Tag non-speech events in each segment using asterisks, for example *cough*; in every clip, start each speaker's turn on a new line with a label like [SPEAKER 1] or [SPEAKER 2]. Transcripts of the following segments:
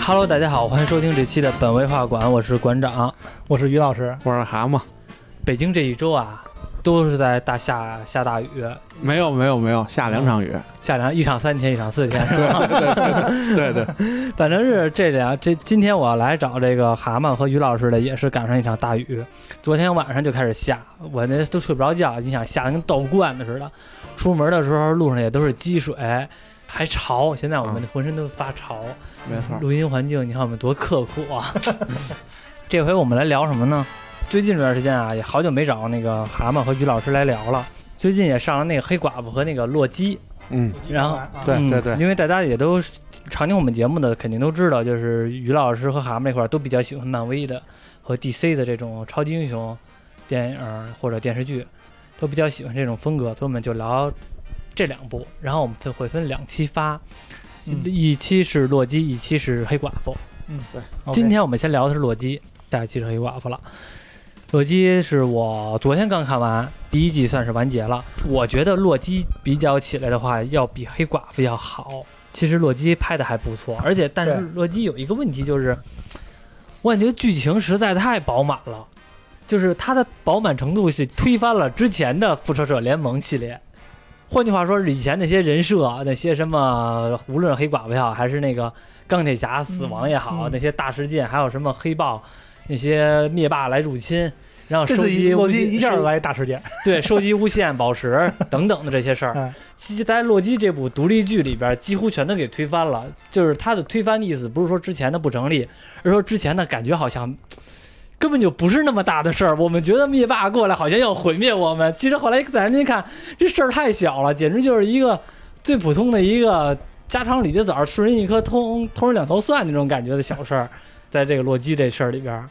[SPEAKER 1] Hello，大家好，欢迎收听这期的本位画馆，我是馆长。
[SPEAKER 2] 我是于老师，
[SPEAKER 3] 我是蛤蟆。
[SPEAKER 1] 北京这一周啊，都是在大下下大雨，
[SPEAKER 3] 没有没有没有，下两场雨。
[SPEAKER 1] 下两一场三天，一场四
[SPEAKER 2] *laughs*
[SPEAKER 1] 天，
[SPEAKER 3] *laughs* 对对，
[SPEAKER 1] 反正是这俩。这今天我来找这个蛤蟆和于老师的，也是赶上一场大雨。昨天晚上就开始下，我那都睡不着觉。你想下的跟倒灌的似的，出门的时候路上也都是积水，还潮。现在我们
[SPEAKER 3] 嗯
[SPEAKER 1] 浑身都发潮。
[SPEAKER 3] 没错。
[SPEAKER 1] 录音环境，你看我们多刻苦啊！ *laughs* 这回我们来聊什么呢？最近这段时间啊，也好久没找那个蛤蟆和于老师来聊了。最近也上了那个黑寡妇和那个洛基，
[SPEAKER 3] 嗯，
[SPEAKER 1] 然后
[SPEAKER 2] 啊
[SPEAKER 3] 对
[SPEAKER 1] 嗯
[SPEAKER 3] 对对
[SPEAKER 1] 因为大家也都常听我们节目的，肯定都知道，就是于老师和蛤蟆那块儿都比较喜欢漫威的和 DC 的这种超级英雄电影儿或者电视剧，都比较喜欢这种风格，所以我们就聊这两部，然后我们就会分两期发，
[SPEAKER 2] 嗯
[SPEAKER 1] 一期是洛基，一期是黑寡妇。
[SPEAKER 2] OK
[SPEAKER 1] 今天我们先聊的是洛基，下一期是黑寡妇了。洛基是我昨天刚看完第一季，算是完结了。我觉得洛基比较起来的话，要比黑寡妇要好。其实洛基拍的还不错，而且但是
[SPEAKER 2] 对
[SPEAKER 1] 洛基有一个问题就是，我感觉剧情实在太饱满了，就是它的饱满程度是推翻了之前的复仇者联盟系列。换句话说，以前那些人设啊，那些什么，无论是黑寡妇也好，还是那个钢铁侠死亡也好，
[SPEAKER 2] 嗯嗯
[SPEAKER 1] 那些大事件，还有什么黑豹，那些灭霸来入侵，然后
[SPEAKER 2] 这
[SPEAKER 1] 收
[SPEAKER 2] 次
[SPEAKER 1] 集
[SPEAKER 2] 洛
[SPEAKER 1] 无
[SPEAKER 2] 基
[SPEAKER 1] 限
[SPEAKER 2] 一下
[SPEAKER 1] 收
[SPEAKER 2] 来大事件，
[SPEAKER 1] 对，收集无限宝石等等的这些事儿
[SPEAKER 2] 嗯，
[SPEAKER 1] 其实在洛基这部独立剧里边，几乎全都给推翻了。就是他的推翻的意思，不是说之前的不成立，而是说之前的感觉好像根本就不是那么大的事儿。我们觉得灭霸过来好像要毁灭我们，其实后来咱一看，这事儿太小了，简直就是一个最普通的一个家长里的枣儿，树人一颗通，通人两头蒜那种感觉的小事儿。在这个洛基这事儿里
[SPEAKER 3] 啊
[SPEAKER 1] 边，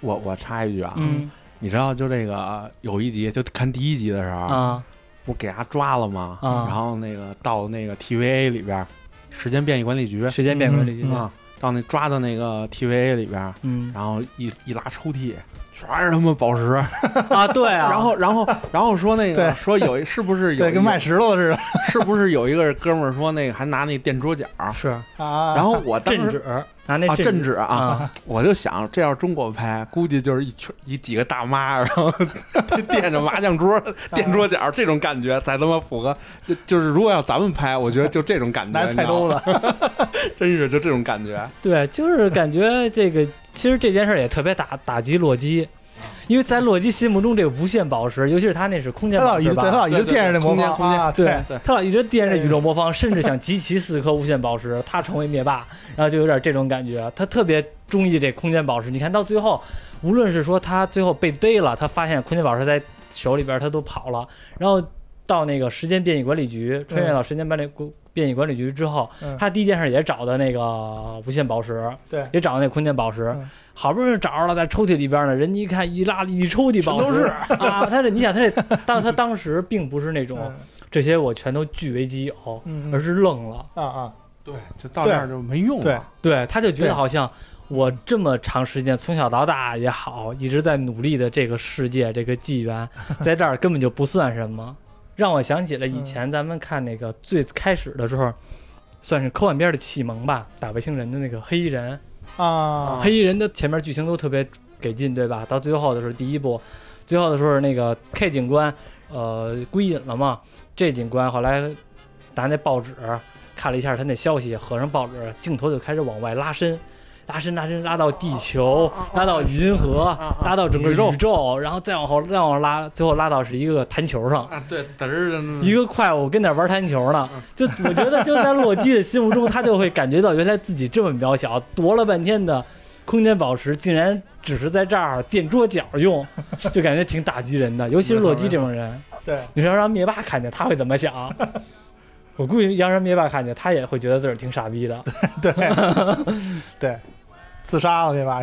[SPEAKER 3] 我我插一句啊，
[SPEAKER 1] 嗯
[SPEAKER 3] 你知道就这个有一集，就看第一集的时候，
[SPEAKER 1] 啊
[SPEAKER 3] 不是给他抓了吗？
[SPEAKER 1] 啊
[SPEAKER 3] 然后那个到那个 TVA 里边，时间变异管理局
[SPEAKER 1] 时间变革里边，
[SPEAKER 3] 啊，到那抓到那个 TVA 里边，
[SPEAKER 1] 嗯
[SPEAKER 3] 然后一一拉抽屉。全是他妈宝石，
[SPEAKER 1] 啊，对啊，
[SPEAKER 3] *laughs* 然后，然后，然后说那个
[SPEAKER 2] 对
[SPEAKER 3] 说有一是不是有
[SPEAKER 2] 对，
[SPEAKER 3] 一
[SPEAKER 2] 跟卖石头似的
[SPEAKER 3] 是不是有一个哥们儿说那个还拿那电桌角，
[SPEAKER 1] 是。
[SPEAKER 2] 啊。
[SPEAKER 3] 然后我
[SPEAKER 1] *laughs*
[SPEAKER 3] 当
[SPEAKER 1] 镇
[SPEAKER 3] 时
[SPEAKER 1] 纸，拿那
[SPEAKER 3] 啊
[SPEAKER 1] 镇
[SPEAKER 3] 镇纸啊，
[SPEAKER 1] 啊，
[SPEAKER 3] 我就想，这要是中国拍，估计就是一圈一几个大妈， *laughs* 然后垫着麻将桌、垫桌角这种感觉，才他妈符合。就就是如果要咱们拍，我觉得就这种感
[SPEAKER 2] *laughs*
[SPEAKER 3] 觉，
[SPEAKER 2] 拿菜兜
[SPEAKER 3] 子，
[SPEAKER 2] 子，
[SPEAKER 3] 真是就这种感觉。
[SPEAKER 1] *laughs* 对，就是感觉这个，其实这件事儿也特别打打击洛基，因为在洛基心目中这个无限宝石，尤其是他那是空间
[SPEAKER 2] 他
[SPEAKER 1] 宝
[SPEAKER 2] 老一
[SPEAKER 1] 石
[SPEAKER 2] 直
[SPEAKER 1] 吧，
[SPEAKER 2] 他老一直垫着那魔方
[SPEAKER 3] 空间
[SPEAKER 1] *laughs*
[SPEAKER 2] 啊，
[SPEAKER 1] 对
[SPEAKER 2] *laughs* 对，哎
[SPEAKER 1] 他老一直惦着宇宙魔方，甚至想集齐四颗无限宝石，他成为灭霸，然后就有点这种感觉，他特别中意这空间宝石。你看到最后，无论是说他最后被逮了，他发现空间宝石在手里边，他都跑了，然后到那个时间变异管理局，穿越到时间管理变异管理局之后，
[SPEAKER 2] 嗯
[SPEAKER 1] 他第一件事也找的那个无限宝石，
[SPEAKER 2] 对
[SPEAKER 1] 也找的那空间宝石
[SPEAKER 2] 嗯，
[SPEAKER 1] 好不容易找着了，在抽屉里边呢，人家一看一拉一抽屉宝石
[SPEAKER 3] 全都是
[SPEAKER 1] 啊，他这你想他这当他当时并不是那种
[SPEAKER 2] 嗯
[SPEAKER 1] 这些我全都据为己有，
[SPEAKER 2] 嗯
[SPEAKER 1] 而
[SPEAKER 2] 嗯
[SPEAKER 1] 是愣了，
[SPEAKER 2] 啊啊，
[SPEAKER 3] 对，就到这儿就没用
[SPEAKER 2] 对
[SPEAKER 3] 了。
[SPEAKER 1] 对，他就觉
[SPEAKER 2] 对
[SPEAKER 1] 得好像我这么长时间从小到大也好，一直在努力的这个世界这个纪 *laughs* 元，在这儿根本就不算什么，让我想起了以前咱们看那个最开始的时候，算是科幻片的启蒙吧，打外星人的那个黑衣人。*laughs*
[SPEAKER 2] 啊，
[SPEAKER 1] 黑衣人的前面剧情都特别给劲，对吧？到最后的时候，第一部，最后的时候那个 K 警官，呃，归隐了嘛。这警官后来拿那报纸看了一下他那消息，合上报纸，镜头就开始往外拉伸，拉伸拉伸，拉到地球，拉到银河，拉到整个
[SPEAKER 3] 宇宙
[SPEAKER 1] 啊宇宙，然后再往后再往后拉，最后拉到是一个弹球上。
[SPEAKER 3] 啊，对，嘚儿的那
[SPEAKER 1] 一个快我跟那儿玩弹球呢，就我觉得就在洛基的心目中，他就会感觉到原来自己这么渺小，夺了半天的空间宝石，竟然只是在这儿垫桌角用，就感觉挺打击人的。尤其是洛基这种人，
[SPEAKER 2] 对，
[SPEAKER 1] 你说让灭霸看见他会怎么想？我估计要让灭霸看见，他也会觉得自个儿挺傻逼的。 *laughs*
[SPEAKER 2] 自杀了对吧？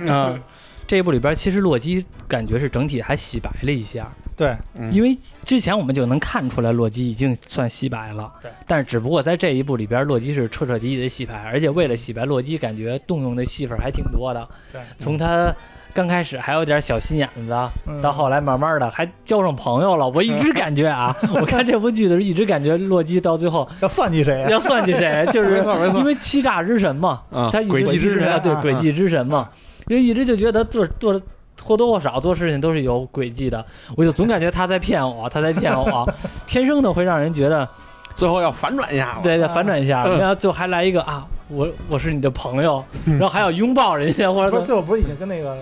[SPEAKER 1] 嗯，这一部里边其实洛基感觉是整体还洗白了一下，
[SPEAKER 2] 对，
[SPEAKER 3] 嗯
[SPEAKER 1] 因为之前我们就能看出来，洛基已经算洗白了。
[SPEAKER 2] 对，
[SPEAKER 1] 但是只不过在这一部里边，洛基是彻彻底底的洗白，而且为了洗白，洛基感觉动用的戏份还挺多的。
[SPEAKER 2] 对，
[SPEAKER 1] 从他刚开始还有点小心眼子，
[SPEAKER 2] 嗯
[SPEAKER 1] 到后来慢慢的还交上朋友了。我一直感觉
[SPEAKER 3] *laughs*
[SPEAKER 1] 啊，我看这部剧的时候一直感觉洛基到最后
[SPEAKER 2] 要算计谁呀？啊
[SPEAKER 1] 要算计谁，就是
[SPEAKER 3] 没错没错
[SPEAKER 1] 因为欺诈之神嘛，
[SPEAKER 3] 啊
[SPEAKER 1] 他一直
[SPEAKER 3] 诡计之
[SPEAKER 1] 啊
[SPEAKER 3] 神，
[SPEAKER 1] 对
[SPEAKER 2] 啊
[SPEAKER 1] 诡计之神嘛，因为一直就觉得做做或多或少做事情都是有诡计的，我就总感觉他在骗我，他在骗我，天生的会让人觉得
[SPEAKER 3] 最后要反转一下嘛。
[SPEAKER 1] 对对反转一下，
[SPEAKER 3] 嗯
[SPEAKER 1] 然后就还来一个啊，我我是你的朋友，然后还要拥抱人家或
[SPEAKER 2] 嗯不是
[SPEAKER 1] 者
[SPEAKER 2] 最后不是已经跟那个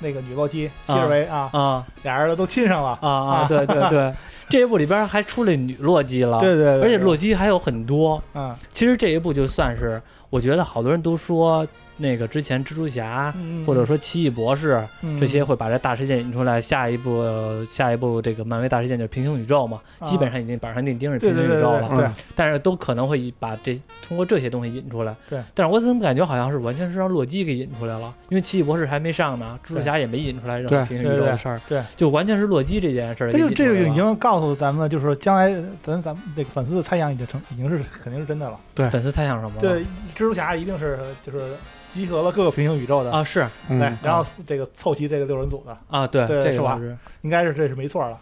[SPEAKER 2] 那个女洛基希尔维啊，
[SPEAKER 1] 啊
[SPEAKER 2] 俩人都亲上了。
[SPEAKER 1] 啊啊，对对对，
[SPEAKER 2] *laughs*
[SPEAKER 1] 这一部里边还出了女洛基了，
[SPEAKER 2] 对对对，
[SPEAKER 1] 啊而且洛基还有很多，
[SPEAKER 2] 嗯
[SPEAKER 1] 其实这一部就算是我觉得好多人都说那个之前蜘蛛侠。
[SPEAKER 2] 嗯，
[SPEAKER 1] 或者说奇异博士，
[SPEAKER 2] 嗯
[SPEAKER 1] 这些会把这大事件引出来。下一步，呃下一步这个漫威大事件就是平行宇宙嘛，
[SPEAKER 2] 啊
[SPEAKER 1] 基本上已经板上钉钉是
[SPEAKER 2] 对
[SPEAKER 1] 平行
[SPEAKER 2] 对对
[SPEAKER 1] 宇
[SPEAKER 2] 对
[SPEAKER 1] 宙
[SPEAKER 2] 对
[SPEAKER 1] 了。
[SPEAKER 2] 对
[SPEAKER 3] 嗯，
[SPEAKER 1] 但是都可能会把这通过这些东西引出来。
[SPEAKER 2] 对，
[SPEAKER 1] 但是我怎么感觉好像是完全是让洛基给引出来了？因为奇异博士还没上呢，蜘蛛侠也没引出来任何
[SPEAKER 3] 对
[SPEAKER 1] 平行宇宙的事儿，
[SPEAKER 2] 对对对
[SPEAKER 1] 就完全是洛基这件事儿给
[SPEAKER 2] 这就
[SPEAKER 1] 引出
[SPEAKER 2] 这
[SPEAKER 1] 来了。
[SPEAKER 2] 个已经告诉咱们，就是说将来咱咱们这个粉丝的猜想已经成，已经是肯定是真的了。
[SPEAKER 1] 粉丝猜想什么了？
[SPEAKER 2] 对，蜘蛛侠一定是就是集合了各个平行宇宙的，
[SPEAKER 1] 啊，是
[SPEAKER 3] 嗯
[SPEAKER 2] 对，然后这个凑齐这个六人组的，
[SPEAKER 1] 啊，对，
[SPEAKER 2] 对
[SPEAKER 1] 这个
[SPEAKER 2] 是吧
[SPEAKER 1] 倒是
[SPEAKER 2] 应该是这是没错了。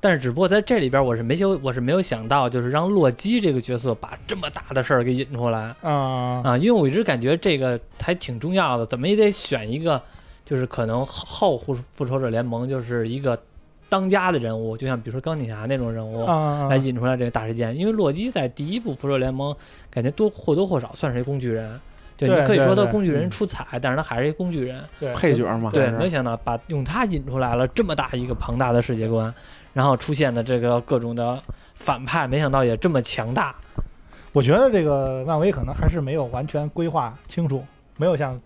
[SPEAKER 1] 但是只不过在这里边，我是没有我是没有想到，就是让洛基这个角色把这么大的事儿给引出来。
[SPEAKER 2] 嗯
[SPEAKER 1] 啊，因为我一直感觉这个还挺重要的，怎么也得选一个，就是可能后复复仇者联盟就是一个当家的人物，就像比如说钢铁侠那种人物。
[SPEAKER 2] 啊
[SPEAKER 1] 来引出来这个大事件，因为洛基在第一部《复仇者联盟》感觉多或多或少算是一工具人，对，
[SPEAKER 2] 对
[SPEAKER 1] 你可以
[SPEAKER 2] 对
[SPEAKER 1] 说他
[SPEAKER 2] 对
[SPEAKER 1] 工具人
[SPEAKER 2] 嗯啊
[SPEAKER 1] 出彩，但是他还是一工具人。
[SPEAKER 2] 对
[SPEAKER 3] 配角嘛，
[SPEAKER 1] 对，
[SPEAKER 3] 还
[SPEAKER 1] 没
[SPEAKER 3] 是
[SPEAKER 1] 想到把用他引出来了这么大一个庞大的世界观，然后出现的这个各种的反派，没想到也这么强大。
[SPEAKER 2] 我觉得这个漫威可能还是没有完全规划清楚，没有像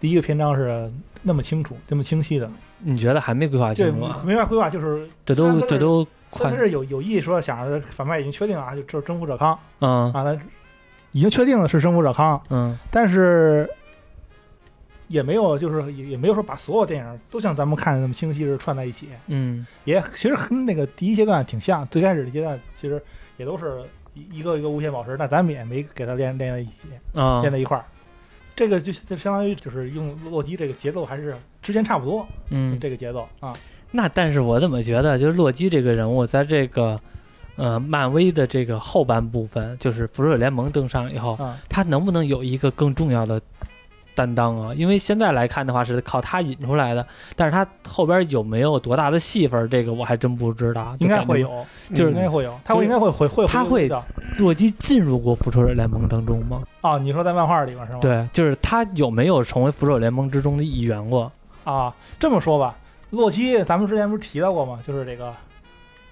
[SPEAKER 2] 第一个篇章是那么清楚、那么清晰的。
[SPEAKER 1] 你觉得还没规划
[SPEAKER 2] 对，
[SPEAKER 1] 清楚啊？
[SPEAKER 2] 没法规划，就是
[SPEAKER 1] 这
[SPEAKER 2] 虽然
[SPEAKER 1] 都
[SPEAKER 2] 都
[SPEAKER 1] 这
[SPEAKER 2] 是
[SPEAKER 1] 都
[SPEAKER 2] 但
[SPEAKER 1] 快
[SPEAKER 2] 他是有有意说想着反派已经确定了啊，就就是征服者康
[SPEAKER 1] 嗯
[SPEAKER 2] 啊，他已经确定了是征服者康，
[SPEAKER 1] 嗯
[SPEAKER 2] 但是也没有就是也也没有说把所有电影都像咱们看的那么清晰是串在一起，
[SPEAKER 1] 嗯
[SPEAKER 2] 也其实跟那个第一阶段挺像，最开始的阶段其实也都是一一个一个无限宝石，但咱们也没给它连连在一起，
[SPEAKER 1] 啊
[SPEAKER 2] 嗯连在一块儿。这个就就相当于就是用洛基这个节奏还是之前差不多，
[SPEAKER 1] 嗯，
[SPEAKER 2] 这个节奏啊，
[SPEAKER 1] 那但是我怎么觉得，就是洛基这个人物，在这个呃漫威的这个后半部分，就是复仇者联盟登上以后，
[SPEAKER 2] 啊
[SPEAKER 1] 他能不能有一个更重要的担当啊？因为现在来看的话，是靠他引出来的，但是他后边有没有多大的戏份儿，这个我还真不知道。就
[SPEAKER 2] 应该
[SPEAKER 1] 感觉
[SPEAKER 2] 会有，
[SPEAKER 1] 就是
[SPEAKER 2] 应
[SPEAKER 3] 嗯
[SPEAKER 2] 该会有，他
[SPEAKER 1] 就是
[SPEAKER 2] 会应该会会会
[SPEAKER 1] 他会
[SPEAKER 2] 的
[SPEAKER 1] 洛基进入过复仇者联盟当中吗？
[SPEAKER 2] 啊。你说在漫画里边是吗？
[SPEAKER 1] 对，就是他有没有成为复仇者联盟之中的一员过？
[SPEAKER 2] 啊，这么说吧，洛基咱们之前不是提到过吗？就是这个，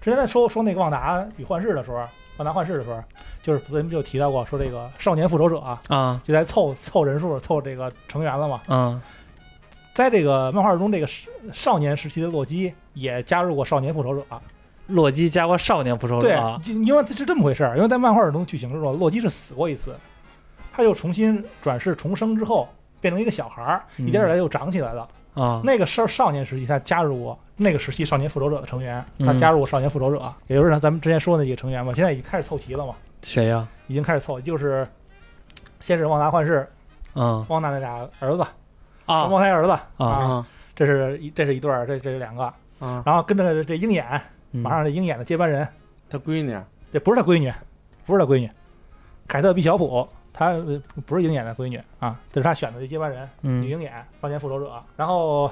[SPEAKER 2] 之前在说说那个旺达与幻视的时候，旺达幻视的时候，就是咱们就提到过，说这个少年复仇者啊，
[SPEAKER 1] 啊
[SPEAKER 2] 就在凑凑人数、凑这个成员了嘛。
[SPEAKER 1] 啊
[SPEAKER 2] 在这个漫画中，这个少少年时期的洛基也加入过少年复仇者，啊
[SPEAKER 1] 洛基加过少年复仇者
[SPEAKER 2] 对
[SPEAKER 1] 啊，
[SPEAKER 2] 就因为这是这么回事儿，因为在漫画中剧情之中，洛基是死过一次，他又重新转世重生之后，变成一个小孩儿，一点儿点
[SPEAKER 1] 嗯
[SPEAKER 2] 儿又长起来了。
[SPEAKER 1] 啊
[SPEAKER 2] 那个少少年时期，他加入过那个时期少年复仇者的成员，
[SPEAKER 1] 嗯
[SPEAKER 2] 他加入过少年复仇者，也就是咱们之前说的那几个成员嘛，现在已经开始凑齐了嘛，
[SPEAKER 1] 谁呀、
[SPEAKER 2] 已经开始凑，就是先是旺达幻视，
[SPEAKER 1] 嗯
[SPEAKER 2] 旺达那俩儿子，双
[SPEAKER 1] 啊
[SPEAKER 2] 胞胎儿子
[SPEAKER 1] 啊
[SPEAKER 2] 啊，
[SPEAKER 3] 啊
[SPEAKER 2] 这是一这是一对儿，这这是两个，
[SPEAKER 3] 啊，
[SPEAKER 2] 然后跟着这鹰眼，
[SPEAKER 1] 嗯
[SPEAKER 2] 马上这鹰眼的接班人，
[SPEAKER 3] 他闺女
[SPEAKER 2] 这不是他闺女，不是他闺女，凯特·毕乔普，她呃不是鹰眼的闺女啊，这是他选的这接班人，女
[SPEAKER 1] 嗯
[SPEAKER 2] 鹰眼，少年复仇者，然后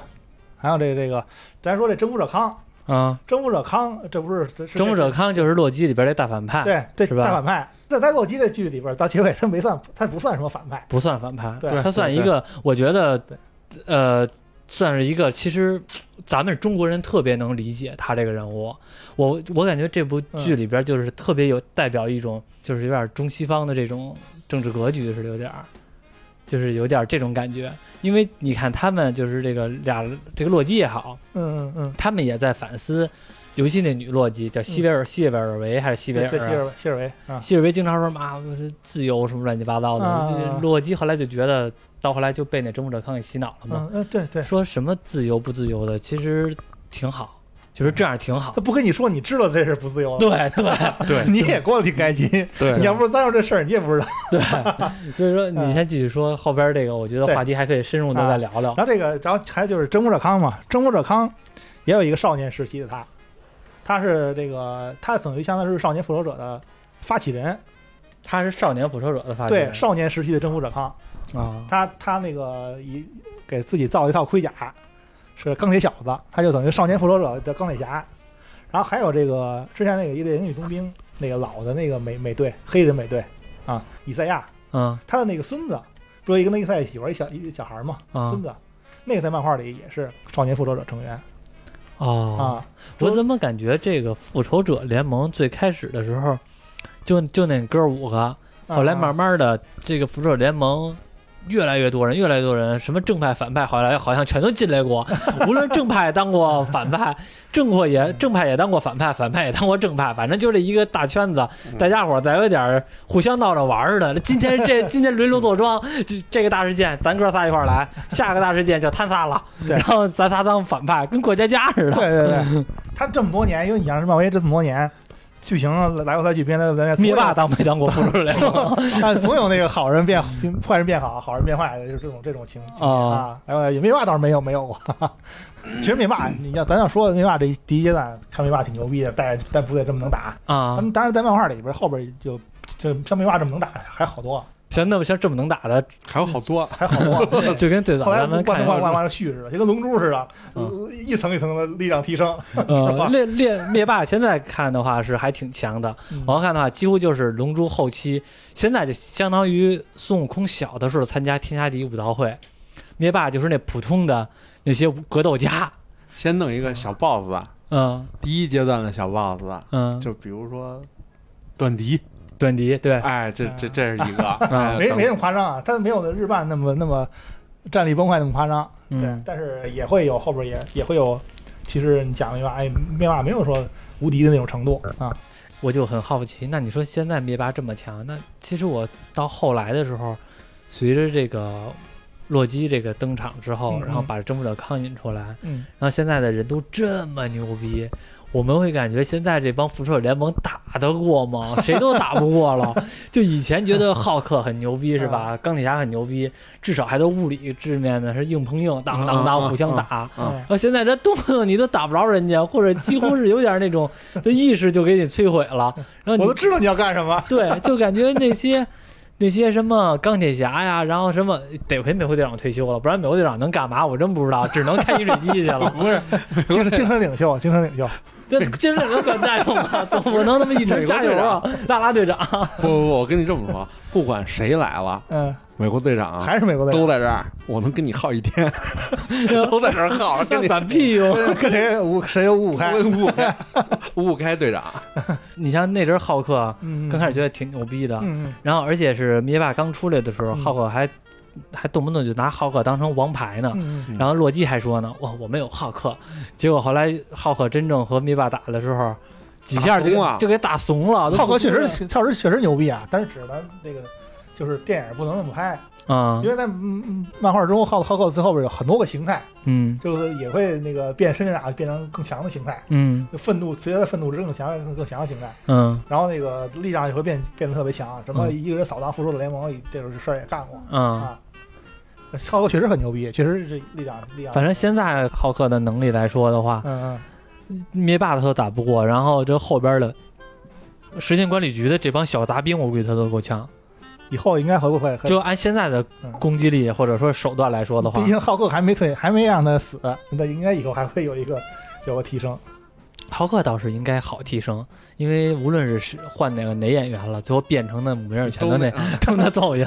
[SPEAKER 2] 还有这这个，咱说这征服者康。
[SPEAKER 1] 啊，
[SPEAKER 2] 征服者康，这不是这是
[SPEAKER 1] 征服者康就是洛基里边这大反派，，
[SPEAKER 2] 对对
[SPEAKER 1] 是吧
[SPEAKER 2] 大反派。那在洛基这剧里边，到结尾他没算，他不算什么反派。
[SPEAKER 1] 不算反派，
[SPEAKER 2] 对
[SPEAKER 1] 他算一个，我觉得
[SPEAKER 2] 对，
[SPEAKER 1] 呃，算是一个，其实。咱们中国人特别能理解他这个人物，我我感觉这部
[SPEAKER 2] 嗯
[SPEAKER 1] 剧里边就是特别有代表一种，就是有点中西方的这种政治格局，是有点儿，就是有点儿这种感觉。因为你看他们就是这个俩，这个洛基也好，
[SPEAKER 2] 嗯嗯嗯，
[SPEAKER 1] 他们也在反思，尤其那女洛基叫西维尔、谢维尔维还是西维
[SPEAKER 2] 对
[SPEAKER 1] 尔
[SPEAKER 2] 嗯对，
[SPEAKER 1] 啊？
[SPEAKER 2] 希尔维希尔维啊，
[SPEAKER 1] 希尔维经常说嘛，我是自由什么乱七八糟的。
[SPEAKER 2] 啊
[SPEAKER 1] 洛基后来就觉得，到后来就被那征服者康给洗脑了嘛，
[SPEAKER 2] 嗯嗯，对对，
[SPEAKER 1] 说什么自由不自由的，其实挺好。就是这样挺好
[SPEAKER 2] 他。不跟你说，你知道这是不自由的，
[SPEAKER 1] *laughs* 对对
[SPEAKER 3] 对
[SPEAKER 2] *laughs* 你也过得挺开心。
[SPEAKER 3] 对
[SPEAKER 2] 你要不是咱有这事儿，你也不知道。
[SPEAKER 1] 对，所以说你先继续说后边这个，我觉
[SPEAKER 2] 嗯
[SPEAKER 1] 得话题还可以深入的再聊聊。
[SPEAKER 2] 然后这个，然后还就是征服者康嘛，征服者康也有一个少年时期的他，他是这个他等于相当于是少年复仇者的发起人，
[SPEAKER 1] 他是少年复仇者的发
[SPEAKER 2] 对
[SPEAKER 1] 现，
[SPEAKER 2] 少年时期的征服者康，
[SPEAKER 1] 啊，
[SPEAKER 2] 他他那个一给自己造了一套盔甲，是钢铁小子，他就等于少年复仇者的钢铁侠。然后还有这个之前那个《一队英语冬兵》那个老的那个美美队黑人美队啊，以赛亚，
[SPEAKER 1] 嗯
[SPEAKER 2] 他的那个孙子不是一个内赛喜欢一小一小孩嘛，
[SPEAKER 1] 啊
[SPEAKER 2] 孙子，那个在漫画里也是少年复仇者成员
[SPEAKER 1] 哦，
[SPEAKER 2] 啊，
[SPEAKER 1] 我怎么感觉这个复仇者联盟最开始的时候，就就那哥五个，后来慢
[SPEAKER 2] 慢
[SPEAKER 1] 慢的这个复仇者联盟。越来越多人，越来越多人，什么正派、反派，后来好像全都进来过。
[SPEAKER 2] *laughs*
[SPEAKER 1] 无论正派也当过反派，正过也
[SPEAKER 2] 嗯
[SPEAKER 1] 正派也当过反派，反派也当过正派，反正就这一个大圈子，
[SPEAKER 2] 嗯
[SPEAKER 1] 大家伙儿咱有点儿互相闹着玩儿似的。今天
[SPEAKER 2] *laughs*
[SPEAKER 1] 这今天轮流坐庄，这这个大事件咱哥仨一块儿来，下个大事件就他仨了，
[SPEAKER 2] 对
[SPEAKER 1] 然后咱仨当反派，跟过家家似的，
[SPEAKER 2] 啊对对
[SPEAKER 1] *laughs*
[SPEAKER 2] 对，他这么多年，因为你像漫威这么多年，剧情来回来去，编来编去，
[SPEAKER 1] 灭霸当没当过复仇者联盟？
[SPEAKER 2] *laughs* 但总有那个好人变坏人变好，好人变坏的，就这种这种情景
[SPEAKER 1] 哦
[SPEAKER 2] 啊。哎呦，灭霸倒是没有没有过。 *laughs* 其实灭霸，你要咱要说灭霸这一第一阶段，看灭霸挺牛逼的，但是但部队这么能打，
[SPEAKER 1] 啊
[SPEAKER 2] 他，们当然在漫画里边后边就就像灭霸这么能打还好多，
[SPEAKER 1] 像那么像这么能打的，
[SPEAKER 3] 还有好多，
[SPEAKER 2] 还好多。
[SPEAKER 1] *laughs* 就跟最早
[SPEAKER 2] 后来
[SPEAKER 1] 咱
[SPEAKER 2] 万
[SPEAKER 1] 们看
[SPEAKER 2] 万万万续似的，就跟龙珠似的，
[SPEAKER 1] 嗯
[SPEAKER 2] 一层一层的力量提升。
[SPEAKER 1] 呃猎猎灭霸现在看的话是还挺强的，
[SPEAKER 2] 嗯
[SPEAKER 1] 我要看的话几乎就是龙珠后期，现在就相当于孙悟空小的时候参加天下第一武道会，灭霸就是那普通的那些格斗家，
[SPEAKER 3] 先弄一个小 boss 吧，
[SPEAKER 1] 嗯
[SPEAKER 3] 第一阶段的小 boss，
[SPEAKER 1] 嗯，
[SPEAKER 3] 就比如说段迪，
[SPEAKER 1] 短笛对，
[SPEAKER 2] 啊
[SPEAKER 3] 哎，这这这是一个，哎
[SPEAKER 1] 啊
[SPEAKER 2] 没没那么夸张啊，但没有那日漫那么那么战力崩坏那么夸张，对，
[SPEAKER 1] 嗯
[SPEAKER 2] 但是也会有后边也也会有，其实你讲的话，哎，灭霸没有说无敌的那种程度啊，
[SPEAKER 1] 我就很好奇，那你说现在灭霸这么强，那其实我到后来的时候，随着这个洛基这个登场之后，
[SPEAKER 2] 嗯
[SPEAKER 1] 然后把征服者康引出来，然
[SPEAKER 2] 嗯，
[SPEAKER 1] 后现在的人都这么牛逼。我们会感觉现在这帮复仇者联盟打得过
[SPEAKER 3] *laughs*
[SPEAKER 1] 吗？谁都打不过了。就以前觉得浩克很牛逼是
[SPEAKER 3] 嗯
[SPEAKER 1] 吧？钢铁侠很牛逼，至少还都物理制面的，是硬碰硬，当当
[SPEAKER 3] 嗯嗯
[SPEAKER 1] 当
[SPEAKER 3] 嗯
[SPEAKER 1] 互相打。
[SPEAKER 3] 啊
[SPEAKER 1] 然后现在这动不动你都打不着人家，或者几乎是有点那
[SPEAKER 3] *laughs*
[SPEAKER 1] 种的意识就给你摧毁了。然后
[SPEAKER 2] 我都
[SPEAKER 1] 你
[SPEAKER 2] 知道你要干什么，
[SPEAKER 1] *laughs* 对，就感觉那些那些什么钢铁侠呀，然后什么，得亏美国队长退休了，不然美国队长能干嘛？我真不知道，只能开饮水机去了。
[SPEAKER 2] 不是，精精神领袖，精神领袖，
[SPEAKER 1] 这精神能管大用吗？ *laughs* 总不能他妈一直加油啊！拉拉队长，
[SPEAKER 3] 不不不，我跟你这么说，不管谁来了，
[SPEAKER 2] 嗯，
[SPEAKER 3] 美国队长
[SPEAKER 2] 还是美国队
[SPEAKER 3] 都
[SPEAKER 2] 长，
[SPEAKER 3] 在这儿，我能跟你耗一
[SPEAKER 2] *laughs*
[SPEAKER 3] 天，都在这儿耗，跟
[SPEAKER 1] 那
[SPEAKER 3] 你
[SPEAKER 1] 管屁用！
[SPEAKER 2] 跟谁五谁都五五开，
[SPEAKER 3] 五五开，五五开队长，
[SPEAKER 1] *laughs* *laughs* 你像那阵浩克，啊
[SPEAKER 2] 嗯，
[SPEAKER 1] 刚开始觉得挺牛逼的，
[SPEAKER 2] 嗯，嗯
[SPEAKER 1] 然后而且是灭霸刚出来的时候，
[SPEAKER 2] 嗯
[SPEAKER 1] 浩克还还动不动就拿浩克当成王牌呢。
[SPEAKER 2] 嗯嗯
[SPEAKER 1] 然后洛基还说呢，哇，我们有浩克。结果后来浩克真正和灭霸打的时候，几下就给
[SPEAKER 3] 打怂了
[SPEAKER 1] 就给打怂了。
[SPEAKER 2] 嗯，
[SPEAKER 1] 都
[SPEAKER 2] 浩克
[SPEAKER 1] 不知
[SPEAKER 2] 确
[SPEAKER 1] 道
[SPEAKER 2] 实确实确实牛逼啊，但是只能那个就是电影不能那么拍，
[SPEAKER 1] 啊
[SPEAKER 2] 因，为在嗯嗯漫画中浩浩克最后边有很多个形态。
[SPEAKER 1] 嗯
[SPEAKER 2] 就是也会那个变身啊，变成更强的形态，
[SPEAKER 1] 嗯
[SPEAKER 2] 就愤怒随着愤怒之更强更强的形态，
[SPEAKER 1] 嗯
[SPEAKER 2] 然后那个力量也会变变得特别强，啊什么
[SPEAKER 1] 嗯
[SPEAKER 2] 一个人扫荡复仇者联盟这种事儿也干过
[SPEAKER 1] 嗯，
[SPEAKER 2] 啊。浩克确实很牛逼，确实是力量力量。
[SPEAKER 1] 反正现在浩克的能力来说的话，
[SPEAKER 2] 嗯
[SPEAKER 1] 灭霸他都打不过，然后这后边的时间管理局的这帮小杂兵，我估计他都够呛。
[SPEAKER 2] 嗯，以后应该会不会
[SPEAKER 1] 就按现在的
[SPEAKER 2] 嗯
[SPEAKER 1] 攻击力或者说手段来说的话
[SPEAKER 2] 毕，竟浩克还没退，还没让他死，那应该以后还会有一个有个提升。
[SPEAKER 1] 浩克倒是应该好提升，因为无论是是换哪个哪演员了，最后变成那武林二拳的那嗯都那造
[SPEAKER 2] *laughs*
[SPEAKER 1] 型。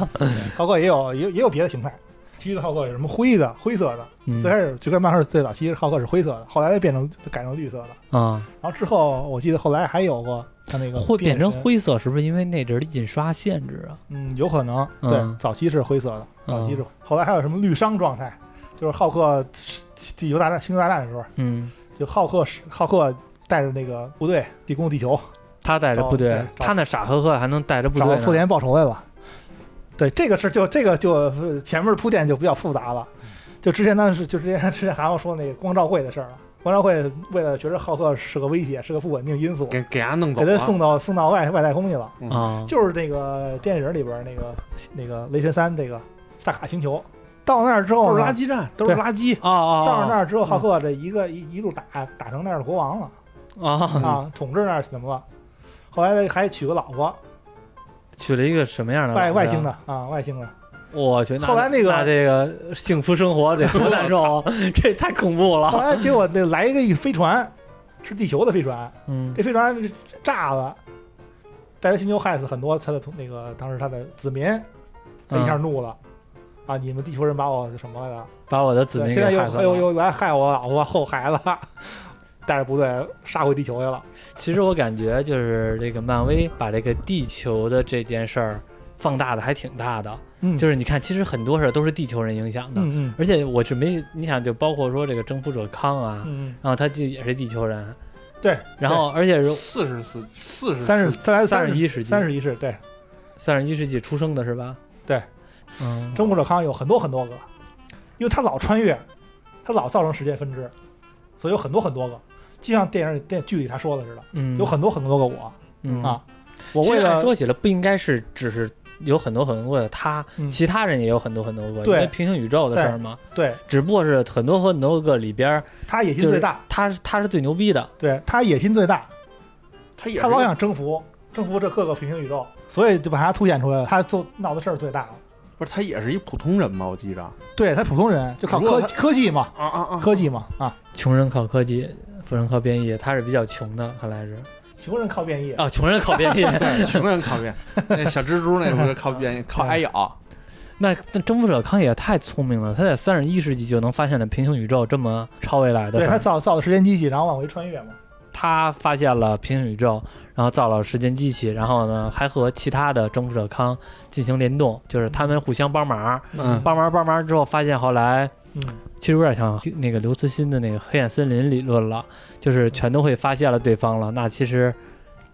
[SPEAKER 2] 浩克也有也有也有别的形态，其实浩克有什么灰的、灰色的，
[SPEAKER 1] 嗯
[SPEAKER 2] 最开始最开始漫画最早其实浩克是灰色的，后来变成改成绿色的。
[SPEAKER 1] 啊，
[SPEAKER 2] 然后之后我记得后来还有过他那个
[SPEAKER 1] 会变成
[SPEAKER 2] 身，
[SPEAKER 1] 灰色，是不是因为那阵儿印刷限制啊？
[SPEAKER 2] 嗯，有可能
[SPEAKER 1] 嗯
[SPEAKER 2] 对，早期是灰色的，早期是，后来还有什么绿伤状态，就是浩克地球大战星球大战的时候，
[SPEAKER 1] 嗯，
[SPEAKER 2] 就浩克是浩克带着那个部队地攻地球，
[SPEAKER 1] 他带着部
[SPEAKER 2] 找
[SPEAKER 1] 队
[SPEAKER 2] 对，找
[SPEAKER 1] 他那傻呵呵还能带着部
[SPEAKER 2] 找
[SPEAKER 1] 队
[SPEAKER 2] 复
[SPEAKER 1] 呢。
[SPEAKER 2] 联报仇来了。对，这个事就这个就是前面的铺垫就比较复杂了，就之前当时就之前之前还要说那个光照会的事儿了，王兆会为了觉得浩克是个威胁，是个不稳定因素，
[SPEAKER 3] 给给他弄走啊
[SPEAKER 2] 给他
[SPEAKER 3] 了。
[SPEAKER 2] 送到送到外外太空去了。
[SPEAKER 3] 嗯
[SPEAKER 1] 啊，
[SPEAKER 2] 就是这个电影里边那个那个雷神三这个萨卡星球，到那儿之后
[SPEAKER 3] 都是
[SPEAKER 2] 呢
[SPEAKER 3] 垃圾嗯站，都是
[SPEAKER 2] 对
[SPEAKER 3] 垃圾。
[SPEAKER 1] 啊啊，
[SPEAKER 2] 到了那儿之后，浩克这一个一一路打打成那儿的国王了
[SPEAKER 1] 那啊，
[SPEAKER 3] 嗯
[SPEAKER 2] 啊，统治那儿怎么了？后来还娶个老婆，
[SPEAKER 1] 娶了一个什么
[SPEAKER 3] 嗯
[SPEAKER 1] 样的
[SPEAKER 2] 外
[SPEAKER 1] 老
[SPEAKER 2] 外
[SPEAKER 1] 婆
[SPEAKER 2] 星
[SPEAKER 1] 呀？
[SPEAKER 2] 的啊，外星的。
[SPEAKER 1] 我去，那
[SPEAKER 2] 后来那个
[SPEAKER 1] 这个幸福生
[SPEAKER 2] *laughs*
[SPEAKER 1] 活得多难受啊，这太恐怖
[SPEAKER 2] 后
[SPEAKER 1] 了。
[SPEAKER 2] 来结果那来一个一飞船，是地球的飞船，
[SPEAKER 1] 嗯
[SPEAKER 2] 这飞船炸了，带来星球害死很多他的同那个当时他的子民，他一下
[SPEAKER 1] 嗯，
[SPEAKER 2] 怒了。啊！你们地球人把我什么来着？
[SPEAKER 1] 把我的子民
[SPEAKER 2] 现在
[SPEAKER 1] 给
[SPEAKER 2] 又
[SPEAKER 1] 害死
[SPEAKER 2] 又
[SPEAKER 1] 了。
[SPEAKER 2] 又来害我老婆后孩子， *laughs* 带着部队杀回地球去了。
[SPEAKER 1] 其实我感觉就是这个漫威把这个地球的这件事儿放大的还挺大的，
[SPEAKER 2] 嗯，
[SPEAKER 1] 就是是你看，其实很多事儿都是地球人影响的，
[SPEAKER 2] 嗯嗯
[SPEAKER 1] 而且我是没你想就包括说这个征服者康啊，
[SPEAKER 2] 嗯
[SPEAKER 1] 然后他就也是地球人，
[SPEAKER 2] 嗯，对。
[SPEAKER 1] 然后而且是
[SPEAKER 3] 四十四四十
[SPEAKER 2] 三十三
[SPEAKER 1] 三
[SPEAKER 2] 十
[SPEAKER 1] 十一嗯世纪，
[SPEAKER 2] 三十一世，对，
[SPEAKER 1] 三十一世纪出生的是吧？
[SPEAKER 2] 对，
[SPEAKER 1] 嗯，
[SPEAKER 2] 中国者康有很多很多个，因为他老穿越，他老造成时间分支，所以有很多很多个，就像电影电剧里他说的似的，
[SPEAKER 1] 嗯
[SPEAKER 2] 有很多很多个我。
[SPEAKER 1] 嗯
[SPEAKER 2] 啊我
[SPEAKER 1] 其
[SPEAKER 2] 为
[SPEAKER 1] 实按
[SPEAKER 2] 了
[SPEAKER 1] 说起来，不应该是只是有很多很多个他，
[SPEAKER 2] 嗯
[SPEAKER 1] 其他人也有很多很多个，
[SPEAKER 2] 对
[SPEAKER 1] 因为平行宇宙的事儿嘛。
[SPEAKER 2] 对
[SPEAKER 1] 只不过是很多很多个里边儿，
[SPEAKER 2] 他野心最大，
[SPEAKER 1] 他是他是最牛逼的。
[SPEAKER 2] 对他野心最大，
[SPEAKER 3] 他也
[SPEAKER 2] 他老
[SPEAKER 3] 是
[SPEAKER 2] 想征服征服这各个平行宇宙，所以就把他凸显出来了。他做闹的事儿最大了。
[SPEAKER 3] 不是他也是一普通人吧？我记着啊
[SPEAKER 2] 对他普通人就靠
[SPEAKER 3] 如果
[SPEAKER 2] 科科技嘛，
[SPEAKER 3] 啊 *laughs* 啊！
[SPEAKER 2] 科技嘛啊，
[SPEAKER 1] 穷人靠科技，富人靠变异，他是比较穷的，看来是
[SPEAKER 2] 穷人靠变异，
[SPEAKER 1] 啊，穷人靠变
[SPEAKER 2] *laughs*
[SPEAKER 1] 异。
[SPEAKER 3] 对，穷人靠变，那小蜘蛛那不是靠
[SPEAKER 2] *laughs*
[SPEAKER 3] 变，靠挨咬。
[SPEAKER 1] 那那征服者康也太聪明了，他在三十一世纪就能发现了平行宇宙这么超未来的
[SPEAKER 2] 对
[SPEAKER 1] 事
[SPEAKER 2] 他
[SPEAKER 1] 儿。
[SPEAKER 2] 造造的时间机器，然后往回穿越嘛。
[SPEAKER 1] 他发现了平行宇宙，然后造了时间机器，然后呢还和其他的征服者康进行联动，就是他们互相帮忙，
[SPEAKER 3] 嗯
[SPEAKER 1] 帮忙帮忙之后发现后来
[SPEAKER 2] 嗯，
[SPEAKER 1] 其实有点像那个刘慈欣的那个黑暗森林理论了，就是全都会发现了对方了，那其实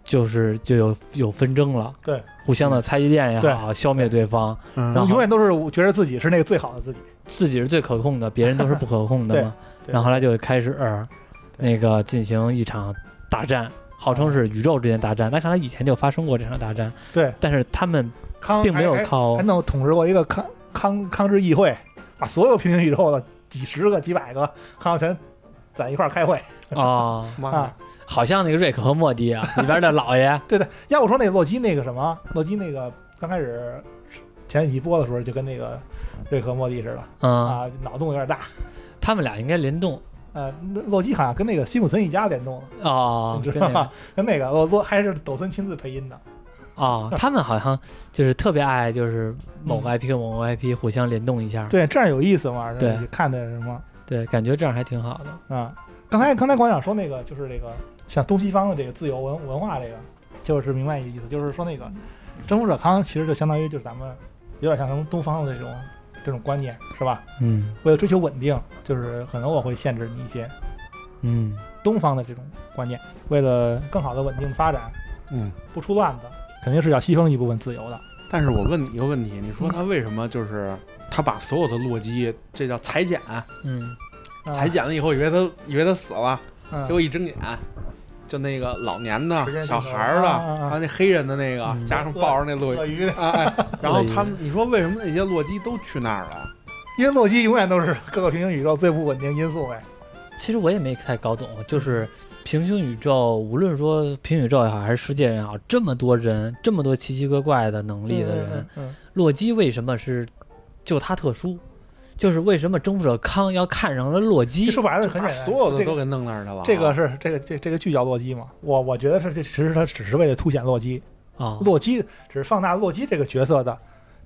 [SPEAKER 1] 就是就有有纷争了，
[SPEAKER 2] 对，
[SPEAKER 1] 互相的猜疑链也好，消灭对方，然
[SPEAKER 3] 嗯
[SPEAKER 1] 后
[SPEAKER 2] 永远都是觉得自己是那个最好的自己。
[SPEAKER 1] 自己是最可控的，别人都是不可控的嘛。
[SPEAKER 2] 对
[SPEAKER 1] 然后后来就开始、呃
[SPEAKER 2] 对
[SPEAKER 1] 那个进行一场大战，号称是宇宙之间大战，但看来以前就发生过这场大战，
[SPEAKER 2] 对，
[SPEAKER 1] 但是他们
[SPEAKER 2] 康
[SPEAKER 1] 并没有
[SPEAKER 2] 还还
[SPEAKER 1] 靠
[SPEAKER 2] 还弄统治过一个康康康治议会，把所有平行宇宙的几十个、几百个康全攒一块儿开会
[SPEAKER 1] 啊、哦
[SPEAKER 3] 妈呀
[SPEAKER 2] 啊！
[SPEAKER 1] 好像那个瑞克和莫蒂啊里边的老爷
[SPEAKER 2] 对对，要我说那洛基那个什么，洛基那个刚开始前几集播的时候就跟那个瑞克和莫蒂似的
[SPEAKER 1] 嗯，
[SPEAKER 2] *laughs* 啊，脑洞有点大。
[SPEAKER 1] 他们俩应该联动
[SPEAKER 2] 呃，那洛基好像跟那个辛普森一家联动了，
[SPEAKER 1] 哦，
[SPEAKER 2] 你
[SPEAKER 1] 跟
[SPEAKER 2] 知
[SPEAKER 1] 那
[SPEAKER 2] 道
[SPEAKER 1] 个
[SPEAKER 2] 吗？ *laughs* 跟那个洛洛还是抖森亲自配音的。
[SPEAKER 1] 哦，他们好像就是特别爱，就是某个 IP 跟某个 IP 互相联动一下，
[SPEAKER 2] 嗯对，这样有意思嘛？
[SPEAKER 1] 对，
[SPEAKER 2] 看的什么
[SPEAKER 1] 对，感觉这样还挺好的。
[SPEAKER 2] 啊？刚才刚才馆长说那个就是这个像东西方的这个自由文文化这个，就是明白一个意思，就是说那个
[SPEAKER 1] 嗯
[SPEAKER 2] 征服者康其实就相当于就是咱们有点像咱们东方的这种这种观念是吧？
[SPEAKER 1] 嗯
[SPEAKER 2] 为了追求稳定，就是可能我会限制你一些
[SPEAKER 1] 嗯
[SPEAKER 2] 东方的这种观念，为了更好的稳定发展，
[SPEAKER 3] 嗯，
[SPEAKER 2] 不出乱子，肯定是要牺牲一部分自由的。
[SPEAKER 3] 但是我问你一个问题，你说他为什么
[SPEAKER 2] 嗯
[SPEAKER 3] 就是他把所有的洛基，这叫裁剪，
[SPEAKER 1] 嗯，
[SPEAKER 2] 啊
[SPEAKER 3] 裁剪了以后以为他以为他死了，
[SPEAKER 2] 嗯
[SPEAKER 3] 结果一睁眼。就那个老年
[SPEAKER 2] 时
[SPEAKER 3] 的、
[SPEAKER 2] 间
[SPEAKER 3] 小
[SPEAKER 2] 镜头
[SPEAKER 3] 孩儿的，
[SPEAKER 2] 啊啊啊
[SPEAKER 3] 还有那黑人的那个，
[SPEAKER 1] 嗯
[SPEAKER 3] 加上抱着那洛
[SPEAKER 2] 鳄
[SPEAKER 3] 基，
[SPEAKER 2] 鱼，
[SPEAKER 3] 哎
[SPEAKER 2] *laughs*
[SPEAKER 3] 哎，然后
[SPEAKER 1] 鳄鱼
[SPEAKER 3] 他们，你说为什么那些洛基都去那儿了？
[SPEAKER 2] 因为洛基永远都是各个平行宇宙最不稳定因素呗。
[SPEAKER 1] 其实我也没太搞懂，就是平行宇宙，无论说平行宇宙也好，还是世界人也好，这么多人，这么多奇奇怪怪的能力的人，
[SPEAKER 2] 嗯，嗯
[SPEAKER 1] 洛基为什么是就他特殊？就是为什么征服者康要看上了洛
[SPEAKER 2] 这
[SPEAKER 1] 基？
[SPEAKER 2] 说白了很
[SPEAKER 3] 把
[SPEAKER 2] 简单，
[SPEAKER 3] 所有的
[SPEAKER 2] 这个
[SPEAKER 3] 都给弄那儿去了啊。
[SPEAKER 2] 这个是这个这这个剧叫洛基嘛？我我觉得是这其实它只是为了凸显洛基，
[SPEAKER 1] 啊、
[SPEAKER 2] 洛基只是放大洛基这个角色的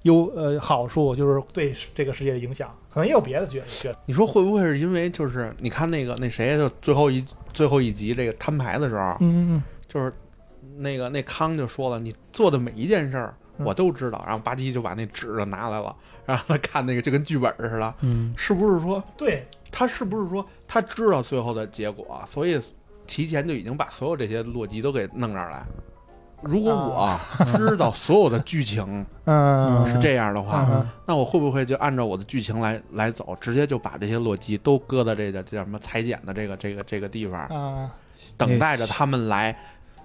[SPEAKER 2] 优呃好处，就是对这个世界的影响，可能也有别的角角色。
[SPEAKER 3] 你说会不会是因为就是你看那个那谁就最后一最后一集这个摊牌的时候，
[SPEAKER 2] 嗯嗯
[SPEAKER 3] 就是那个那康就说了，你做的每一件事儿
[SPEAKER 2] 嗯
[SPEAKER 3] 我都知道，然后吧唧就把那纸就拿来了，然后他看那个就跟剧本似的，
[SPEAKER 1] 嗯，
[SPEAKER 3] 是不是说
[SPEAKER 2] 嗯，对
[SPEAKER 3] 他是不是说他知道最后的结果，所以提前就已经把所有这些洛基都给弄那儿来？如果我知道所有的剧情
[SPEAKER 2] 嗯，
[SPEAKER 3] 是这样的话，
[SPEAKER 2] 嗯
[SPEAKER 3] 那我会不会就按照我的剧情来来走，直接就把这些洛基都搁到这个这叫什么裁剪的这个这个这个地方，
[SPEAKER 2] 啊，
[SPEAKER 3] 等待着他们来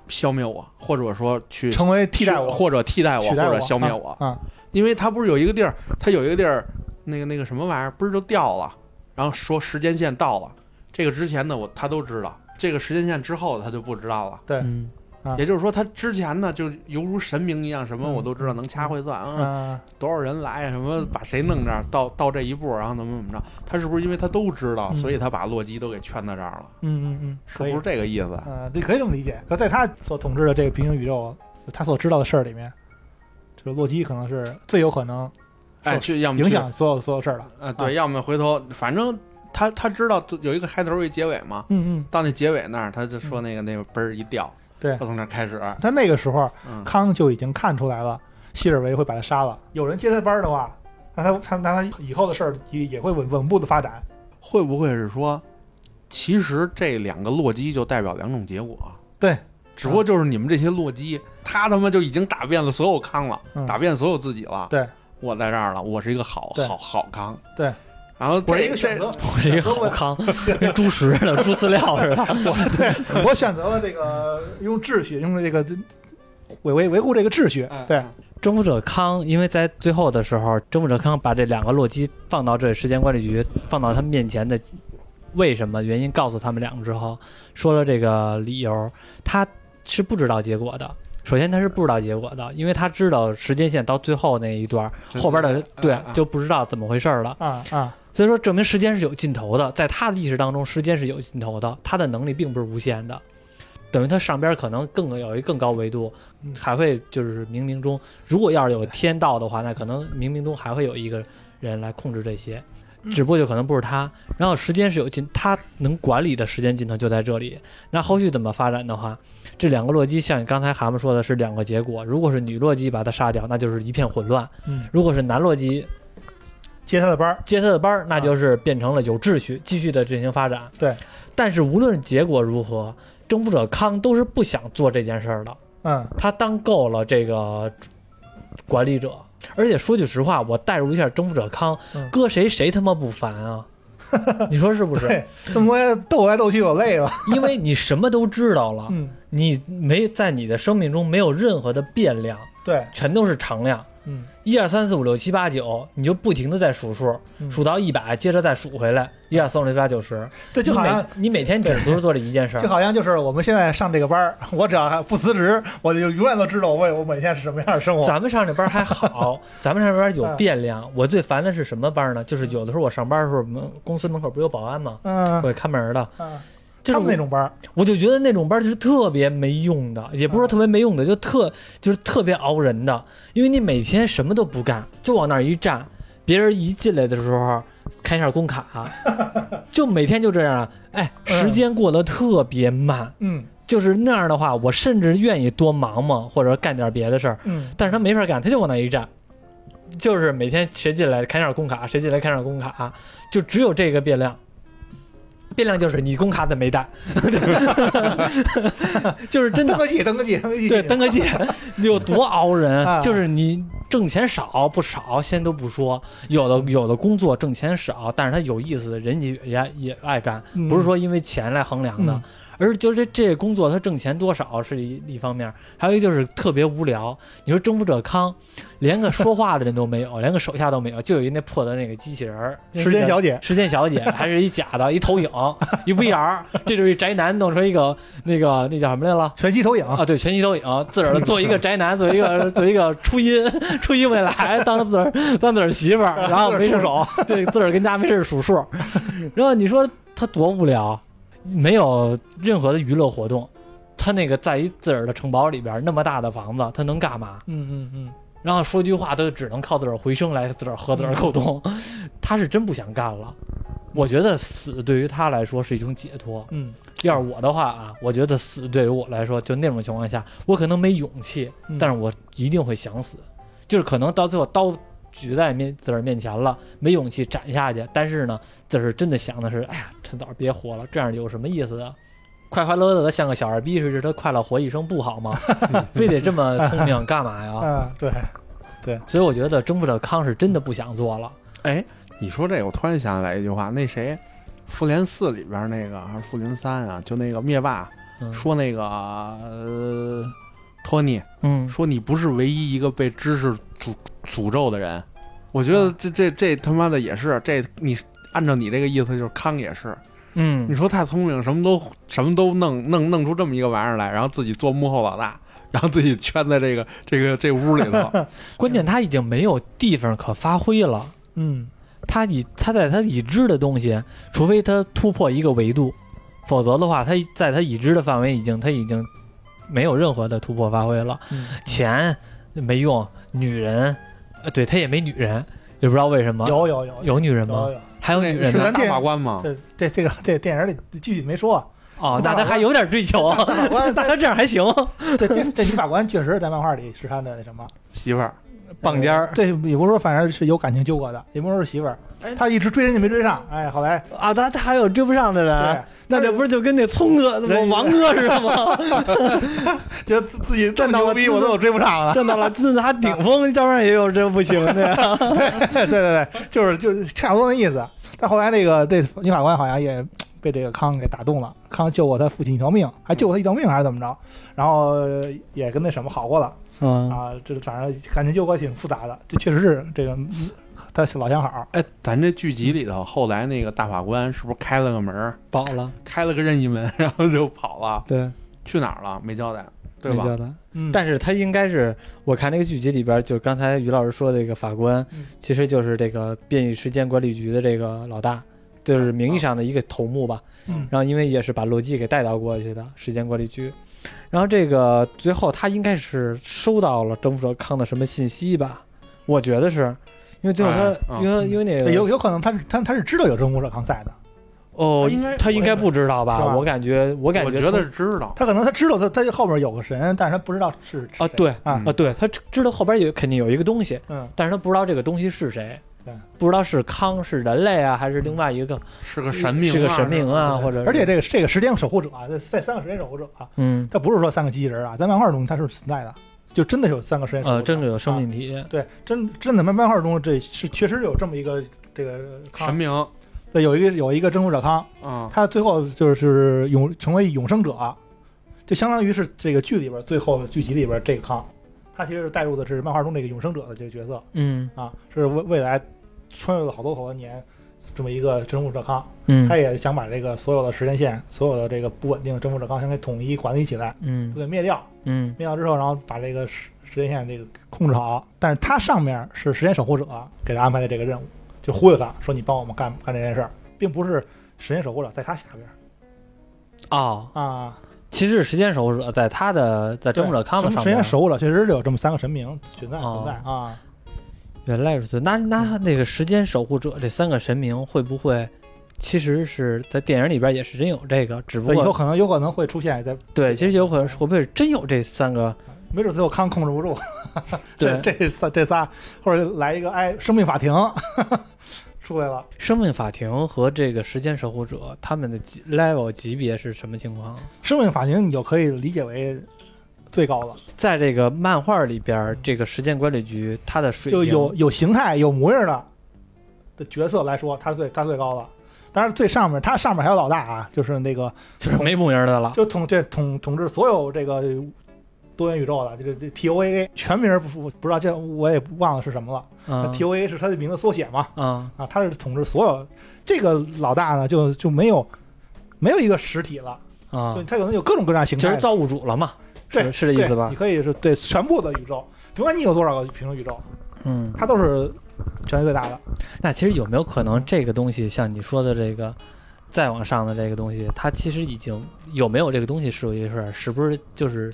[SPEAKER 3] 消灭我，或者说去
[SPEAKER 2] 成为替代我，
[SPEAKER 3] 或者替代我，
[SPEAKER 2] 取代
[SPEAKER 3] 或
[SPEAKER 2] 我
[SPEAKER 3] 者消灭我。
[SPEAKER 2] 啊，
[SPEAKER 3] 因为他不是有一个地儿，他有一个地儿，那个那个什么玩意儿，不是就掉了，然后说时间线到了，这个之前的我他都知道，这个时间线之后的他就不知道了。
[SPEAKER 2] 对
[SPEAKER 1] 嗯，
[SPEAKER 2] 啊
[SPEAKER 3] 也就是说，他之前呢就犹如神明一样，什么
[SPEAKER 2] 嗯
[SPEAKER 3] 我都知道，能掐会算
[SPEAKER 2] *laughs*
[SPEAKER 3] 啊，
[SPEAKER 2] 嗯
[SPEAKER 3] 多少人来，什么把谁弄这儿，到到这一步，然后怎么怎么着，他是不是因为他都知道，
[SPEAKER 2] 嗯
[SPEAKER 3] 所以他把洛基都给劝到这儿了？
[SPEAKER 2] 嗯嗯嗯，
[SPEAKER 3] 是
[SPEAKER 2] 可
[SPEAKER 3] 不
[SPEAKER 2] 以
[SPEAKER 3] 是，这个意思？
[SPEAKER 2] 嗯，对，可以这么理解。可在他所统治的这个平行宇宙，他所知道的事儿里面，这个洛基可能是最有可能
[SPEAKER 3] 哎，
[SPEAKER 2] 是
[SPEAKER 3] 去要么
[SPEAKER 2] 影
[SPEAKER 3] 去
[SPEAKER 2] 响所有所有事儿的。
[SPEAKER 3] 呃，对，要么回头，反正他他知道有一个开头，有一结尾嘛，
[SPEAKER 2] 嗯嗯，
[SPEAKER 3] 到那结尾那儿，他就说那个那个嘣儿一掉，
[SPEAKER 2] 对
[SPEAKER 3] 他从那儿开始，
[SPEAKER 2] 但那个时候
[SPEAKER 3] 嗯，
[SPEAKER 2] 康就已经看出来了，希尔维会把他杀了。有人接他班儿的话，那他他那他以后的事儿也也会稳稳步的发展。
[SPEAKER 3] 会不会是说，其实这两个洛基就代表两种结果？
[SPEAKER 2] 对，
[SPEAKER 3] 只不过就是你们这些洛基，他他妈就已经打遍了所有康了，
[SPEAKER 2] 嗯
[SPEAKER 3] 打遍所有自己了。
[SPEAKER 2] 对，
[SPEAKER 3] 我在这儿了，我是一个好
[SPEAKER 2] 对
[SPEAKER 3] 好好康。
[SPEAKER 2] 对，
[SPEAKER 3] 然后
[SPEAKER 2] 我
[SPEAKER 3] 这
[SPEAKER 2] 是一个选择，
[SPEAKER 1] 我是一个好康，
[SPEAKER 2] *laughs*
[SPEAKER 1] 跟猪食似的，猪饲料似的。
[SPEAKER 2] 我选择了这个用秩序，用这个维维维护这个秩序。
[SPEAKER 3] 嗯
[SPEAKER 2] 对，，
[SPEAKER 1] 征服者康，因为在最后的时候，征服者康把这两个洛基放到这时间管理局，放到他们面前的为什么原因告诉他们两个之后，说了这个理由，他是不知道结果的。首先，他是不知道结果的，因为他知道时间线到最后那一段，
[SPEAKER 3] 嗯
[SPEAKER 1] 后边的对
[SPEAKER 3] 嗯嗯
[SPEAKER 1] 就不知道怎么回事了。
[SPEAKER 2] 啊啊，
[SPEAKER 1] 所以说，证明时间是有尽头的，在他的意识当中，时间是有尽头的，他的能力并不是无限的。等于他上边可能更有一更高维度
[SPEAKER 2] 嗯，
[SPEAKER 1] 还会就是冥冥中，如果要是有天道的话，那可能冥冥中还会有一个人来控制这些，只不过就可能不是他。然后时间是有尽，他能管理的时间尽头就在这里。那后续怎么发展的话，这两个洛基像你刚才蛤蟆说的是两个结果，如果是女洛基把他杀掉，那就是一片混乱；
[SPEAKER 2] 嗯，
[SPEAKER 1] 如果是男洛基
[SPEAKER 2] 接他的班儿，
[SPEAKER 1] 接他的班儿，那就是变成了有秩序，继续的进行发展。
[SPEAKER 2] 啊对，
[SPEAKER 1] 但是无论结果如何，征服者康都是不想做这件事儿的。
[SPEAKER 2] 嗯
[SPEAKER 1] 他当够了这个管理者，而且说句实话，我代入一下征服者康
[SPEAKER 2] 嗯，
[SPEAKER 1] 搁谁谁他妈不烦
[SPEAKER 2] *laughs*
[SPEAKER 1] 啊？你说是不是？
[SPEAKER 2] 对，这么多年斗来斗去，我累了。
[SPEAKER 1] 因为你什么都知道了，
[SPEAKER 2] 嗯，
[SPEAKER 1] 你没在你的生命中没有任何的变量，
[SPEAKER 2] 对，
[SPEAKER 1] 全都是常量。
[SPEAKER 2] 嗯
[SPEAKER 1] 一二三四五六七八九，你就不停的在数数，
[SPEAKER 2] 嗯
[SPEAKER 1] 数到一百，接着再数回来，一二三五六七八九十。
[SPEAKER 2] 对， *laughs* 就好像
[SPEAKER 1] 你每你每天只是做这一件事
[SPEAKER 2] 就
[SPEAKER 1] 儿，
[SPEAKER 2] 好像就是我们现在上这个班儿，我只要还不辞职，我就永远都知道我为我嗯每天是什么样的生活。
[SPEAKER 1] 咱们上这班儿还
[SPEAKER 2] *laughs*
[SPEAKER 1] 好，咱们上这班儿有变量。我最烦的是什么班儿呢？就是有的时候我上班的时候，门公司门口不是有保安吗？
[SPEAKER 2] 嗯
[SPEAKER 1] 会看门儿的，
[SPEAKER 2] 嗯，
[SPEAKER 1] 就是
[SPEAKER 2] 他们那
[SPEAKER 1] 我
[SPEAKER 2] 种班儿，
[SPEAKER 1] 我就觉得那种班儿就是特别没用的，也
[SPEAKER 2] 嗯
[SPEAKER 1] 不是说特别没用的，就特就是特别熬人的，因为你每天什么都不干，就往那儿一站，别人一进来的时候看一下工
[SPEAKER 2] *laughs*
[SPEAKER 1] 卡，就每天就这样。哎，时间过得特别慢，
[SPEAKER 2] 嗯
[SPEAKER 1] 就是那样的话，我甚至愿意多忙忙或者干点别的事儿，
[SPEAKER 2] 嗯
[SPEAKER 1] 但是他没法干，他就往那一站，就是每天谁进来看一下工卡，谁进来看一下工卡，就只有这个变量。变量就是你工卡怎么没带， *laughs* 就是真
[SPEAKER 2] 登
[SPEAKER 1] 的
[SPEAKER 2] 个记，登个记，登个记。
[SPEAKER 1] 对登个记有多熬
[SPEAKER 2] 啊
[SPEAKER 1] 人，就是你挣钱少不少，先都不说，有的有的工作挣钱少，但是他有意思，人家也也爱干，
[SPEAKER 2] 嗯
[SPEAKER 1] 不是说因为钱来衡量的，
[SPEAKER 2] 嗯
[SPEAKER 1] 而是就是这这工作他挣钱多少是一一方面，还有一个就是特别无聊。你说征服者康，连个说话的人都没有，连个手下都没有，就有一那破的那个机器人儿，
[SPEAKER 2] 时间小姐，
[SPEAKER 1] 时间小姐，还是一假的，一投影，一 VR，这就是一宅男弄成一个那个那叫什么来了？
[SPEAKER 2] 全息投影，
[SPEAKER 1] 啊，对，全息投影，自个儿做一个宅男，做一个做一个初音，初音未来，当自个儿当自个儿媳妇儿，然后啊没事
[SPEAKER 2] 出
[SPEAKER 1] 儿
[SPEAKER 2] 手，
[SPEAKER 1] *laughs* 对，自个儿跟家没事儿数数。然后你说他多无聊，没有任何的娱乐活动，他那个在一自个儿的城堡里边儿那么大的房子，他能干嘛？
[SPEAKER 2] 嗯嗯嗯，
[SPEAKER 1] 然后说句话都只能靠自个儿回声来自个儿和自个儿沟通， *laughs* 他是真不想干了。我觉得死对于他来说是一种解脱。
[SPEAKER 2] 嗯
[SPEAKER 1] 要是我的话啊，我觉得死对于我来说，就那种情况下，我可能没勇气，
[SPEAKER 2] 嗯
[SPEAKER 1] 但是我一定会想死，就是可能到最后刀举在面自个儿面前了，没勇气斩下去，但是呢，自个儿真的想的是，哎呀，趁早别活了，这样有什么意思啊？快快乐乐的像个小二逼似的，他快乐活一生不好吗？非得这么聪明干嘛
[SPEAKER 2] *laughs*
[SPEAKER 1] 呀？
[SPEAKER 2] 嗯，对，
[SPEAKER 1] 所以我觉得征服者康是真的不想做了。
[SPEAKER 3] 哎，你说这个，我突然想起来一句话，那谁，《复联四》里边那个还是《复联三》啊，就那个灭霸
[SPEAKER 1] 嗯
[SPEAKER 3] 说那个、呃、托尼
[SPEAKER 1] 嗯，
[SPEAKER 3] 说你不是唯一一个被知识诅诅咒的人，我觉
[SPEAKER 1] 嗯
[SPEAKER 3] 得这这这他妈的也是这你。按照你这个意思，就是康也是，
[SPEAKER 1] 嗯
[SPEAKER 3] 你，说太聪明，什么都什么都弄弄弄出这么一个玩意儿来，然后自己做幕后老大，然后自己圈在这个这个这屋里
[SPEAKER 1] *laughs*
[SPEAKER 3] 头，
[SPEAKER 1] 关键他已经没有地方可发挥了。
[SPEAKER 2] 嗯，
[SPEAKER 1] 他已他在他已知的东西，除非他突破一个维度，否则的话，他在他已知的范围已经他已经没有任何的突破发挥了。
[SPEAKER 2] 嗯
[SPEAKER 1] 钱没用，女人，呃，对他也没女人，也不知道为什么。
[SPEAKER 2] 有有有
[SPEAKER 1] 啊有女人吗
[SPEAKER 2] 有？有，
[SPEAKER 1] 还有女
[SPEAKER 3] 那
[SPEAKER 1] 人
[SPEAKER 3] 是
[SPEAKER 1] 呢
[SPEAKER 2] 咱？
[SPEAKER 3] 大法官吗？
[SPEAKER 2] 这这这个这电影里具体没
[SPEAKER 1] *laughs*
[SPEAKER 2] 说啊，
[SPEAKER 1] 哦，
[SPEAKER 2] 大
[SPEAKER 1] 那
[SPEAKER 2] 法
[SPEAKER 1] 他
[SPEAKER 2] 官
[SPEAKER 1] 还有点追求， *laughs*
[SPEAKER 2] 大法官
[SPEAKER 1] 那他这样还行。
[SPEAKER 2] 这这这女法官确实在漫画里是他的那什么
[SPEAKER 3] 媳妇儿，棒尖儿
[SPEAKER 2] 呃对，也不是说反正是有感情纠葛的，也不是说是媳妇儿，他一直追人家没追上，哎，后来
[SPEAKER 1] 啊，他他还有追不上的
[SPEAKER 2] 对
[SPEAKER 1] 人，，那这不是就跟那聪哥、
[SPEAKER 2] 人
[SPEAKER 1] 王哥似的吗？ *laughs*
[SPEAKER 2] 觉得自自己这
[SPEAKER 1] 站
[SPEAKER 2] 么
[SPEAKER 1] 到
[SPEAKER 2] 牛
[SPEAKER 1] 了
[SPEAKER 2] 逼，
[SPEAKER 1] 自
[SPEAKER 2] 我都有追不上了。
[SPEAKER 1] 挣到了自打顶峰，照样也有这不行的呀。
[SPEAKER 2] 对对对，就是就是差不多那意思。但后来那个这女法官好像也被这个康给打动了，康救过他父亲一条命，还救过他一条命还是怎么着？然后呃也跟那什么好过了
[SPEAKER 1] *laughs* 嗯，
[SPEAKER 2] 啊，这反正感情纠葛挺复杂的，这确实是这个嗯他老相好。
[SPEAKER 3] 哎，咱这剧集里头，后来那个大法官是不是开了个门儿，
[SPEAKER 4] 饱了，
[SPEAKER 3] 开了个任意门， *laughs* 然后就跑了？
[SPEAKER 4] 对，
[SPEAKER 3] 去哪儿了？没交代，对
[SPEAKER 4] 没
[SPEAKER 3] 吧
[SPEAKER 4] 交？代。
[SPEAKER 2] 嗯，
[SPEAKER 4] 但是他应该是，我看那个剧集里边，就是刚才于老师说的这个法官
[SPEAKER 2] 嗯，
[SPEAKER 4] 其实就是这个便于时间管理局的这个老大，就是名义上的一个头目吧。
[SPEAKER 2] 嗯
[SPEAKER 4] 然后因为也是把洛基给带到过去的时间管理局，然后这个最后他应该是收到了征服者康的什么信息吧？我觉得是，因为最后
[SPEAKER 3] 哎
[SPEAKER 4] 他
[SPEAKER 3] 嗯
[SPEAKER 4] 因为因为那个
[SPEAKER 2] 哎有有可能他是他他是知道有征服者康赛的，
[SPEAKER 4] 哦
[SPEAKER 3] 他应该，
[SPEAKER 4] 他应该不知道
[SPEAKER 2] 是吧
[SPEAKER 4] 吧？我感觉我感
[SPEAKER 3] 我
[SPEAKER 4] 觉
[SPEAKER 3] 觉得
[SPEAKER 4] 从
[SPEAKER 3] 是知道，
[SPEAKER 2] 他可能他知道他他后面有个神，但是他不知道是是
[SPEAKER 4] 啊
[SPEAKER 2] 谁
[SPEAKER 4] 对
[SPEAKER 2] 啊
[SPEAKER 4] 啊，对他知道后边有肯定有一个东西，
[SPEAKER 2] 嗯
[SPEAKER 1] 但是他不知道这个东西是谁
[SPEAKER 2] 对，
[SPEAKER 1] 不知道是康是人类啊，还是另外一个
[SPEAKER 3] 是个神明啊，
[SPEAKER 1] 是个神明啊，或者是
[SPEAKER 2] 而且这个这个时间守护者啊，这这三个时间守护者啊，
[SPEAKER 1] 嗯
[SPEAKER 2] 它不是说三个机器人啊，在漫画中它是存在的，就真的有三个时间守护者。
[SPEAKER 1] 呃，真的有生命体
[SPEAKER 2] 啊。对，真真的漫漫画中这是确实有这么一个这个
[SPEAKER 3] 神
[SPEAKER 2] 康，
[SPEAKER 3] 明
[SPEAKER 2] 对，有一个有一个征服者康，
[SPEAKER 3] 啊。
[SPEAKER 2] 他最后就是永成为永生者，就相当于是这个剧里边最后剧集里边这个康，他其实带入的是漫画中这个永生者的这个角色
[SPEAKER 1] 嗯
[SPEAKER 2] 啊，是未未来穿越了好多好多年这么一个征服者康。
[SPEAKER 1] 嗯
[SPEAKER 2] 他也想把这个所有的时间线、所有的这个不稳定的征服者刚想给统一管理起来，
[SPEAKER 1] 嗯
[SPEAKER 2] 都给灭掉。
[SPEAKER 1] 嗯
[SPEAKER 2] 灭掉之后，然后把这个时时间线这个控制好。但是他上面是时间守护者给他安排的这个任务，就忽悠他说你帮我们干干这件事儿，并不是时间守护者在他下边
[SPEAKER 1] 哦，
[SPEAKER 2] 啊。
[SPEAKER 1] 其实时间守护者在他的在征服者康的
[SPEAKER 2] 什么
[SPEAKER 1] 上
[SPEAKER 2] 时
[SPEAKER 1] 面哦
[SPEAKER 2] 间，守护者确实是有这么三个神明存在存在啊。
[SPEAKER 1] 原来如此。那那那个时间守护者这三个神明会不会其实是在电影里边也是真有这个，只不
[SPEAKER 2] 以后
[SPEAKER 1] 过
[SPEAKER 2] 可能有可能会出现在，
[SPEAKER 1] 对，其实有可能是会不会真有这三个
[SPEAKER 2] 没准最后康控制不住，
[SPEAKER 1] 对
[SPEAKER 2] 这这仨这仨，或者来一个哎生命法庭 *laughs* 出来了。
[SPEAKER 1] 生命法庭和这个时间守护者他们的级 level 级别是什么情况？
[SPEAKER 2] 生命法庭你就可以理解为最高了，
[SPEAKER 1] 在这个漫画里边儿，这个时间管理局它的水平
[SPEAKER 2] 就有有形态、有模样的的角色来说，它是最它最高了。当然，最上面它上面还有老大啊，就是那个
[SPEAKER 1] 就是没模样的了。
[SPEAKER 2] 就统这统统治所有这个多元宇宙的，这个这 T O A A 全名不不不知道，这我也不忘了是什么了。
[SPEAKER 1] 嗯
[SPEAKER 2] T O A 是它的名字缩写嘛？
[SPEAKER 1] 嗯
[SPEAKER 2] 啊，它是统治所有这个老大呢，就就没有没有一个实体了，就
[SPEAKER 1] 嗯，
[SPEAKER 2] 它可能有各种各样的形
[SPEAKER 1] 就是
[SPEAKER 2] 态。
[SPEAKER 1] 造物主了嘛？
[SPEAKER 2] 对
[SPEAKER 1] 是，是这意思
[SPEAKER 4] *laughs*
[SPEAKER 2] 对
[SPEAKER 1] 吧
[SPEAKER 2] 你？可以是对全部的宇宙，甭管你有多少个平行宇宙，
[SPEAKER 1] 嗯，
[SPEAKER 2] 它都是全球最
[SPEAKER 1] 啊
[SPEAKER 2] 大的。
[SPEAKER 1] 那其实有没有可能这个东西，像你说的这个，再往上的这个东西，它其实已经有没有这个东西是一回事儿，是不是就是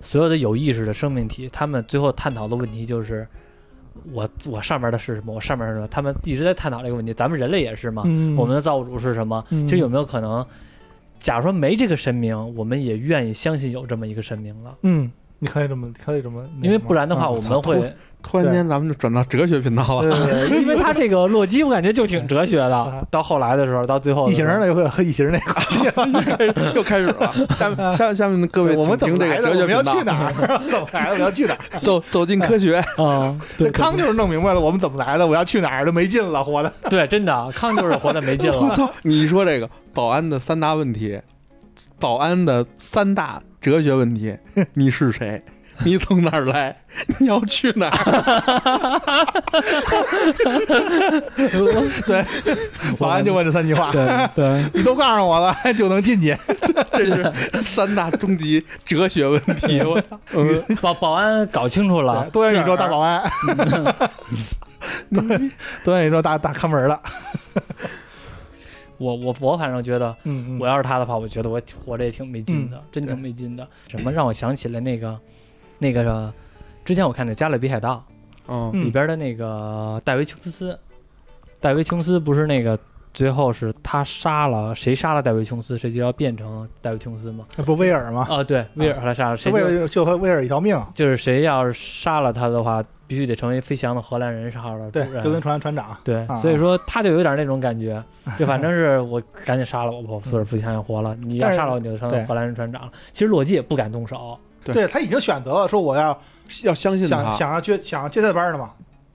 [SPEAKER 1] 所有的有意识的生命体，他们最后探讨的问题就是我我上面的是什么，我上面是什么？他们一直在探讨这个问题，咱们人类也是嘛，
[SPEAKER 2] 嗯
[SPEAKER 1] 我们的造物主是什么？
[SPEAKER 2] 嗯
[SPEAKER 1] 其实有没有可能，假如说没这个神明，我们也愿意相信有这么一个神明了？
[SPEAKER 2] 嗯，你可以这么可以这么，
[SPEAKER 1] 因为不然的话，
[SPEAKER 2] 嗯
[SPEAKER 1] 啊我们会，
[SPEAKER 3] 突然间咱们就转到哲学
[SPEAKER 1] *laughs*
[SPEAKER 3] 频道了。
[SPEAKER 2] 对对对，
[SPEAKER 1] 因为他这个洛基，我感觉就
[SPEAKER 4] *laughs*
[SPEAKER 1] 挺哲学的
[SPEAKER 2] 啊。
[SPEAKER 1] 到后来的时候，到最后的
[SPEAKER 2] 异形
[SPEAKER 1] 时候
[SPEAKER 2] 那会和异形
[SPEAKER 1] *laughs*
[SPEAKER 2] 那个，
[SPEAKER 3] 又开始了，下面下面下面的各位，
[SPEAKER 2] 我们怎么
[SPEAKER 3] 请听这
[SPEAKER 2] 来
[SPEAKER 3] 个
[SPEAKER 2] 的？
[SPEAKER 3] 哲
[SPEAKER 2] 我
[SPEAKER 3] 学
[SPEAKER 2] 们要
[SPEAKER 3] 频道
[SPEAKER 1] *laughs*
[SPEAKER 2] 去哪儿？怎么来的？我要去哪儿？
[SPEAKER 3] 走走进科学，
[SPEAKER 1] 嗯，
[SPEAKER 2] 这
[SPEAKER 1] 对
[SPEAKER 2] 康就是弄明白了我们怎么来的，我要去哪儿都没劲了，
[SPEAKER 1] *laughs*
[SPEAKER 2] 活的。
[SPEAKER 1] 对，真的啊康就是活得 *laughs* 没劲
[SPEAKER 3] 我
[SPEAKER 1] 了。
[SPEAKER 3] 操！你一说这个保安的三大问题，保安的三大哲学问题：你是谁？你从哪儿来？你要去哪儿？
[SPEAKER 2] 保安就问这三句话，
[SPEAKER 4] 对对，
[SPEAKER 2] 你都告诉我了， *laughs* 就能进去。
[SPEAKER 3] *laughs* 这是三大终极哲学问
[SPEAKER 2] *laughs*
[SPEAKER 3] 题。我操嗯，
[SPEAKER 1] 保保安搞清楚了，
[SPEAKER 2] 多元宇宙大
[SPEAKER 1] 自个儿
[SPEAKER 2] 保安， *laughs* 对，多元宇宙大大看门的。
[SPEAKER 1] 我我我反正觉得，
[SPEAKER 2] 嗯
[SPEAKER 1] 我要是他的话，我觉得我活着也挺没劲的，真挺没劲的。什么让我想起了那个那个之前我看的《加勒比海盗》
[SPEAKER 3] 嗯，
[SPEAKER 2] 嗯
[SPEAKER 1] 里边的那个戴维·琼斯，戴维·琼斯不是那个最后是他杀了谁杀了戴维·琼斯，谁就要变成戴维·琼斯吗？
[SPEAKER 2] 那不威尔吗？
[SPEAKER 1] 啊，对，威尔后来杀了谁
[SPEAKER 2] 是为
[SPEAKER 1] 就
[SPEAKER 2] 了救他威尔一条命，
[SPEAKER 1] 就是谁要是杀了他的话，必须得成为飞翔的荷兰人号的主
[SPEAKER 2] 对，
[SPEAKER 1] 人
[SPEAKER 2] 就跟船船长，
[SPEAKER 1] 对，
[SPEAKER 2] 啊
[SPEAKER 1] 所以说他就有点那种感
[SPEAKER 2] *laughs*
[SPEAKER 1] 觉，就反正是我赶紧杀了我吧，我不不想想活了。你要
[SPEAKER 2] 嗯但是
[SPEAKER 1] 杀了我，你就成
[SPEAKER 2] 对
[SPEAKER 1] 荷兰人船长了。其实洛基也不敢动手，
[SPEAKER 3] 对
[SPEAKER 2] 对他已经选择了，说我要
[SPEAKER 3] 要相信
[SPEAKER 2] 想
[SPEAKER 3] 他。
[SPEAKER 2] 想要接想要接他的班的嘛。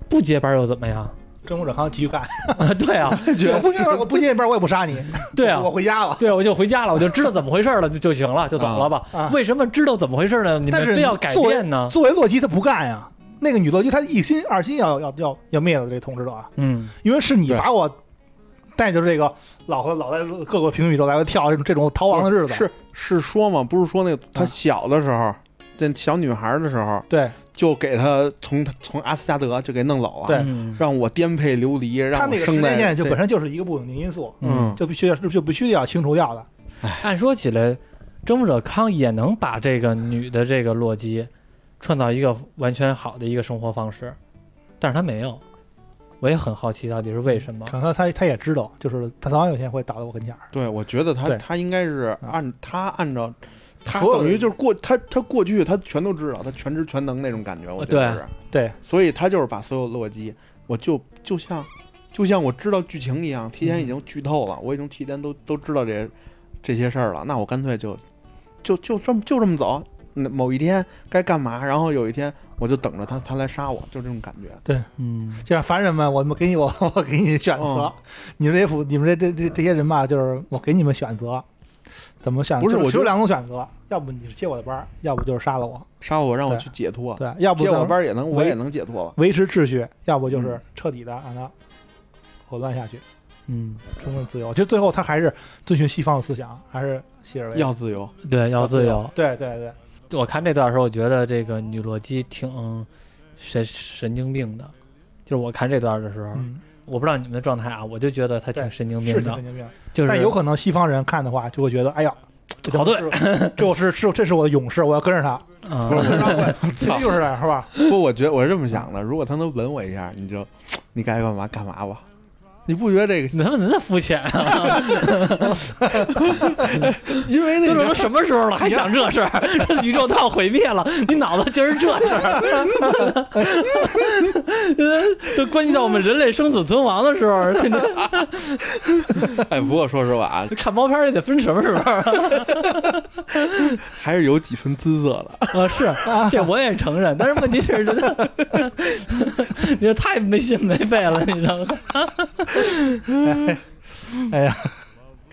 [SPEAKER 1] 不接班又怎么样？ *laughs*
[SPEAKER 2] 征服者康继
[SPEAKER 3] *laughs*
[SPEAKER 2] 续干，
[SPEAKER 1] 啊，对啊，
[SPEAKER 2] 我不接班，我不接班，我也不杀你，
[SPEAKER 1] 对啊
[SPEAKER 2] 我，回家了。
[SPEAKER 1] 对啊，我就回家了，我就知道怎么回事了，就就行了，就走了吧。
[SPEAKER 2] 啊啊
[SPEAKER 1] 为什么知道怎么回事呢？你
[SPEAKER 2] 但
[SPEAKER 1] 们
[SPEAKER 2] 是
[SPEAKER 1] 非要改
[SPEAKER 2] 作为
[SPEAKER 1] 变呢？
[SPEAKER 2] 作为洛基，他不干呀。那个女洛基，她一心二心要要要要灭了这统治者啊，
[SPEAKER 1] 嗯，
[SPEAKER 2] 因为是你
[SPEAKER 3] 对
[SPEAKER 2] 把我带着这个老和老在各个平行宇宙来回跳这种这种逃亡的日子，
[SPEAKER 3] 是是说嘛？不是说那个他
[SPEAKER 2] 啊
[SPEAKER 3] 小的时候，这小女孩的时候，
[SPEAKER 2] 对
[SPEAKER 3] 就给他从从阿斯加德就给弄走了，
[SPEAKER 2] 对
[SPEAKER 1] 嗯
[SPEAKER 3] 让我颠沛流离，
[SPEAKER 2] 他
[SPEAKER 3] 让我
[SPEAKER 2] 那个时
[SPEAKER 3] 生在
[SPEAKER 2] 间线就
[SPEAKER 3] 这
[SPEAKER 2] 本身就是一个不稳定因素，
[SPEAKER 3] 嗯，
[SPEAKER 2] 就必须就必须得要清除掉的。
[SPEAKER 1] 嗯按说起来，征服者康也能把这个女的这个洛基创造一个完全好的一个生活方式，但是他没有。我也很好奇，到底是为
[SPEAKER 3] 嗯
[SPEAKER 1] 什么？
[SPEAKER 2] 可能他他也知道，就是他早晚有一天会打到我跟前儿。
[SPEAKER 3] 对，我觉得他
[SPEAKER 2] 对嗯
[SPEAKER 3] 他应该是按他按照他
[SPEAKER 2] 所有的
[SPEAKER 3] 等于就是过他他过去他全都知道，他全知全能那种感觉，我觉得
[SPEAKER 1] 对
[SPEAKER 3] 是。
[SPEAKER 2] 对，
[SPEAKER 3] 所以他就是把所有洛基，我就就像就像我知道剧情一样，提
[SPEAKER 2] 嗯
[SPEAKER 3] 前已经剧透了，我已经提前都都知道这这些事儿了，那我干脆就就就这么就这么走。那某一天该干嘛，然后有一天我就等着他，他来杀我，就这种感觉。
[SPEAKER 1] 嗯，
[SPEAKER 2] 就像凡人们，我们给你我 *laughs* 我给你选择
[SPEAKER 3] 嗯，
[SPEAKER 2] 你们这些普你们这这这这些人吧，就是我给你们选择，怎么选？
[SPEAKER 3] 不是
[SPEAKER 2] 就
[SPEAKER 3] 我
[SPEAKER 2] 只
[SPEAKER 3] 觉
[SPEAKER 2] 有
[SPEAKER 3] 得
[SPEAKER 2] 两种选择，要不你是接我的班儿，要不就是杀了我，
[SPEAKER 3] 杀我让我
[SPEAKER 2] 对
[SPEAKER 3] 去解脱，
[SPEAKER 2] 对，要不
[SPEAKER 3] 接啊我
[SPEAKER 2] 咱
[SPEAKER 3] 班儿也嗯能我
[SPEAKER 2] 唯
[SPEAKER 3] 也能解脱了。
[SPEAKER 2] 维持秩序，要不就是彻底的让他混乱下去，
[SPEAKER 1] 嗯，
[SPEAKER 2] 充分自由。就最后他还是遵循西方的思想，还是西尔维
[SPEAKER 3] 要自由，
[SPEAKER 1] 对，要自由。。
[SPEAKER 2] 对对对，
[SPEAKER 1] 我看这段的时候，我觉得这个女洛基挺神神经病的。就是我看这段的时候，
[SPEAKER 2] 嗯，
[SPEAKER 1] 我不知道你们的状态啊，我就觉得她挺
[SPEAKER 2] 对
[SPEAKER 1] 神经病
[SPEAKER 2] 是
[SPEAKER 1] 的
[SPEAKER 2] 神，经病。
[SPEAKER 1] 就是
[SPEAKER 2] 但有可能西方人看的话，就会觉得，哎呀，这
[SPEAKER 1] 好对
[SPEAKER 2] 是 *laughs* 我，这我是是这是我的勇士，我要跟着他，
[SPEAKER 1] 啊 *laughs*
[SPEAKER 3] 不是 *laughs* 我让我
[SPEAKER 2] *laughs* 这就是这样是吧？
[SPEAKER 3] *laughs* 不，我觉得我是这么想的，如果他能吻我一下，你就你该干嘛干嘛吧。你不觉得这个？
[SPEAKER 1] 你他妈怎么那么肤浅啊！ *laughs*
[SPEAKER 3] 因为
[SPEAKER 1] 都
[SPEAKER 3] 那
[SPEAKER 1] 他妈
[SPEAKER 3] 个
[SPEAKER 1] 什么时候了，还想这事儿？这宇宙都要毁灭了，你脑子竟是这事 *laughs* 儿？这关系到我们人类生死存亡的时候， *laughs* 你
[SPEAKER 3] *laughs* 哎，不过说实话啊，
[SPEAKER 1] 看毛片儿也得分什么时候啊？
[SPEAKER 3] 还是有几分姿色的。
[SPEAKER 1] 啊，是，这我也承认，但是问题是，真 *laughs* 的，你这太没心没肺了，你知道
[SPEAKER 3] *laughs*
[SPEAKER 1] 吗？
[SPEAKER 2] 哎呀，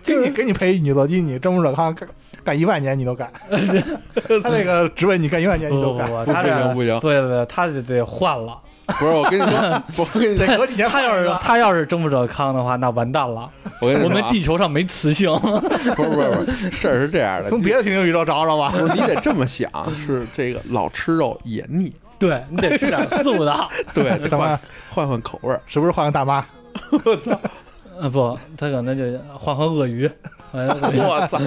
[SPEAKER 2] 给
[SPEAKER 1] 就是
[SPEAKER 2] 你给你配一女洛基，你征服者康干干一万年你都
[SPEAKER 1] *laughs*
[SPEAKER 2] 干，他那个职位你干一万年你
[SPEAKER 1] 不
[SPEAKER 2] 都
[SPEAKER 1] 不
[SPEAKER 2] 干，
[SPEAKER 1] 不，
[SPEAKER 3] 不
[SPEAKER 1] 哦他这
[SPEAKER 3] 行不行
[SPEAKER 1] 不不不，他得得换了。
[SPEAKER 3] 不是，我跟你说，我跟你
[SPEAKER 2] 得隔几年
[SPEAKER 1] 他要
[SPEAKER 2] 换一
[SPEAKER 1] 是
[SPEAKER 2] 个
[SPEAKER 1] 他要是征服者康的话，那完蛋了，
[SPEAKER 3] 我跟你
[SPEAKER 1] 我
[SPEAKER 3] 说啊，
[SPEAKER 1] 们地球上没雌性。 *laughs*
[SPEAKER 3] 不是不是不是，事儿是这样的，
[SPEAKER 2] *laughs* 从别的平行宇宙找找吧。
[SPEAKER 1] *laughs*
[SPEAKER 3] 不是你得这么想，是这个老吃肉也腻，
[SPEAKER 1] 对你得吃点素的。
[SPEAKER 3] *laughs* 对，得
[SPEAKER 2] 什
[SPEAKER 3] 换
[SPEAKER 2] 么？
[SPEAKER 3] 换换口味儿。
[SPEAKER 2] 是不是换个大妈？
[SPEAKER 1] 呃，不，他可能就换换鳄鱼。 *laughs* 呃
[SPEAKER 3] *laughs* 我操！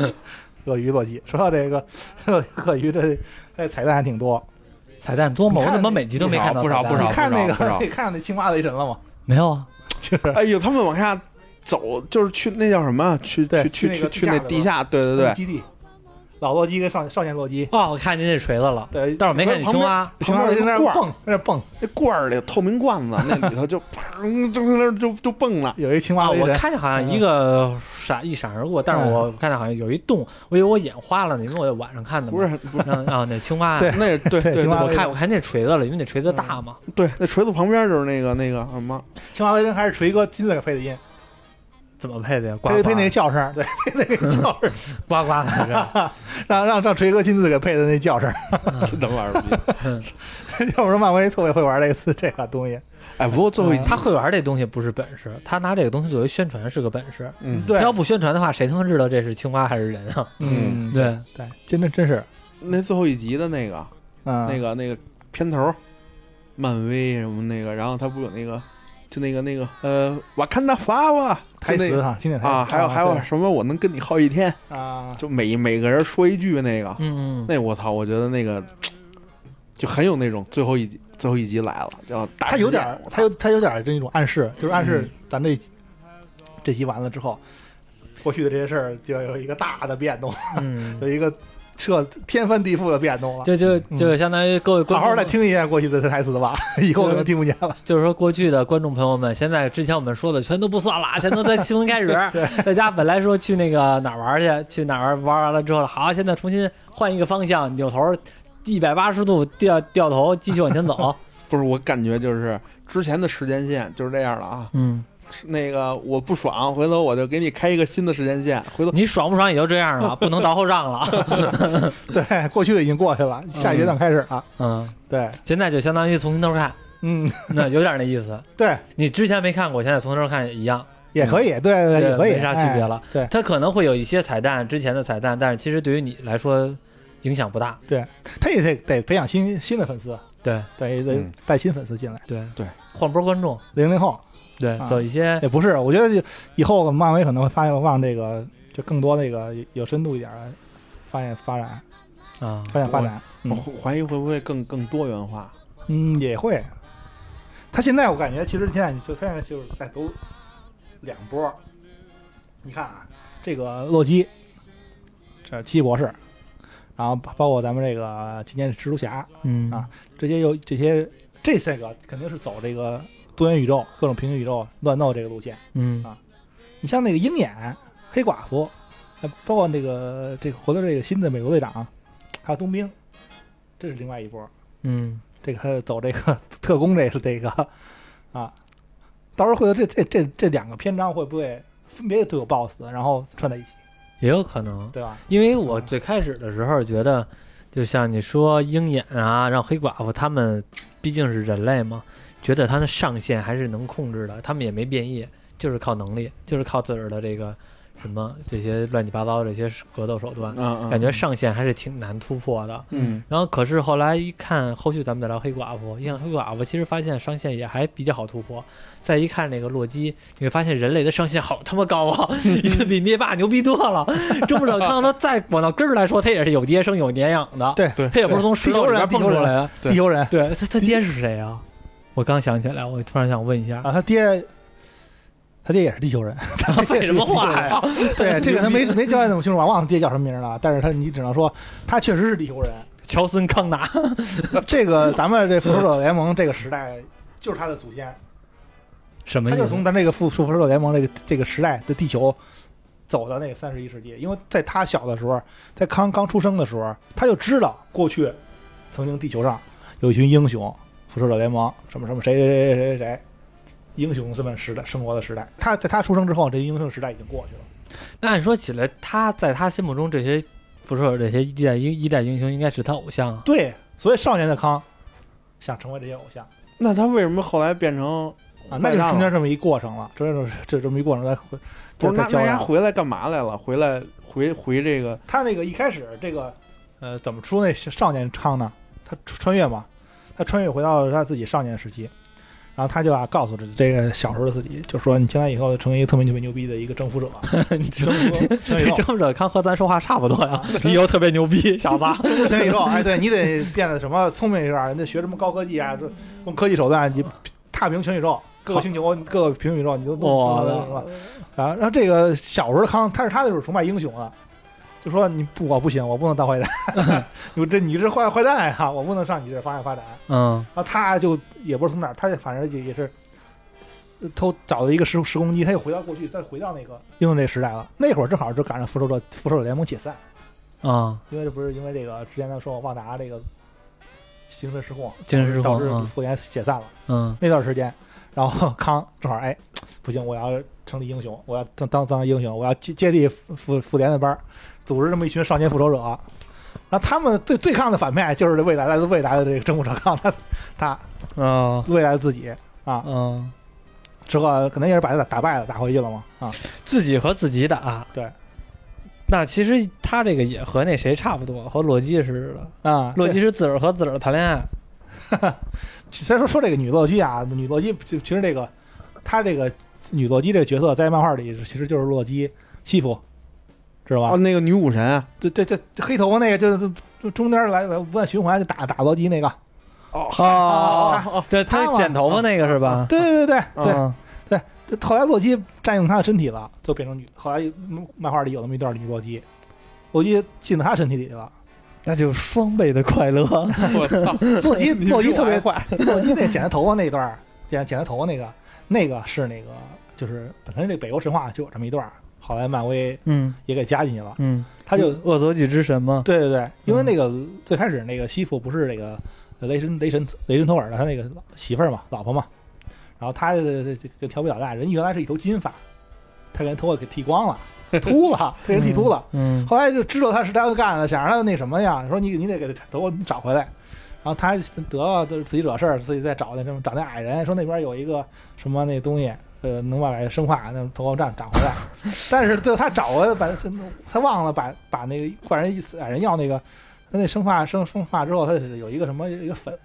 [SPEAKER 2] 鳄鱼洛基。说到这个鳄鱼这这彩蛋还挺多，
[SPEAKER 1] 彩蛋多吗？
[SPEAKER 2] 你
[SPEAKER 1] 我
[SPEAKER 2] 看
[SPEAKER 1] 怎么每集都没看到
[SPEAKER 3] 不少
[SPEAKER 1] 彩蛋
[SPEAKER 3] 不少不
[SPEAKER 2] 你
[SPEAKER 3] 少
[SPEAKER 2] 看那
[SPEAKER 3] 不少
[SPEAKER 2] 个你看那青蛙雷
[SPEAKER 1] *laughs*
[SPEAKER 2] 神了吗？
[SPEAKER 1] 没有啊？
[SPEAKER 2] 就是
[SPEAKER 3] 哎呦，他们往下走就是去那叫什么啊？去
[SPEAKER 2] 对
[SPEAKER 3] 去
[SPEAKER 2] 去那
[SPEAKER 3] 去
[SPEAKER 2] 个
[SPEAKER 3] 去
[SPEAKER 2] 地下
[SPEAKER 3] 那地下，
[SPEAKER 2] 的嗯
[SPEAKER 3] 对对对，
[SPEAKER 2] 基地，老洛基跟少少年洛基，
[SPEAKER 1] 哦，我看见那锤子了，
[SPEAKER 2] 对，
[SPEAKER 1] 但是我没看见青蛙。
[SPEAKER 2] 青蛙在那儿蹦，在那儿蹦，
[SPEAKER 3] 那罐儿里透明罐子，那里头就 *laughs* 砰，就在那儿就就蹦了。
[SPEAKER 2] 有一青蛙
[SPEAKER 1] 啊，
[SPEAKER 2] 围
[SPEAKER 1] 我
[SPEAKER 2] 着，
[SPEAKER 1] 看见好像一个闪一闪而过，
[SPEAKER 2] 嗯
[SPEAKER 1] 但是我看见好像有一洞，我以为我眼花了呢，因为我在晚上看的嘛。
[SPEAKER 3] 不是，不是，
[SPEAKER 1] 嗯，啊，那青蛙，
[SPEAKER 2] 对
[SPEAKER 3] *laughs* 那对
[SPEAKER 2] 对
[SPEAKER 3] 对
[SPEAKER 2] 青蛙嗯
[SPEAKER 1] 我看我看那锤子了，因为那锤子大嘛。
[SPEAKER 3] 对，那锤子旁边就是那个那个什么，
[SPEAKER 2] 青蛙雷人还是锤哥亲自给配的音，
[SPEAKER 1] 怎么配的呀？呱
[SPEAKER 2] 配
[SPEAKER 1] 呱
[SPEAKER 2] 配那个叫声，对，配那个叫声，
[SPEAKER 1] 呱呱
[SPEAKER 2] *laughs*
[SPEAKER 1] 的是吧，
[SPEAKER 2] 让让让锤哥亲自给配的那叫声，
[SPEAKER 3] 真他妈二逼！
[SPEAKER 2] *laughs* 要不然漫威特别会玩类似这个东西，
[SPEAKER 3] *laughs* 哎，不过最后一集，
[SPEAKER 1] 他会玩这东西不是本事，他拿这个东西作为宣传是个本事。
[SPEAKER 3] 嗯，
[SPEAKER 1] 他
[SPEAKER 2] 对，
[SPEAKER 1] 要不宣传的话，谁他妈知道这是青蛙还是人啊？
[SPEAKER 2] *laughs* 嗯，
[SPEAKER 1] 对，
[SPEAKER 2] 对，真的真是，
[SPEAKER 3] 那最后一集的那个
[SPEAKER 2] 嗯，
[SPEAKER 3] 那个那个片头，漫威什么那个，然后他不有那个，就那个那个呃，瓦坎达法瓦
[SPEAKER 2] 台词哈，经典台词
[SPEAKER 3] 啊，还有还有什么，我能跟你耗一天，
[SPEAKER 2] 对啊，
[SPEAKER 3] 就每每个人说一句那个，
[SPEAKER 1] 嗯嗯，
[SPEAKER 3] 那我操，我觉得那个就很有那种最后一集最后一集来了，叫大
[SPEAKER 2] 他有点
[SPEAKER 3] 事
[SPEAKER 2] 儿
[SPEAKER 3] 件，我操
[SPEAKER 2] 他有他有点儿这种暗示，就是暗
[SPEAKER 1] 嗯
[SPEAKER 2] 示咱这这集完了之后，过去的这些事儿就要有一个大的变动，
[SPEAKER 1] 嗯，
[SPEAKER 2] 有一个彻天翻地覆的变动了。
[SPEAKER 1] 就就就相当于各位
[SPEAKER 2] 好
[SPEAKER 1] 观
[SPEAKER 2] 嗯好再
[SPEAKER 1] 众，
[SPEAKER 2] 听一下过去的台词吧，以后可能听不见了。
[SPEAKER 1] 就是说过去的观众朋友们，现在之前我们说的全都不算
[SPEAKER 2] *laughs*
[SPEAKER 1] 了，全都在新闻开始。大家本来说去那个哪儿玩去，去哪儿玩玩完了之后，好，现在重新换一个方向，扭头一百八十度掉掉头，继续往前
[SPEAKER 2] *laughs*
[SPEAKER 1] 走。
[SPEAKER 3] 不是我感觉就是之前的时间线就是这样了啊，
[SPEAKER 1] 嗯，
[SPEAKER 3] 那个我不爽，回头我就给你开一个新的时间线，回头
[SPEAKER 1] 你爽不爽也就这样了，不能倒后账
[SPEAKER 2] *laughs*
[SPEAKER 1] 了。
[SPEAKER 2] 对，过去的已经过去了，下一阶段开始了。
[SPEAKER 1] 嗯，
[SPEAKER 2] 对，
[SPEAKER 1] 现在就相当于从头看，
[SPEAKER 2] 嗯，
[SPEAKER 1] 那有点那意思。
[SPEAKER 2] 对，
[SPEAKER 1] 你之前没看过，现在从头看也一样。
[SPEAKER 2] 也可以，对对，
[SPEAKER 1] 嗯对
[SPEAKER 2] 也可以，
[SPEAKER 1] 没啥区别
[SPEAKER 2] 哎。
[SPEAKER 1] 了。
[SPEAKER 2] 对
[SPEAKER 1] 它可能会有一些彩蛋，之前的彩蛋，但是其实对于你来说影响不大。
[SPEAKER 2] 哎他也得得培养新新的粉丝，
[SPEAKER 1] 对
[SPEAKER 2] 对，也得
[SPEAKER 3] 嗯
[SPEAKER 2] 带新粉丝进来。
[SPEAKER 1] 对
[SPEAKER 3] 对，
[SPEAKER 1] 换波观众，
[SPEAKER 2] 零零后
[SPEAKER 1] 对，
[SPEAKER 2] 啊
[SPEAKER 1] 走一些
[SPEAKER 2] 也不是，我觉得就以后漫威可能会发现往这个就更多那个有深度一点的发现发展
[SPEAKER 1] 啊，
[SPEAKER 2] 发现发展，
[SPEAKER 3] 我
[SPEAKER 2] 嗯
[SPEAKER 3] 怀疑会不会更更多元化？
[SPEAKER 2] 嗯也会。他现在我感觉其实现在就现在就是在走两波儿，你看啊，这个洛基，这奇异博士，然后包括咱们这个今年蜘蛛侠，
[SPEAKER 1] 嗯
[SPEAKER 2] 啊这些有这些这些个肯定是走这个多元宇宙、各种平行宇宙乱斗这个路线。
[SPEAKER 1] 嗯
[SPEAKER 2] 啊你像那个鹰眼、黑寡妇，呃包括那个这个回到这个新的美国队长，还有冬兵，这是另外一波。
[SPEAKER 1] 嗯，
[SPEAKER 2] 这个还有走这个 *laughs* 特工，这是这个啊，到时候会有这这这这两个篇章会不会分别都有 BOSS，然后串在一起，
[SPEAKER 1] 也有可能，
[SPEAKER 2] 对吧？
[SPEAKER 1] 因为我最开始的时候觉得，就像你说鹰眼啊，让黑寡妇他们毕竟是人类嘛，觉得他的上限还是能控制的，他们也没变异，就是靠能力，就是靠自个儿的这个什么这些乱七八糟的这些格斗手段，
[SPEAKER 3] 嗯嗯，
[SPEAKER 1] 感觉上限还是挺难突破的。
[SPEAKER 3] 嗯
[SPEAKER 1] 然后可是后来一看，后续咱们再聊黑寡妇，一看黑寡妇，其实发现上限也还比较好突破。再一看那个洛基，你会发现人类的上限好他妈高啊，
[SPEAKER 3] *laughs*
[SPEAKER 1] 已经比灭霸牛逼多了。周不少康他再往到根儿来说，他也是有爹生有娘养的，
[SPEAKER 2] 对
[SPEAKER 3] 对
[SPEAKER 1] 他也不是从石头里边
[SPEAKER 2] 地
[SPEAKER 1] 蹦
[SPEAKER 2] 球
[SPEAKER 1] 出
[SPEAKER 2] 人
[SPEAKER 1] 来的。
[SPEAKER 3] 对
[SPEAKER 2] 地球人
[SPEAKER 1] 对他他爹是谁啊？我刚想起来，我突然想问一下，
[SPEAKER 2] 啊，他爹。他爹也是地球人， *laughs*
[SPEAKER 1] 他啊废什么话呀？
[SPEAKER 2] 对这个他没没交代那么清楚，我忘了他爹叫什么名了。但是他你只能说他确实是地球人，
[SPEAKER 1] *laughs* 乔森康纳，
[SPEAKER 2] 这个咱们这复仇者联盟这个时代，就是他的祖先，
[SPEAKER 1] 什么
[SPEAKER 2] 他
[SPEAKER 1] 意
[SPEAKER 2] 就是
[SPEAKER 1] 思？
[SPEAKER 2] 从咱这个复复仇者联盟这个这个时代的地球走到那个三十一世纪。因为在他小的时候，在康刚出生的时候，他就知道过去曾经地球上有一群英雄，复仇者联盟什么什么谁谁谁谁谁谁，英雄这么时代生活的时代。他在他出生之后，这英雄时代已经过去了。
[SPEAKER 1] 那按说起来，他在他心目中这些辐射这些一代英一代英雄应该是他偶像啊。
[SPEAKER 2] 对，所以少年的康想成为这些偶像。
[SPEAKER 3] 那他为什么后来变成
[SPEAKER 2] 啊，那就
[SPEAKER 3] 坏蛋
[SPEAKER 2] 是中
[SPEAKER 3] 嗯了
[SPEAKER 2] 间这么一过程了，中间这么这这么一过程来回，
[SPEAKER 3] 不是
[SPEAKER 2] 再
[SPEAKER 3] 那
[SPEAKER 2] 再交
[SPEAKER 3] 那
[SPEAKER 2] 代
[SPEAKER 3] 丫
[SPEAKER 2] 了
[SPEAKER 3] 回来干嘛来了？回来回回这个
[SPEAKER 2] 他那个一开始这个呃怎么出那少年康呢？他穿穿越嘛，他穿越回到他自己少年时期，然后他就啊告诉这这个小时候的自己，就说你将来以后成为一个特别特别牛逼的一个征
[SPEAKER 3] *laughs*
[SPEAKER 2] 服者，征服全宇
[SPEAKER 1] *laughs* 这
[SPEAKER 2] 宙，
[SPEAKER 1] 这么着，看和咱说话差不多 *laughs* 呀，理由特别牛逼，小 *laughs* 子。
[SPEAKER 2] 征服全宇宙。哎，对你得变得什么聪明一点，你得学什么高科技啊，这用科技手段你踏平全宇宙。各个星球、各个平行宇宙，你都都都
[SPEAKER 1] 我
[SPEAKER 2] 都
[SPEAKER 1] 的
[SPEAKER 2] 啊什么？然后，然后这个小时候的康，他是他就是崇拜英雄的，啊就说你不我不行，我不能当坏蛋，我这你是坏坏蛋呀、我不能上你这儿发扬发展。
[SPEAKER 4] 嗯
[SPEAKER 2] 然后他就也不是从哪儿，他就反正也也是呃偷找了一个时时空机，他又回到过去，再回到那个英雄这个时代了。那会儿正好就赶上复仇者复仇者联盟解散，
[SPEAKER 4] 啊，
[SPEAKER 2] 因为这不是因为这个之前咱说旺达这个精神失控，
[SPEAKER 4] 精神失
[SPEAKER 2] 导
[SPEAKER 4] 控
[SPEAKER 2] 致
[SPEAKER 4] 啊
[SPEAKER 2] 复联解散了。
[SPEAKER 4] 嗯
[SPEAKER 2] 那段时间，然后康正好哎，不行，我要成立英雄，我要当当当英雄，我要接接地复复复联的班儿，组织这么一群少年复仇者。然后他们对对抗的反面就是未来来自未来的这个征服者康，他他
[SPEAKER 4] 啊
[SPEAKER 2] 未来自己啊，
[SPEAKER 1] 哦
[SPEAKER 4] 嗯，
[SPEAKER 2] 之后可能也是把他打打败了，打回去了嘛啊，
[SPEAKER 4] 自己和自己
[SPEAKER 1] 啊
[SPEAKER 4] 打，
[SPEAKER 2] 对。
[SPEAKER 4] 那其实他这个也和那谁差不多，和洛基似的。
[SPEAKER 2] 啊，
[SPEAKER 4] 洛基是自个儿和自个儿谈恋爱，
[SPEAKER 2] 虽然说说这个女洛基啊，女洛基就其实这个她这个女洛基这个角色在漫画里其实就是洛基西服，知道吧？
[SPEAKER 3] 哦，那个女武神
[SPEAKER 2] *laughs*
[SPEAKER 3] 啊，
[SPEAKER 2] 对对对，黑头发那个就是就中间来来不断循环就打打洛基那个，
[SPEAKER 4] 哦
[SPEAKER 3] 哦，
[SPEAKER 4] 对，他
[SPEAKER 2] 啊他
[SPEAKER 4] 是
[SPEAKER 2] 嘛
[SPEAKER 4] 剪头发那个是吧？
[SPEAKER 2] 对对对对对
[SPEAKER 1] 啊
[SPEAKER 4] 嗯
[SPEAKER 2] 这后来洛基占用他的身体了，就变成女。后来嗯漫画里有那么一段女洛基，洛基进到他身体里了。
[SPEAKER 4] 那就双倍的快乐。
[SPEAKER 3] 我操，
[SPEAKER 2] *laughs* 洛基
[SPEAKER 3] *laughs* 你比
[SPEAKER 2] 洛基
[SPEAKER 3] 我
[SPEAKER 2] 特别
[SPEAKER 3] 还
[SPEAKER 2] 快， *laughs* 洛基那剪他头发那段儿，剪剪他头发那个，那个是那个就是本身这北欧神话就有这么一段儿，后来漫威
[SPEAKER 4] 嗯
[SPEAKER 2] 也给加进去了。
[SPEAKER 4] 嗯，
[SPEAKER 2] 他就
[SPEAKER 4] 恶作剧之神嘛。
[SPEAKER 2] 对对对，因
[SPEAKER 3] 嗯
[SPEAKER 2] 为那个最开始那个西服不是那个雷神雷神雷神托尔的他那个媳妇儿嘛，老婆嘛，然后他这个调皮捣蛋，人原来是一头金发，他给人头发给剃光了，秃了，被人剃秃了。
[SPEAKER 4] 嗯
[SPEAKER 2] 后来就知道他是他干的，想让他那什么呀，说你你得给他头发找回来。然后他得了就是自己惹事儿，自己再找那什么找那矮人，说那边有一个什么那东西，呃，能把矮人生化，那头发长长回来。但是最后他找回来，把他忘了把把那个管人矮人要那个他那生发生生发之后，他是有一个什么一个粉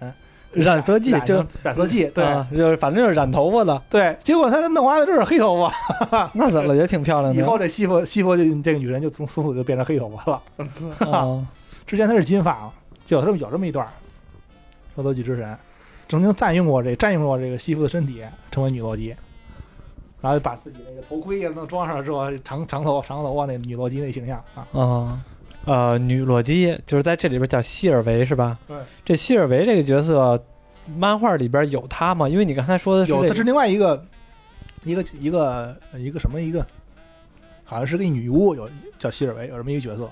[SPEAKER 4] 染色剂
[SPEAKER 2] 染
[SPEAKER 4] 就
[SPEAKER 2] 成染色剂，对、
[SPEAKER 4] 啊就是反正就是染头发的，
[SPEAKER 2] 对。结果他弄完了就是黑头发，
[SPEAKER 4] 那怎么也挺漂亮的。
[SPEAKER 2] 以后这西服西服就这个女人就从从此就变成黑头发了。 *laughs*
[SPEAKER 4] 啊
[SPEAKER 2] 之前他是金发嘛，就有这么有这么一段儿，恶作剧之神曾经占用过这占用过这个西服的身体，成为女洛基，然后就把自己那个头盔也弄装上了之后，长长头长头发那女洛基那形象啊，
[SPEAKER 4] 啊呃，女洛基就是在这里边叫希尔维是吧？
[SPEAKER 2] 对，
[SPEAKER 4] 这希尔维这个角色，漫画里边有他吗？因为你刚才说的是
[SPEAKER 2] 有它
[SPEAKER 4] 这个
[SPEAKER 2] 是另外一个一个一个一个什么一个，好像是个女巫，有叫希尔维有这么一个角色，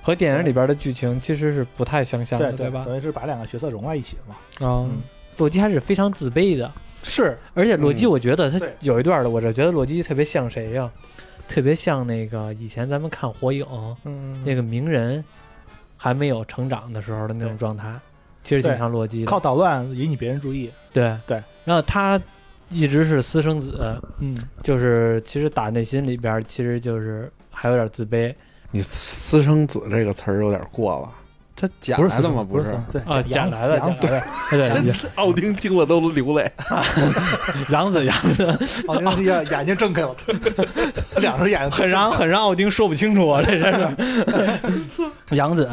[SPEAKER 4] 和电影里边的剧情其实是不太相像的，
[SPEAKER 2] 对对
[SPEAKER 4] 吧？
[SPEAKER 2] 等于是把两个角色融在一起了嘛，
[SPEAKER 4] 啊
[SPEAKER 2] 嗯，
[SPEAKER 1] 洛基还是非常自卑的，
[SPEAKER 2] 是
[SPEAKER 1] 而且洛基，
[SPEAKER 3] 嗯
[SPEAKER 1] 我觉得他
[SPEAKER 2] 对
[SPEAKER 1] 有一段的，我这觉得洛基特别像谁呀、特别像那个以前咱们看《火影》
[SPEAKER 2] 嗯
[SPEAKER 1] 那个鸣人还没有成长的时候的那种
[SPEAKER 2] 对
[SPEAKER 1] 状态，其实挺
[SPEAKER 2] 对
[SPEAKER 1] 像洛基的。
[SPEAKER 2] 靠捣乱引起别人注意，
[SPEAKER 1] 对
[SPEAKER 2] 对，
[SPEAKER 1] 然后他一直是私生子，
[SPEAKER 2] 嗯，
[SPEAKER 1] 就是其实打内心里边儿，其实就是还有点自卑
[SPEAKER 3] 你私生子这个词儿有点过了，
[SPEAKER 4] 他
[SPEAKER 3] 假
[SPEAKER 2] 不是
[SPEAKER 3] 的吗？
[SPEAKER 2] 不
[SPEAKER 3] 是，
[SPEAKER 2] 对
[SPEAKER 1] 啊，
[SPEAKER 2] 假
[SPEAKER 1] 捡来的，
[SPEAKER 2] 洋
[SPEAKER 1] 捡来的， *laughs* 对，
[SPEAKER 3] 奥丁听了都流泪。
[SPEAKER 1] 杨子杨子， *laughs*
[SPEAKER 2] 奥丁是眼眼睛睁开了，两只眼睛
[SPEAKER 1] 很让很让奥丁说不清楚啊，这是 *laughs* 杨子，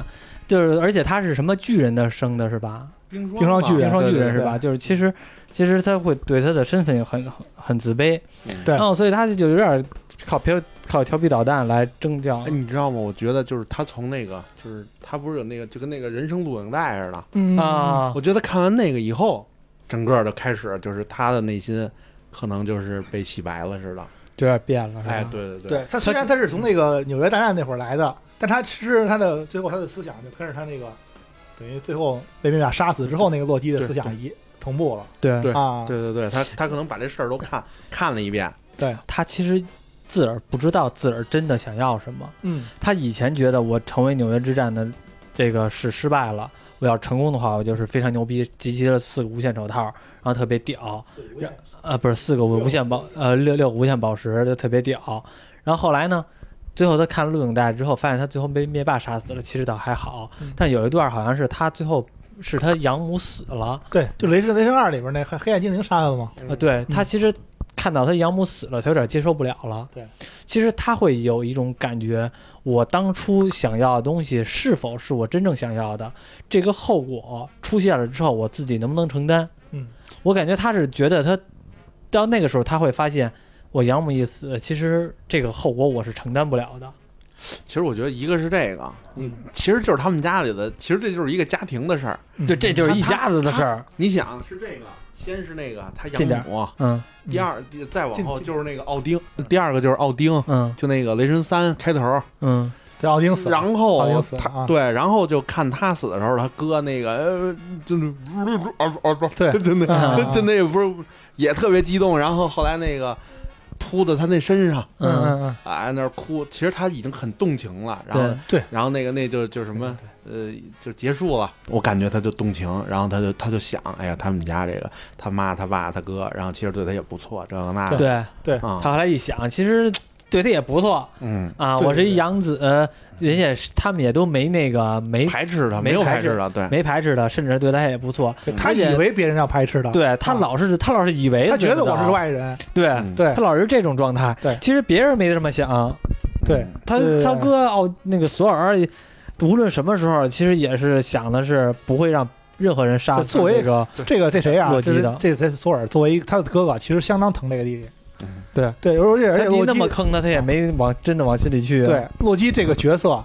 [SPEAKER 1] 就是而且他是什么巨人的生的是吧？
[SPEAKER 3] 冰
[SPEAKER 2] 冰霜
[SPEAKER 3] 嘛
[SPEAKER 2] 巨人
[SPEAKER 1] 冰霜
[SPEAKER 2] 对
[SPEAKER 1] 巨
[SPEAKER 2] 对
[SPEAKER 1] 人是
[SPEAKER 4] *laughs*
[SPEAKER 2] 对
[SPEAKER 4] 哦
[SPEAKER 1] 吧？就是其实其实他会对他的身份很很很自卑，
[SPEAKER 2] 对
[SPEAKER 1] 然后所以他就有点靠调靠调皮捣蛋来争教
[SPEAKER 3] 哎，你知道吗？我觉得就是他从那个，就是他不是有那个，就跟那个人生录影带似的。
[SPEAKER 2] 嗯，
[SPEAKER 1] 啊
[SPEAKER 3] 我觉得看完那个以后，整个就开始就是他的内心，可能就是被洗白了似的。
[SPEAKER 4] 有点变了，是吧
[SPEAKER 3] 哎，，对对
[SPEAKER 2] 对，他虽然他是从那个纽约大战那会儿来的，但他其实他的最后他的思想就跟着他那个等于最后被米娅杀死之后那个洛基的思想一同步了
[SPEAKER 4] 对
[SPEAKER 3] 对
[SPEAKER 2] 啊，
[SPEAKER 3] 对对对，他他可能把这事儿都看看了一遍。
[SPEAKER 1] 他其实自个儿不知道自个儿真的想要什么。
[SPEAKER 2] 嗯，
[SPEAKER 1] 他以前觉得我成为纽约之战的这个是失败了，我要成功的话，我就是非常牛逼，集齐了四个无限手套，然后特别屌，呃，不是四个无无限宝，呃，六六个无限宝石就特别屌。然后后来呢，最后他看了录影带之后，发现他最后被灭霸杀死了，其实倒还好
[SPEAKER 2] 嗯，
[SPEAKER 1] 但有一段好像是他最后是他养母死了，
[SPEAKER 2] 对，就雷神雷神二里边那黑黑暗精灵杀他了吗？
[SPEAKER 1] 啊，对
[SPEAKER 4] 嗯
[SPEAKER 1] 他其实看到他养母死了，他有点接受不了了。
[SPEAKER 2] 对，
[SPEAKER 1] 其实他会有一种感觉，我当初想要的东西是否是我真正想要的？这个后果出现了之后，我自己能不能承担？
[SPEAKER 2] 嗯，
[SPEAKER 1] 我感觉他是觉得他到那个时候他会发现，我养母一死，其实这个后果我是承担不了的。
[SPEAKER 3] 其实我觉得一个是这个，
[SPEAKER 2] 嗯，
[SPEAKER 3] 其实就是他们家里的，其实这就是一个家庭的事儿。
[SPEAKER 2] 嗯
[SPEAKER 4] 对，这就是一家子的事儿。
[SPEAKER 3] 你想是这个，先是那个他
[SPEAKER 4] 近点
[SPEAKER 3] 养母，
[SPEAKER 4] 嗯
[SPEAKER 2] 嗯
[SPEAKER 3] 第二再往
[SPEAKER 2] 近
[SPEAKER 3] 后
[SPEAKER 2] 近
[SPEAKER 3] 就是那个奥丁，第二个就是奥丁，
[SPEAKER 4] 嗯
[SPEAKER 3] 就那个雷神三开头，
[SPEAKER 1] *laughs*
[SPEAKER 4] 嗯，
[SPEAKER 2] 对奥丁死了，
[SPEAKER 3] 然
[SPEAKER 2] 奥
[SPEAKER 3] 后
[SPEAKER 2] 丁死了
[SPEAKER 3] 他、
[SPEAKER 2] 啊
[SPEAKER 3] 对，然后就看他死的时候，他哥那个呃，就是啊啊啊， *laughs*
[SPEAKER 2] 对
[SPEAKER 3] 真的
[SPEAKER 2] 啊啊
[SPEAKER 3] 真的也不是也特别激动，然后后来那个扑到他那身上，
[SPEAKER 2] 嗯嗯嗯，
[SPEAKER 3] 哎，那儿哭，其实他已经很动情了，然后
[SPEAKER 4] 对，
[SPEAKER 3] 然后那个那就就什么呃就结束了，我感觉他就动情，然后他就他就想，哎呀，他们家这个他妈他爸他哥，然后其实对他也不错，这个那
[SPEAKER 1] 嗯
[SPEAKER 3] 的
[SPEAKER 4] 对
[SPEAKER 3] 啊
[SPEAKER 4] 他，后来一想，其实对他也不错
[SPEAKER 3] 嗯，
[SPEAKER 4] 啊。
[SPEAKER 2] 对对
[SPEAKER 4] 我是一
[SPEAKER 2] 对
[SPEAKER 4] 养子，呃人家是他们也都没那个没
[SPEAKER 3] 排斥他
[SPEAKER 4] 没
[SPEAKER 3] 没有
[SPEAKER 4] 排
[SPEAKER 3] 排斥
[SPEAKER 4] 斥
[SPEAKER 3] 他，对，
[SPEAKER 4] 没排斥他，甚至对他也不错。
[SPEAKER 2] 对他
[SPEAKER 4] 而且
[SPEAKER 2] 以为别人要排斥的，
[SPEAKER 4] 对他老是他老是以为
[SPEAKER 2] 他觉
[SPEAKER 4] 得
[SPEAKER 2] 得我是
[SPEAKER 4] 到
[SPEAKER 2] 外人，
[SPEAKER 4] 对，
[SPEAKER 3] 嗯
[SPEAKER 2] 对
[SPEAKER 4] 他老是这种状态。
[SPEAKER 2] 对
[SPEAKER 4] 其实别人没这么想，
[SPEAKER 2] 对
[SPEAKER 4] 他
[SPEAKER 2] 对
[SPEAKER 4] 他哥奥那个索尔，无论什么时候，其实也是想的是不会让任何人杀
[SPEAKER 2] 对
[SPEAKER 4] 死
[SPEAKER 2] 作为
[SPEAKER 4] 这个。
[SPEAKER 2] 这个这谁啊？
[SPEAKER 4] 洛基
[SPEAKER 2] 这
[SPEAKER 4] 的
[SPEAKER 2] 这这索尔作为一个他的哥哥，其实相当疼这个弟弟。
[SPEAKER 3] 嗯
[SPEAKER 4] 对
[SPEAKER 2] 对，而且而
[SPEAKER 4] 他
[SPEAKER 2] 且
[SPEAKER 4] 弟
[SPEAKER 2] 洛
[SPEAKER 4] 那
[SPEAKER 2] 基
[SPEAKER 4] 么坑他，他也没往真的往心里去。，啊
[SPEAKER 2] 对洛基这个角色，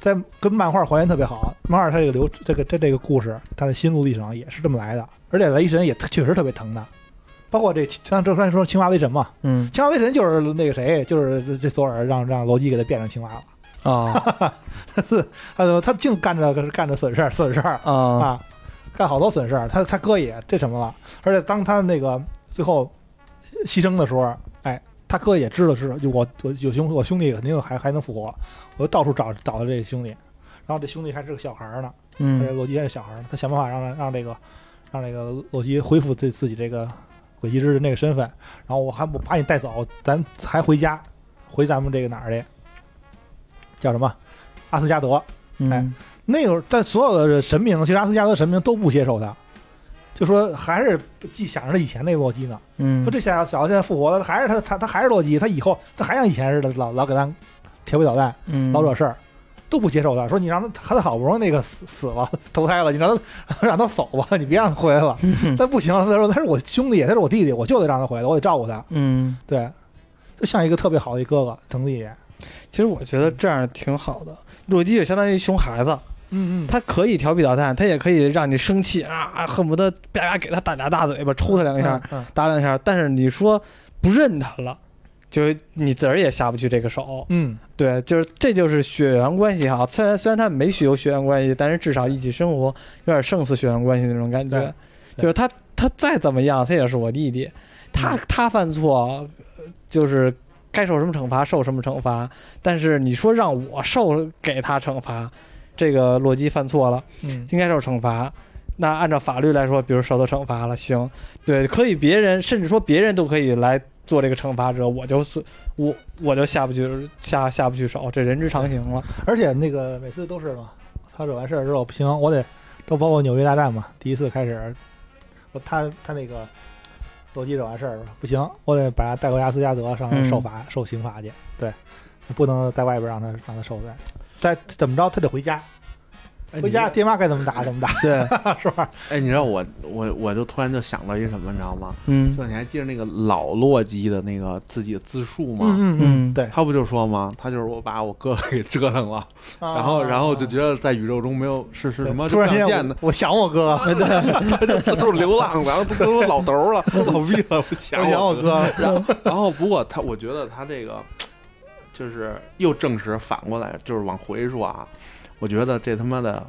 [SPEAKER 2] 在跟漫画还原特别好。漫画它这个流这个这这个故事，它的心路历程也是这么来的。而且雷神也确实特别疼他，包括这像这刚才说青蛙雷神嘛，
[SPEAKER 4] 嗯
[SPEAKER 2] 青蛙雷神就是那个谁，就是这这索尔让让洛基给他变成青蛙了。 *laughs*
[SPEAKER 1] 哦
[SPEAKER 4] 啊
[SPEAKER 2] 他是他他净干这个干这损事儿损事儿
[SPEAKER 4] 啊
[SPEAKER 2] 啊，干好多损事儿。他他哥也这什么了，而且当他那个最后牺牲的时候，哎，他哥也知道是就我我有兄我兄弟肯定还还能复活，我就到处找找他这兄弟，然后这兄弟还是个小孩儿呢，而且
[SPEAKER 4] 嗯
[SPEAKER 2] 洛基还是小孩儿呢，他想办法让他让这个让这个洛基恢复自自己这个鬼祭之的那个身份，然后我还我把你带走，咱还回家，回咱们这个哪儿去？叫什么？阿斯加德。哎
[SPEAKER 4] 嗯
[SPEAKER 2] 那个但所有的神明，其实阿斯加德神明都不接受他，就说还是既想着以前那个洛基呢，
[SPEAKER 4] 嗯
[SPEAKER 2] 说这小小子现在复活了，他还是他他他还是洛基，他以后他还像以前似的，老老给咱调皮捣蛋，
[SPEAKER 4] 嗯
[SPEAKER 2] 老惹事儿，都不接受他，说你让他他好不容易那个死死了投胎了，你让他让他走吧，你别让他回来了，
[SPEAKER 4] 嗯
[SPEAKER 2] 但不行，他说他是我兄弟，他是我弟弟，我就得让他回来，我得照顾他，
[SPEAKER 4] 嗯，
[SPEAKER 2] 对，就像一个特别好的一哥哥，疼弟弟，
[SPEAKER 4] 其实我觉得这样挺好的。洛基就相当于熊孩子，
[SPEAKER 2] 嗯嗯，
[SPEAKER 4] 他可以调皮捣蛋，他也可以让你生气啊，恨不得啪啪给他打俩大嘴巴，抽他两下，
[SPEAKER 2] 嗯，
[SPEAKER 4] 打两下。但是你说不认他了，就你自个儿也下不去这个手。
[SPEAKER 2] 嗯
[SPEAKER 4] 对，就是这就是血缘关系哈。虽然虽然他们没有血缘关系，但是至少一起生活有点胜似血缘关系那种感
[SPEAKER 2] 对
[SPEAKER 4] 觉。
[SPEAKER 2] 对嗯
[SPEAKER 4] 就是他他再怎么样，他也是我弟弟。他他犯错，呃就是该受什么惩罚受什么惩罚。但是你说让我受给他惩罚，这个洛基犯错了。
[SPEAKER 2] 嗯
[SPEAKER 4] 应该受惩罚。那按照法律来说，比如受到惩罚了，行，对，可以别人甚至说别人都可以来做这个惩罚者，我就是我我就下不去下下不去手，这人之常情
[SPEAKER 3] *laughs*
[SPEAKER 4] 了。
[SPEAKER 2] 而且那个每次都是嘛，他惹完事儿之后不行，我得都包括纽约大战嘛，第一次开始，我他他那个洛基惹完事儿不行，我得把他带回阿斯加德上来受罚、受刑罚去，对，不能在外边让他让他受罪，再怎么着他得回家，回家爹妈该怎么打怎么打，
[SPEAKER 4] 对，
[SPEAKER 2] *laughs* 是吧？
[SPEAKER 3] 哎，你知道我我我就突然就想到一什么，你知道吗？
[SPEAKER 4] 嗯
[SPEAKER 3] 就你还记得那个老洛基的那个自己的自述吗？
[SPEAKER 2] 嗯
[SPEAKER 4] 嗯，
[SPEAKER 2] 对，
[SPEAKER 3] 他不就说吗？他就是我把我哥 *laughs* 哥给折腾了，然后然后就觉得在宇宙中没有是是
[SPEAKER 2] 对
[SPEAKER 3] 什么
[SPEAKER 2] 突然
[SPEAKER 3] 就不想
[SPEAKER 2] 间
[SPEAKER 3] 见
[SPEAKER 2] 我
[SPEAKER 3] 的，
[SPEAKER 2] 我想
[SPEAKER 3] *laughs*
[SPEAKER 2] 我哥，
[SPEAKER 3] 他就四处流浪，然后都成老头
[SPEAKER 2] *laughs*
[SPEAKER 3] 儿了，老逼了，不
[SPEAKER 2] 我 *laughs*
[SPEAKER 3] 想
[SPEAKER 2] 想我
[SPEAKER 3] 我。
[SPEAKER 2] 哥，
[SPEAKER 3] 然后然后哦不过他，我觉得他这个就是又证实反过来，就是往回说啊，我觉得这他妈的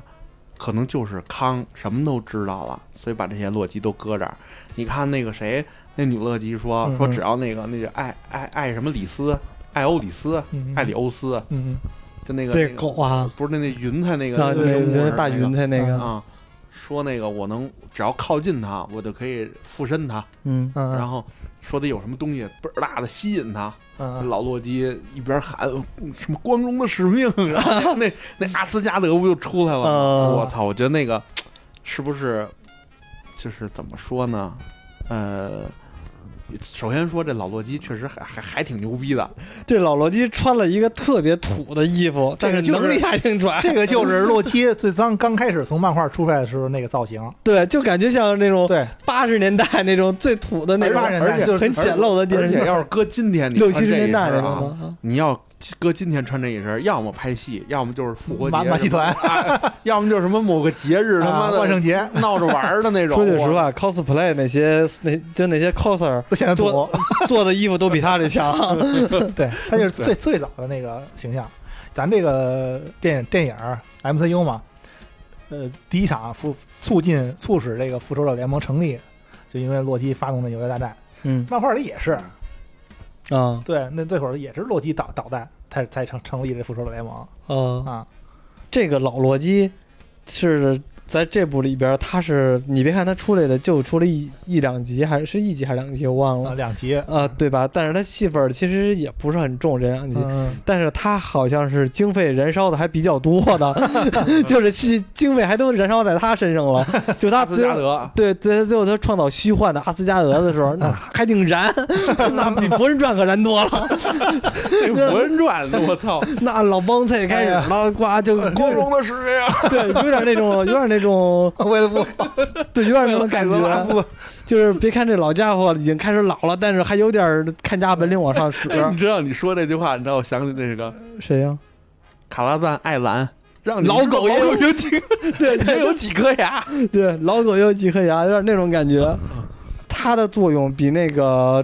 [SPEAKER 3] 可能就是康什么都知道了，所以把这些洛基都搁这儿。你看那个谁，那女洛基说
[SPEAKER 2] 嗯嗯
[SPEAKER 3] 说只要那个那个爱爱爱什么里斯，艾欧里斯，
[SPEAKER 2] 嗯
[SPEAKER 3] 艾里欧斯，
[SPEAKER 2] 嗯
[SPEAKER 3] 就那个
[SPEAKER 4] 这
[SPEAKER 3] 那个
[SPEAKER 4] 狗啊，
[SPEAKER 3] 不是那那云彩那个
[SPEAKER 4] 啊，
[SPEAKER 3] 那个
[SPEAKER 4] 对
[SPEAKER 3] 生物
[SPEAKER 4] 对，嗯
[SPEAKER 3] 是
[SPEAKER 4] 大
[SPEAKER 3] 那
[SPEAKER 4] 云
[SPEAKER 3] 个
[SPEAKER 4] 彩那个，
[SPEAKER 3] 啊。说那个我能只要靠近他，我就可以附身他，
[SPEAKER 4] 嗯
[SPEAKER 2] 嗯，
[SPEAKER 3] 然后说得有什么东西倍儿大的吸引他，
[SPEAKER 2] 嗯
[SPEAKER 3] 老洛基一边喊嗯什么“光荣的使命”，啊
[SPEAKER 4] *laughs*
[SPEAKER 3] 然后那那阿斯加德不就出来了吗？
[SPEAKER 4] 嗯
[SPEAKER 3] 我操！我觉得那个是不是就是怎么说呢？呃，首先说这老洛基确实还还还挺牛逼的，
[SPEAKER 4] 这嗯老罗基穿了一个特别土的衣服，
[SPEAKER 2] 这
[SPEAKER 4] 但
[SPEAKER 2] 个
[SPEAKER 4] 是
[SPEAKER 2] 就是
[SPEAKER 4] 能力还挺
[SPEAKER 2] *laughs*
[SPEAKER 4] 拽。
[SPEAKER 2] 这个就是洛基最刚刚开始从漫画出来的时候那个造型，
[SPEAKER 4] 对，就感觉像那种
[SPEAKER 2] 对，
[SPEAKER 4] 八十年代那种最土的那种
[SPEAKER 2] 八十年代就是
[SPEAKER 4] 很显露的
[SPEAKER 3] 而
[SPEAKER 4] 电视
[SPEAKER 3] 且
[SPEAKER 4] 剧，
[SPEAKER 3] 要是搁今天你
[SPEAKER 4] 六
[SPEAKER 3] 穿
[SPEAKER 4] 七十
[SPEAKER 3] 这一
[SPEAKER 4] 年代那
[SPEAKER 3] 身
[SPEAKER 4] 种
[SPEAKER 3] 啊，
[SPEAKER 4] 的。啊
[SPEAKER 3] 你要搁今天穿这一身，要么拍戏，要么就是复活节
[SPEAKER 2] 马马戏团，
[SPEAKER 3] 要么就是什么某个节日，他妈 *laughs*
[SPEAKER 2] 啊万
[SPEAKER 3] 的
[SPEAKER 2] 圣节
[SPEAKER 3] 闹着玩儿的那种。
[SPEAKER 4] 说句
[SPEAKER 3] 我
[SPEAKER 4] 实，话，cosplay 那些那就那些 coser
[SPEAKER 2] 都显得土。
[SPEAKER 4] 多 *laughs* 做的衣服都比他这强。
[SPEAKER 2] *laughs* 对，他就是
[SPEAKER 3] 对
[SPEAKER 2] 最最早的那个形象。咱这个电影电影儿 MCU 嘛，呃，第一场促促进促使这个复仇者联盟成立，就因为洛基发动的纽约大战。
[SPEAKER 4] 嗯
[SPEAKER 2] 漫画里也是，
[SPEAKER 4] 啊
[SPEAKER 2] 对，那这会儿也是洛基导导弹才才成成立这复仇者联盟
[SPEAKER 4] 啊，
[SPEAKER 2] 啊。
[SPEAKER 4] 这个老洛基是在这部里边，他是你别看他出来的就出了一一两集，还是是一集还是两集，我忘
[SPEAKER 2] 啊
[SPEAKER 4] 了
[SPEAKER 2] 两集
[SPEAKER 4] 啊，，对吧？但是他戏份儿其实也不是很重，这两集。
[SPEAKER 2] 嗯，
[SPEAKER 4] 但是他好像是经费燃烧的还比较多的，就是戏经费还都燃烧在他身上了。就他
[SPEAKER 3] 阿斯
[SPEAKER 4] 最
[SPEAKER 3] 加
[SPEAKER 4] 后
[SPEAKER 3] 德
[SPEAKER 4] 对，最最后他创造虚幻的阿斯加德的时候，那还挺燃， *laughs* 那比《博人传》可燃多了。
[SPEAKER 3] 这《博人传》，我 *laughs* 操，
[SPEAKER 4] 那老帮菜开始了，呱 *laughs* 就
[SPEAKER 3] 光荣的使命，
[SPEAKER 4] 对，有点那种，有点那种，
[SPEAKER 2] 为了不
[SPEAKER 4] 对，有点那种感
[SPEAKER 2] 为了
[SPEAKER 4] 觉，
[SPEAKER 2] 不
[SPEAKER 4] 就是别看这老家伙已经开始老了，但是还有点儿看家本领往上使。
[SPEAKER 3] 你知道你说这句话，你知道我想起那个
[SPEAKER 4] 谁呀、
[SPEAKER 3] 卡拉赞艾兰，让你
[SPEAKER 4] 老
[SPEAKER 3] 知道
[SPEAKER 4] 狗也
[SPEAKER 3] 老
[SPEAKER 4] 有
[SPEAKER 3] 狗有几个，
[SPEAKER 4] 对，
[SPEAKER 3] 也有几颗牙。
[SPEAKER 4] 对，老狗也有几颗牙，有点那种感觉。它的作用比那个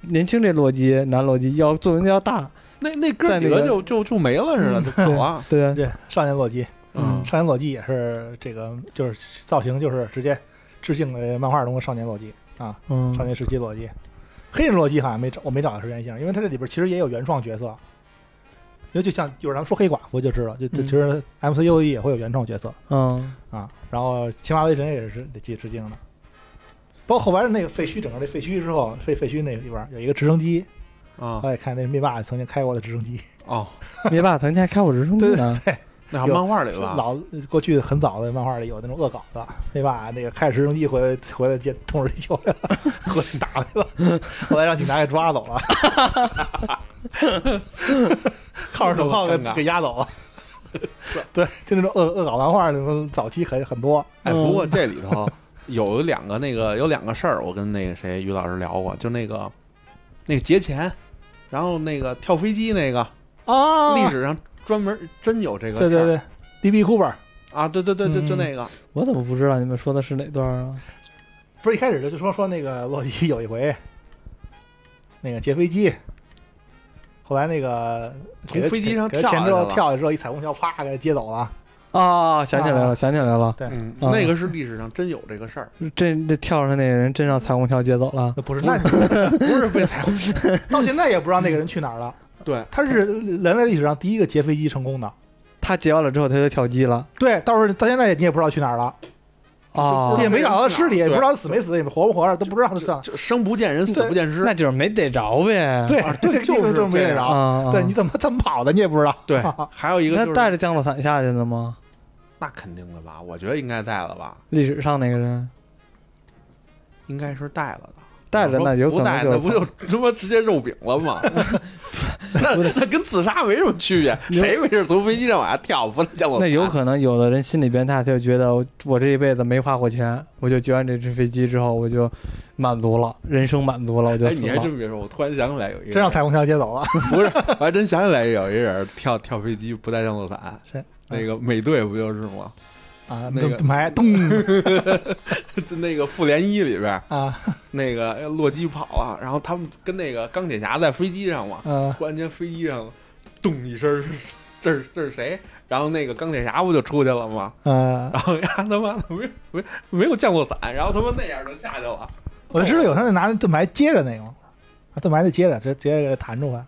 [SPEAKER 4] 年轻这洛基男洛基要作用要大。
[SPEAKER 3] *laughs* 那那哥
[SPEAKER 4] 在
[SPEAKER 3] 几 *laughs*
[SPEAKER 4] 那个
[SPEAKER 3] 就就就没了似的，就走啊了。
[SPEAKER 4] 对，
[SPEAKER 2] 对少年洛基，
[SPEAKER 3] 嗯，
[SPEAKER 2] 少年洛基也是这个就是造型就是直接致敬的漫画中的少年洛基啊。
[SPEAKER 4] 嗯
[SPEAKER 2] 少，年时期洛基，黑人洛基好像没找我没找到是原型，因为它这里边其实也有原创角色，因为就像就是咱们说黑寡妇就知道，就就
[SPEAKER 4] 嗯
[SPEAKER 2] 其实 MCU E 也会有原创角色
[SPEAKER 4] *laughs* 嗯，
[SPEAKER 2] 啊，然后青蛙雷神也是致致敬的，包括后边那个废墟，整个这废墟之后，废废墟那里边有一个直升机，
[SPEAKER 3] 啊
[SPEAKER 2] 我也看那灭霸曾经开过的直升机，
[SPEAKER 3] 哦，
[SPEAKER 4] 灭霸曾经还开过直升机呢。
[SPEAKER 3] 那
[SPEAKER 2] 有
[SPEAKER 3] 漫画里吧，
[SPEAKER 2] 老过去很早的漫画里有那种恶搞的，灭霸那个开着直升机回来回来接统治地球来了， *laughs* 回来打来了，后来让警察给抓走了。铐着手铐给
[SPEAKER 3] 这么尴尬
[SPEAKER 2] 给押走了。对，就那种恶恶搞漫画那种早期很很多，
[SPEAKER 3] 哎，不过这里头有两个那个有两个事儿，我跟那个谁于老师聊过，就那个那个劫钱，然后那个跳飞机那个，
[SPEAKER 2] 啊
[SPEAKER 3] 历史上专门真有这个事
[SPEAKER 2] 对
[SPEAKER 3] 儿。
[SPEAKER 2] 对对，D.B. Cooper
[SPEAKER 3] 啊，对对对，就就
[SPEAKER 2] 嗯
[SPEAKER 3] 那个，
[SPEAKER 4] 我怎么不知道你们说的是哪段啊？
[SPEAKER 2] 不是一开始就说说那个洛基有一回那个劫飞机，后来那个
[SPEAKER 3] 从
[SPEAKER 2] 给他
[SPEAKER 3] 飞机上
[SPEAKER 2] 给他钱之
[SPEAKER 3] 跳下
[SPEAKER 2] 后
[SPEAKER 3] 来了
[SPEAKER 2] 跳下之后一彩虹桥啪给他接走了，
[SPEAKER 4] 啊，想起来了，想起来了，
[SPEAKER 3] 嗯，
[SPEAKER 4] 啊
[SPEAKER 3] 那个是历史上真有这个事儿，
[SPEAKER 4] 这这跳上那人真让彩虹桥接走
[SPEAKER 2] *laughs*
[SPEAKER 4] 了。
[SPEAKER 2] 那不是那你
[SPEAKER 3] 不是被彩虹。
[SPEAKER 2] 到现在也不知道那个人去哪儿 *laughs* 了。
[SPEAKER 3] 对，
[SPEAKER 2] 他是人类历史上第一个劫飞机成功的，
[SPEAKER 4] 他接完了之后，他就跳机了
[SPEAKER 2] 对，到时候到现在也你也不知道去哪儿了，
[SPEAKER 4] 啊
[SPEAKER 3] 哦
[SPEAKER 2] 也，没找到尸体，也不
[SPEAKER 3] 对
[SPEAKER 2] 知道死没死，也活不活着，都不知道他上
[SPEAKER 3] 就生不见人，死不见尸。
[SPEAKER 4] 那就是没逮着呗。
[SPEAKER 2] 对
[SPEAKER 3] 啊对
[SPEAKER 2] 这
[SPEAKER 3] 就
[SPEAKER 2] 个
[SPEAKER 3] 是
[SPEAKER 2] 这么没
[SPEAKER 3] 这
[SPEAKER 2] 逮
[SPEAKER 3] 样
[SPEAKER 2] 着。
[SPEAKER 4] 啊，
[SPEAKER 2] 对，你怎么怎么跑的，你也不知道。
[SPEAKER 3] 对，还有一个
[SPEAKER 4] 他
[SPEAKER 3] 就是
[SPEAKER 4] 带着降落伞下去的吗？
[SPEAKER 3] 那肯定的吧，我觉得应该带了吧，
[SPEAKER 4] 历史上那个人
[SPEAKER 3] 应该是带了的。
[SPEAKER 4] 带着那有可
[SPEAKER 3] 不带那
[SPEAKER 4] 能就
[SPEAKER 3] 不就他妈直接肉饼了吗？ *laughs* 那那跟自杀没什么区别，
[SPEAKER 4] 有
[SPEAKER 3] 谁没事从飞机上往下跳，不能叫我
[SPEAKER 4] 那有可能有的人心理变态，他就觉得我这一辈子没花过钱，我就觉完这只飞机之后，我就满足了，人生满足了，我就
[SPEAKER 3] 哎，
[SPEAKER 4] 死
[SPEAKER 3] 你还
[SPEAKER 4] 了。
[SPEAKER 3] 真别说，我突然想起来有一个
[SPEAKER 2] 真让
[SPEAKER 3] 人，
[SPEAKER 2] 彩虹桥接走了，
[SPEAKER 3] 不是，我还真想起来有一人跳跳飞机不带降落伞，
[SPEAKER 4] 啊
[SPEAKER 2] 谁
[SPEAKER 3] 那个美队不就是吗？ *laughs*
[SPEAKER 2] 啊，
[SPEAKER 3] 那个
[SPEAKER 2] 怎么还咚
[SPEAKER 3] 就那个复联一里边
[SPEAKER 2] 啊，
[SPEAKER 3] 那个洛基跑啊，然后他们跟那个钢铁侠在飞机上嘛，
[SPEAKER 2] 嗯，
[SPEAKER 3] 突然间飞机上咚一声儿，这是这是谁？然后那个钢铁侠不就出去了吗？
[SPEAKER 2] 呃，
[SPEAKER 3] 然后呀他妈的没没没有降落伞，然后他妈那样就下去了。
[SPEAKER 2] 我就知道有他那拿盾牌接着那个吗，啊盾牌得接着，直直接给他弹出来。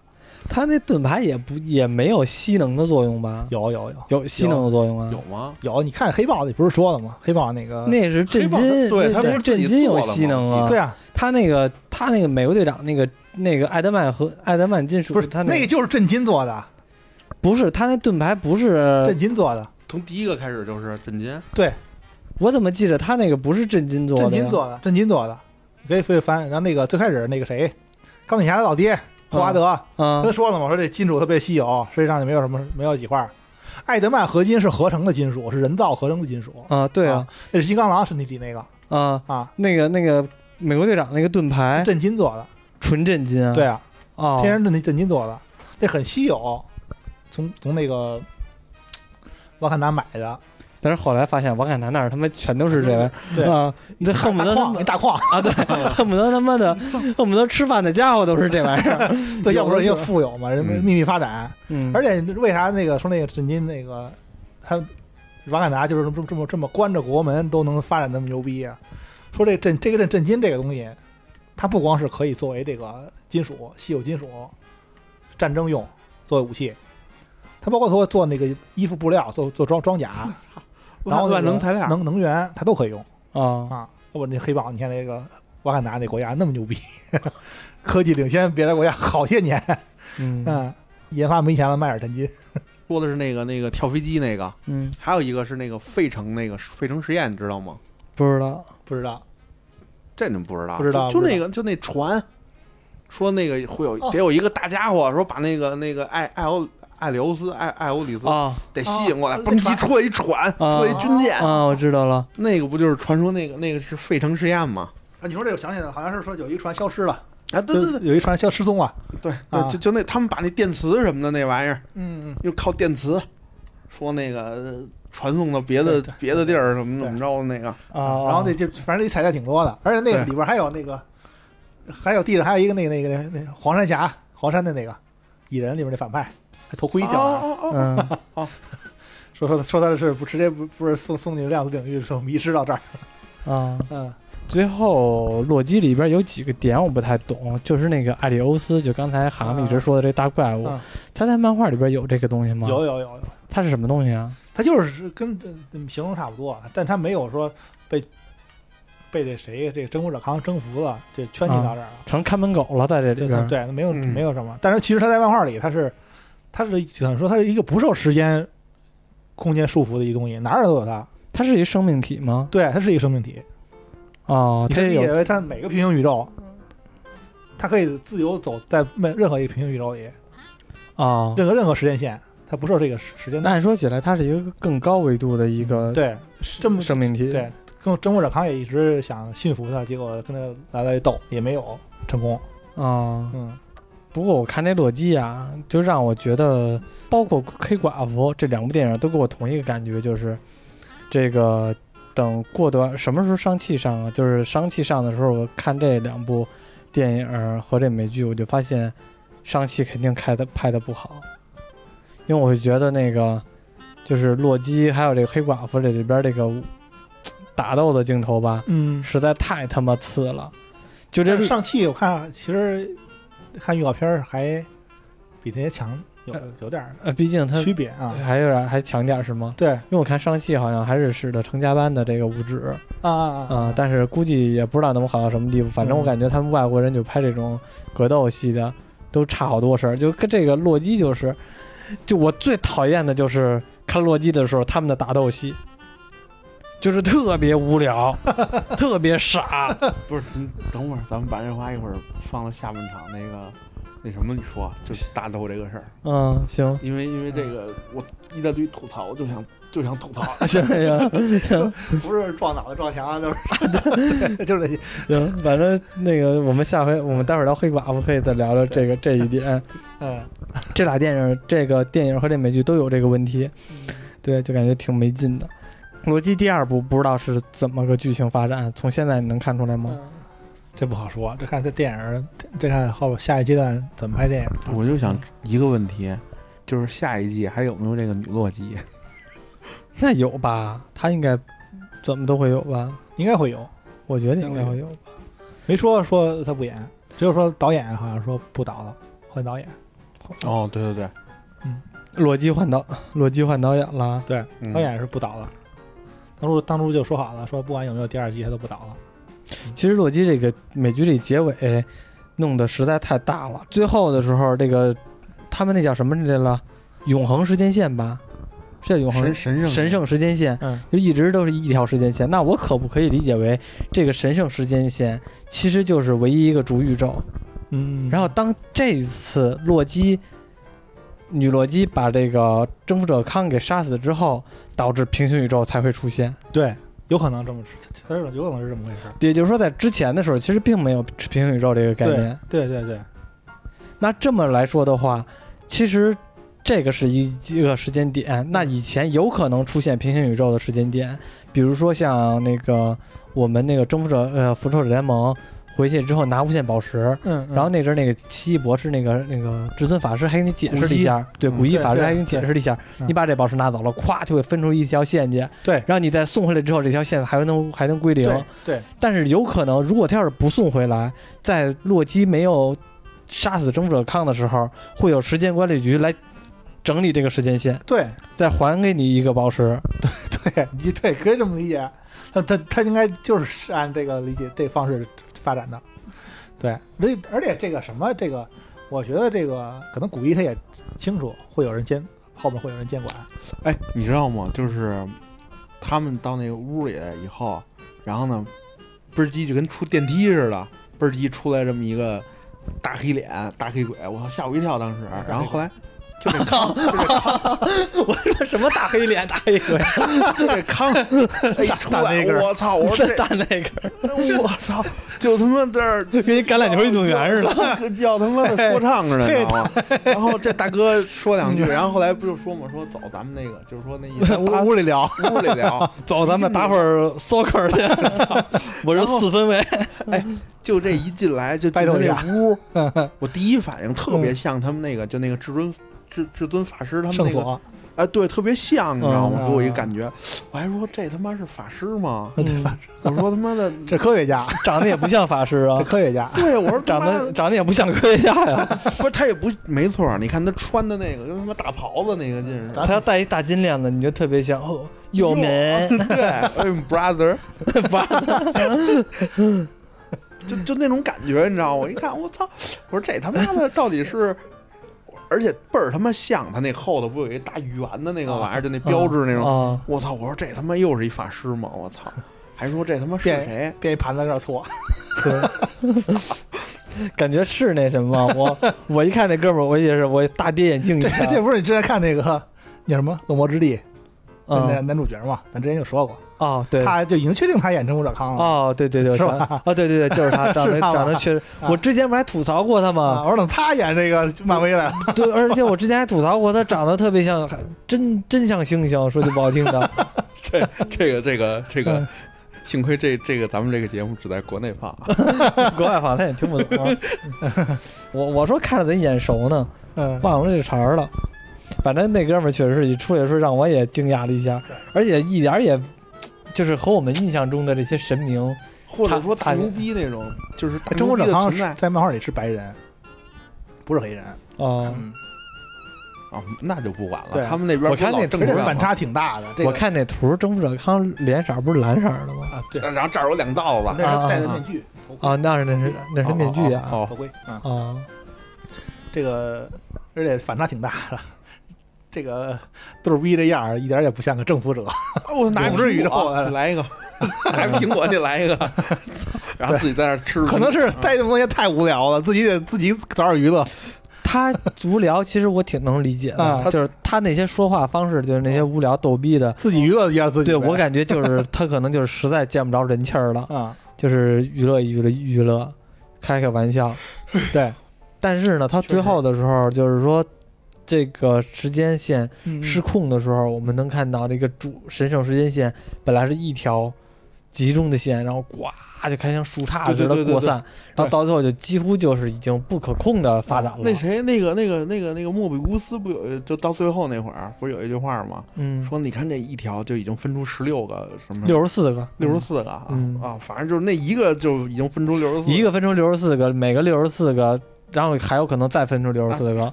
[SPEAKER 4] 他那盾牌也不也没有吸能的作用吧？
[SPEAKER 2] 有有有
[SPEAKER 4] 有吸能的作
[SPEAKER 2] 嗯
[SPEAKER 4] 用啊？
[SPEAKER 3] 有吗？
[SPEAKER 2] 有，你看黑豹，你不是说了吗？黑豹那个，
[SPEAKER 4] 那是震
[SPEAKER 3] 黑
[SPEAKER 4] 惊，
[SPEAKER 3] 豹对他不
[SPEAKER 4] 那
[SPEAKER 3] 是
[SPEAKER 4] 是
[SPEAKER 3] 自己
[SPEAKER 4] 震惊
[SPEAKER 3] 做
[SPEAKER 4] 有
[SPEAKER 3] 了吗
[SPEAKER 4] 吸能啊！
[SPEAKER 2] 对，啊，
[SPEAKER 4] 他那个他那个美国队长那个那个艾德曼和艾德曼金属，
[SPEAKER 2] 不是
[SPEAKER 4] 他
[SPEAKER 2] 那
[SPEAKER 4] 个
[SPEAKER 2] 个就是震惊做的，
[SPEAKER 4] 不是他那盾牌不是
[SPEAKER 2] 震惊做的，
[SPEAKER 3] 从第一个开始就是震惊，
[SPEAKER 2] 对，
[SPEAKER 4] 我怎么记着他那个不是震金做的呀？
[SPEAKER 2] 震惊做的，震惊做的，你可以翻翻。然后那个最开始那个谁，钢铁侠的老爹霍华德，
[SPEAKER 4] 嗯
[SPEAKER 2] 他说了嘛，说这金属特别稀有，世界上就没有什么没有几块儿。艾德曼合金是合成的金属，是人造合成的金属。
[SPEAKER 4] 啊，对啊
[SPEAKER 2] 啊，那是金刚狼身体里那个
[SPEAKER 4] 啊，
[SPEAKER 2] 啊，
[SPEAKER 4] 那个那个美国队长那个盾牌
[SPEAKER 2] 震金做的，
[SPEAKER 4] 纯震金啊，
[SPEAKER 2] 对啊，
[SPEAKER 4] 啊，
[SPEAKER 2] 天然震震金做的，那很稀有，从从那个瓦坎达买的，
[SPEAKER 4] 但是后来发现王凯南那儿他妈全都是这样
[SPEAKER 2] 对
[SPEAKER 4] 啊，你这恨不
[SPEAKER 2] 大
[SPEAKER 4] 得他
[SPEAKER 2] 矿
[SPEAKER 4] 妈
[SPEAKER 2] 一大矿，
[SPEAKER 4] 啊，对， *laughs* 恨不得
[SPEAKER 2] *laughs*
[SPEAKER 4] 他妈的，恨不得吃饭的家伙都是这玩意儿，
[SPEAKER 2] 对，要不说人家
[SPEAKER 4] 是
[SPEAKER 2] 富有嘛，人
[SPEAKER 3] 嗯
[SPEAKER 2] 秘密发展，
[SPEAKER 4] 嗯，
[SPEAKER 2] 而且为啥那个说那个震金那个他瓦坎达就是这么这么这么关着国门都能发展那么牛逼啊？说这震这个震震金这个东西，它不光是可以作为这个金属稀有金属战争用作为武器，它包括做做那个衣服布料、做做
[SPEAKER 3] *laughs*
[SPEAKER 2] 装装甲，然后那个
[SPEAKER 3] 万能材料，
[SPEAKER 2] 能能源它都可以用
[SPEAKER 4] 啊，
[SPEAKER 2] 啊。要不那黑豹，你看那个瓦坎达那国家那么牛逼， *laughs* 科技领先别的国家好些年，
[SPEAKER 4] 嗯
[SPEAKER 2] 嗯，研发没钱了卖点震金，
[SPEAKER 3] 说的是那个那个跳飞机那个，
[SPEAKER 4] 嗯，
[SPEAKER 3] 还有一个是那个费城那个费城实验，你知道吗？
[SPEAKER 4] 不知道，
[SPEAKER 2] 不知道。
[SPEAKER 3] 这你们不知道？
[SPEAKER 2] 不知道
[SPEAKER 3] 就就
[SPEAKER 2] 不知道
[SPEAKER 3] 那个就那船，说那个会有
[SPEAKER 2] 哦
[SPEAKER 3] 得有一个大家伙，说把那个那个艾艾欧艾里欧斯艾艾欧
[SPEAKER 2] 嗯
[SPEAKER 3] 里斯
[SPEAKER 4] 啊
[SPEAKER 3] 得吸引过来，
[SPEAKER 2] 哦
[SPEAKER 3] 蹦极出来一船，
[SPEAKER 4] 啊
[SPEAKER 3] 出来一军舰，
[SPEAKER 4] 啊，我知道了，
[SPEAKER 3] 那个不就是传说那个那个是费城实验吗？
[SPEAKER 2] 啊，你说这我想起来，好像是说有一船消失了，嗯
[SPEAKER 3] 啊，对对
[SPEAKER 2] 就
[SPEAKER 3] 对
[SPEAKER 2] 有一船消失踪了。
[SPEAKER 3] 对
[SPEAKER 2] 啊
[SPEAKER 3] 对，就就那他们把那电磁什么的那玩意儿，
[SPEAKER 2] 嗯嗯，
[SPEAKER 3] 又靠电磁，说那个呃传送到别的
[SPEAKER 2] 对对
[SPEAKER 3] 别的地儿怎么
[SPEAKER 2] 对
[SPEAKER 3] 怎么着的那个，
[SPEAKER 4] 啊，
[SPEAKER 2] 然后那这反正这彩蛋挺多的，而且那个
[SPEAKER 3] 对
[SPEAKER 2] 里边还有那个，还有地上还有一个那个那个那个那个黄山侠，黄山的那个蚁人里边那反派，还头盔一
[SPEAKER 3] 哦
[SPEAKER 2] 掉了
[SPEAKER 3] 哦哦，
[SPEAKER 4] 嗯，
[SPEAKER 2] 说说说他的是不直接不不是送送进量子领域，说迷失到这儿。
[SPEAKER 4] 啊，
[SPEAKER 2] 嗯，
[SPEAKER 4] 最后洛基里边有几个点我不太懂，就是那个艾利欧斯，就刚才蛤蟆一直说的这大怪物
[SPEAKER 2] 啊，
[SPEAKER 4] 他在漫画里边有这个东西吗？
[SPEAKER 2] 有，有有有，
[SPEAKER 4] 它是什么东西啊？
[SPEAKER 2] 他就是跟呃形容差不多，但他没有说被被这谁这个征服者康征服了，就圈进到这儿了。
[SPEAKER 4] 成看门狗了，在这里
[SPEAKER 2] 对
[SPEAKER 4] 边。
[SPEAKER 2] 对，没有
[SPEAKER 3] 嗯
[SPEAKER 2] 没有什么。但是其实他在漫画里，他是他是怎么说？他是一个不受时间、空间束缚的一东西，哪儿都有他。
[SPEAKER 4] 它是一生命体吗？
[SPEAKER 2] 对，他是一个生命体。
[SPEAKER 4] 哦，
[SPEAKER 2] 你
[SPEAKER 4] 它
[SPEAKER 2] 可以
[SPEAKER 4] 也
[SPEAKER 2] 理解
[SPEAKER 4] 有
[SPEAKER 2] 为他每个平行宇宙，他可以自由走在任任何一个平行宇宙里，
[SPEAKER 4] 哦。
[SPEAKER 2] 任何任何时间线，他不受这个时时间
[SPEAKER 4] 那
[SPEAKER 2] 的。
[SPEAKER 4] 按说起来，它是一个更高维度的一个
[SPEAKER 2] 嗯对这么
[SPEAKER 4] 生命体。
[SPEAKER 2] 对，跟征服者康也一直想驯服他，结果跟他来来斗也没有成功。
[SPEAKER 4] 啊，
[SPEAKER 2] 嗯，
[SPEAKER 4] 不过我看这洛基啊，就让我觉得，包括《黑寡妇》这两部电影都给我同一个感觉，就是这个等过段什么时候上气上啊？就是上气上的时候，我看这两部电影和这美剧，我就发现上气肯定开的拍的不好，因为我会觉得那个就是洛基还有这个黑寡妇这里边这个嘖打斗的镜头吧，
[SPEAKER 2] 嗯，
[SPEAKER 4] 实在太他妈次了，就
[SPEAKER 2] 但
[SPEAKER 4] 这
[SPEAKER 2] 是上汽我看其实看预告片儿还比那些强，有有点儿
[SPEAKER 4] 呃，毕竟他
[SPEAKER 2] 区别啊。
[SPEAKER 4] 还有点还强点儿是吗？
[SPEAKER 2] 对
[SPEAKER 4] 因为我看上戏好像还是使的成家班的这个五指
[SPEAKER 2] 啊
[SPEAKER 4] 啊、
[SPEAKER 2] 啊
[SPEAKER 4] 但是估计也不知道能好到什么地步。反正我
[SPEAKER 2] 嗯
[SPEAKER 4] 感觉他们外国人就拍这种格斗戏的，都差好多事儿。就跟这个洛基就是，就我最讨厌的就是看洛基的时候他们的打斗戏，就是特别
[SPEAKER 2] *laughs*
[SPEAKER 4] 无聊，特别傻。
[SPEAKER 3] 不是，你等会儿咱们把这话一会儿放到下半场那个那什么你说，啊就是大豆这个事儿，
[SPEAKER 4] 嗯，行 *laughs*
[SPEAKER 3] 因为因为这个我一大堆吐槽，我就想就想吐槽，
[SPEAKER 4] 行行
[SPEAKER 2] 不是撞脑袋撞 *laughs* 墙啊，都是 *laughs* 对就是这些。
[SPEAKER 4] 行，反正那个我们下回我们待会儿聊黑寡妇可以再聊聊这个这一点。
[SPEAKER 2] 嗯，
[SPEAKER 4] 这俩电影，这个电影和这美剧都有这个问题，对，就感觉挺没劲的。逻辑第二部不知道是怎么个剧情发展，从现在你能看出来
[SPEAKER 2] 嗯
[SPEAKER 4] 吗？
[SPEAKER 2] 这不好说，这看这电影儿，这看后边下一阶段怎么拍电影儿。
[SPEAKER 3] *laughs*
[SPEAKER 2] 啊
[SPEAKER 3] 我就想一个问题，就是下一季还有没有这个女洛基？
[SPEAKER 4] 那有吧，他应该怎么都会有吧？
[SPEAKER 2] 应该会有，
[SPEAKER 4] 我觉得应该会有吧。
[SPEAKER 2] 没说说他不演，只有说导演好像说不导了，换导演。
[SPEAKER 3] 哦，对对对，
[SPEAKER 4] 洛基换导，洛基换导演了，
[SPEAKER 2] 对，
[SPEAKER 3] 嗯
[SPEAKER 2] 导演是不导了。当初当初就说好了，说不管有没有第二季，他都不导了。
[SPEAKER 4] 其实洛基这个美剧这结尾弄得实在太大了，最后的时候这个他们那叫什么来着了？永恒时间线吧，是叫永恒
[SPEAKER 3] 神神圣
[SPEAKER 4] 神圣时间线，
[SPEAKER 2] 嗯
[SPEAKER 4] 就一直都是一条时间线。那我可不可以理解为这个神圣时间线其实就是唯一一个主宇宙？
[SPEAKER 2] 嗯
[SPEAKER 4] 然后当这次洛基，女洛基把这个征服者康给杀死之后，导致平行宇宙才会出现。
[SPEAKER 2] 对，有可能这么是，他是有可能是这么回事儿。
[SPEAKER 4] 也就是说，在之前的时候，其实并没有平行宇宙这个概念。
[SPEAKER 2] 对对对，
[SPEAKER 4] 那这么来说的话，其实这个是一一个时间点。那以前有可能出现平行宇宙的时间点，比如说像那个我们那个征服者呃复仇者联盟回去之后拿无限宝石，
[SPEAKER 2] 嗯，
[SPEAKER 4] 然后那阵儿那个奇异博士那个那个至尊法师还给你解释了一下，对，
[SPEAKER 3] 嗯
[SPEAKER 4] 古一
[SPEAKER 2] 对
[SPEAKER 4] 法师
[SPEAKER 2] 对
[SPEAKER 4] 还给你解释了一下，
[SPEAKER 2] 对
[SPEAKER 4] 你把这宝石拿走了，咵就会分出一条线去，
[SPEAKER 2] 对
[SPEAKER 4] 然后你再送回来之后，这条线还能还能归零
[SPEAKER 2] 对。对，
[SPEAKER 4] 但是有可能，如果他要是不送回来，在洛基没有杀死征服者康的时候，会有时间管理局来整理这个时间线，
[SPEAKER 2] 对
[SPEAKER 4] 再还给你一个宝石。
[SPEAKER 2] 对，你对可以这么理解。他他他应该就是按这个理解这方式发展的。对，而而且这个什么这个，我觉得这个可能古一他也清楚，会有人监，后面会有人监管。
[SPEAKER 3] 哎，你知道吗？就是他们到那个屋里以后，然后呢，倍儿鸡就跟出电梯似的，倍儿鸡出来这么一个大黑脸、大黑鬼，我操，吓我一跳当时。然后后来就这康，就这康
[SPEAKER 4] *laughs* 我说什么大黑脸、大黑鬼，
[SPEAKER 3] *laughs* 就这
[SPEAKER 4] *laughs*
[SPEAKER 3] 康，哎，出
[SPEAKER 2] 大
[SPEAKER 3] 来
[SPEAKER 2] 那，个
[SPEAKER 3] 我操！我说这
[SPEAKER 4] 大那个，
[SPEAKER 3] 我操，就他妈这儿
[SPEAKER 4] 跟一橄榄球运动员
[SPEAKER 3] *laughs*
[SPEAKER 4] 似的。
[SPEAKER 3] 的，要他妈的说唱似的，你知道吗？然后这大哥说两句，然后后来不就说嘛，说走，咱们那个就是说那意
[SPEAKER 4] *laughs*
[SPEAKER 3] 思，
[SPEAKER 2] 屋里聊，
[SPEAKER 3] 屋里聊。
[SPEAKER 4] 走，咱们打会儿 soccer 去。
[SPEAKER 3] *laughs*
[SPEAKER 4] 我是四分卫，
[SPEAKER 3] 哎就这一进来就进
[SPEAKER 2] 拜
[SPEAKER 3] 他
[SPEAKER 2] 托你
[SPEAKER 3] 那
[SPEAKER 2] 啊
[SPEAKER 3] 屋，我第一反应特别像他们那个，就那个至尊至至尊法师他们
[SPEAKER 2] *laughs* 圣
[SPEAKER 3] 那个，
[SPEAKER 2] 所，
[SPEAKER 3] 哎，对，特别像，你知道吗？
[SPEAKER 2] 嗯
[SPEAKER 3] 给我一感觉，我还说这他妈是法师
[SPEAKER 4] *laughs*
[SPEAKER 3] 吗？
[SPEAKER 1] 嗯
[SPEAKER 2] 对吧？
[SPEAKER 3] 我说他妈的，
[SPEAKER 2] 这科学家，
[SPEAKER 4] 长得也不像法师
[SPEAKER 2] 这
[SPEAKER 3] *laughs*
[SPEAKER 4] 啊，
[SPEAKER 2] 科学家，
[SPEAKER 3] 对，我说他
[SPEAKER 4] 长
[SPEAKER 3] 妈
[SPEAKER 4] 得
[SPEAKER 3] 的，
[SPEAKER 4] 长得也不像啊科学家呀，
[SPEAKER 3] 不是他也不没错儿，你看他穿的那个跟他妈大袍子那个劲 *laughs* 儿似的，
[SPEAKER 4] 他要戴一大金链子，你就特别像哦，有
[SPEAKER 3] 哟
[SPEAKER 4] 没？
[SPEAKER 3] 对哎，brother，就 *laughs* 就那种感觉，你知道吗？我一看，我操！我说这他妈的到底是，而且倍儿他妈像他那后头不有一大圆的那个玩意儿，就那标志那种。
[SPEAKER 4] 啊，
[SPEAKER 3] 我操！我说这他妈又是一法师吗？我操！还说这他妈是
[SPEAKER 2] 变
[SPEAKER 3] 谁？
[SPEAKER 2] 变一盘子在这儿搓，
[SPEAKER 4] 感觉是那什
[SPEAKER 2] *laughs*
[SPEAKER 4] 么，我我一看这哥们儿，我也是我大跌眼镜一 *laughs*
[SPEAKER 2] 这
[SPEAKER 4] 下
[SPEAKER 2] 这不是你之前看那个那什么《恶魔之地》那那
[SPEAKER 4] 嗯
[SPEAKER 2] 男主角嘛？咱之前就说过，
[SPEAKER 4] 哦，对，
[SPEAKER 2] 他就已经确定他演征服者康了。
[SPEAKER 4] 哦，对对对，我
[SPEAKER 2] 是
[SPEAKER 4] 想
[SPEAKER 2] 吧
[SPEAKER 4] 哦，对对对，就是他，长得
[SPEAKER 2] *laughs* 是他吧
[SPEAKER 4] 长得确实，
[SPEAKER 2] 啊
[SPEAKER 4] 我之前不是还吐槽过他
[SPEAKER 2] 啊！
[SPEAKER 4] 吗？
[SPEAKER 2] 我说怎么他演这个漫威来了？
[SPEAKER 4] *laughs* 对，而且我之前还吐槽过他长得特别像，还真真像猩猩，说句不好听的，
[SPEAKER 3] 这 *laughs* 这个这个这个，幸亏这这个咱们这个节目只在国内放啊。
[SPEAKER 4] 国外话他也听不懂、啊 *laughs* 我我说看着贼眼熟呢，
[SPEAKER 2] 嗯，
[SPEAKER 4] 忘了这茬儿了。反正那哥们儿确实是一出来的时候让我也惊讶了一下，而且一点儿也，就是和我们印象中的这些神明，
[SPEAKER 3] 或者说大
[SPEAKER 4] 他他
[SPEAKER 3] 牛逼那种，就是大
[SPEAKER 2] 征
[SPEAKER 3] 牛
[SPEAKER 2] 服
[SPEAKER 3] 逼
[SPEAKER 2] 者
[SPEAKER 3] 的
[SPEAKER 2] 康
[SPEAKER 3] 存
[SPEAKER 2] 是
[SPEAKER 3] 在
[SPEAKER 2] 在漫画里是白人，不是黑人。
[SPEAKER 4] 啊。
[SPEAKER 2] 嗯，
[SPEAKER 3] 啊，那就不管
[SPEAKER 2] 对
[SPEAKER 3] 了。他们那边
[SPEAKER 4] 我看
[SPEAKER 3] 不老
[SPEAKER 4] 那
[SPEAKER 3] 正
[SPEAKER 2] 而且
[SPEAKER 3] 常吗
[SPEAKER 2] 反差挺大的。这个
[SPEAKER 4] 我看那图，征服者康脸色儿不是蓝色儿的吗？
[SPEAKER 2] 啊，对，
[SPEAKER 3] 然后这儿有两道
[SPEAKER 2] 那
[SPEAKER 3] 子，
[SPEAKER 2] 是戴着面具、头盔
[SPEAKER 4] 啊，那是那是那是面具啊
[SPEAKER 3] 哦，
[SPEAKER 2] 头盔啊，
[SPEAKER 4] 啊！
[SPEAKER 2] 这个而且反差挺大的。 *laughs* 这个逗逼这样儿一点儿也不像个征服者，
[SPEAKER 3] *laughs* 哦我拿
[SPEAKER 2] 永之宇宙
[SPEAKER 3] 啊来一个，拿苹果你来一 *laughs* 个，然后自己在那儿吃，嗯
[SPEAKER 2] 可能是
[SPEAKER 4] 嗯
[SPEAKER 3] 带
[SPEAKER 2] 戴这么东西太无聊了，自己得自己找点娱乐。
[SPEAKER 4] 他无聊，其实我挺能理解
[SPEAKER 2] 啊
[SPEAKER 4] 的，就是他那些说话方式，就是那些无聊逗逼的。
[SPEAKER 2] 自己娱乐一下自己呗。
[SPEAKER 4] 对我感觉就是他可能就是实在见不着人气儿了，
[SPEAKER 2] 啊，
[SPEAKER 4] 就是娱乐娱乐娱乐，开开玩笑。
[SPEAKER 2] 对，
[SPEAKER 4] 但是呢，他最后的时候就是说，这个时间线
[SPEAKER 2] 嗯
[SPEAKER 4] 失控的时候，我们能看到这个主神圣时间线本来是一条集中的线，然后呱就开像树杈似
[SPEAKER 3] 对对
[SPEAKER 4] 的
[SPEAKER 3] 对对
[SPEAKER 4] 扩散，然后到最后就几乎就是已经不可控的发展了。
[SPEAKER 3] 那谁那个那个那个那个莫比乌斯不有就到最后那会儿不是有一句话吗？
[SPEAKER 4] 嗯，
[SPEAKER 3] 说你看这一条就已经分出十六个什么
[SPEAKER 4] 六十四个，
[SPEAKER 3] 六十四个啊
[SPEAKER 4] 嗯
[SPEAKER 3] 啊，反正就是那一个就已经分出六十四
[SPEAKER 4] 一个分成六十四个，每个六十四个，然后还有可能再分出六十四个，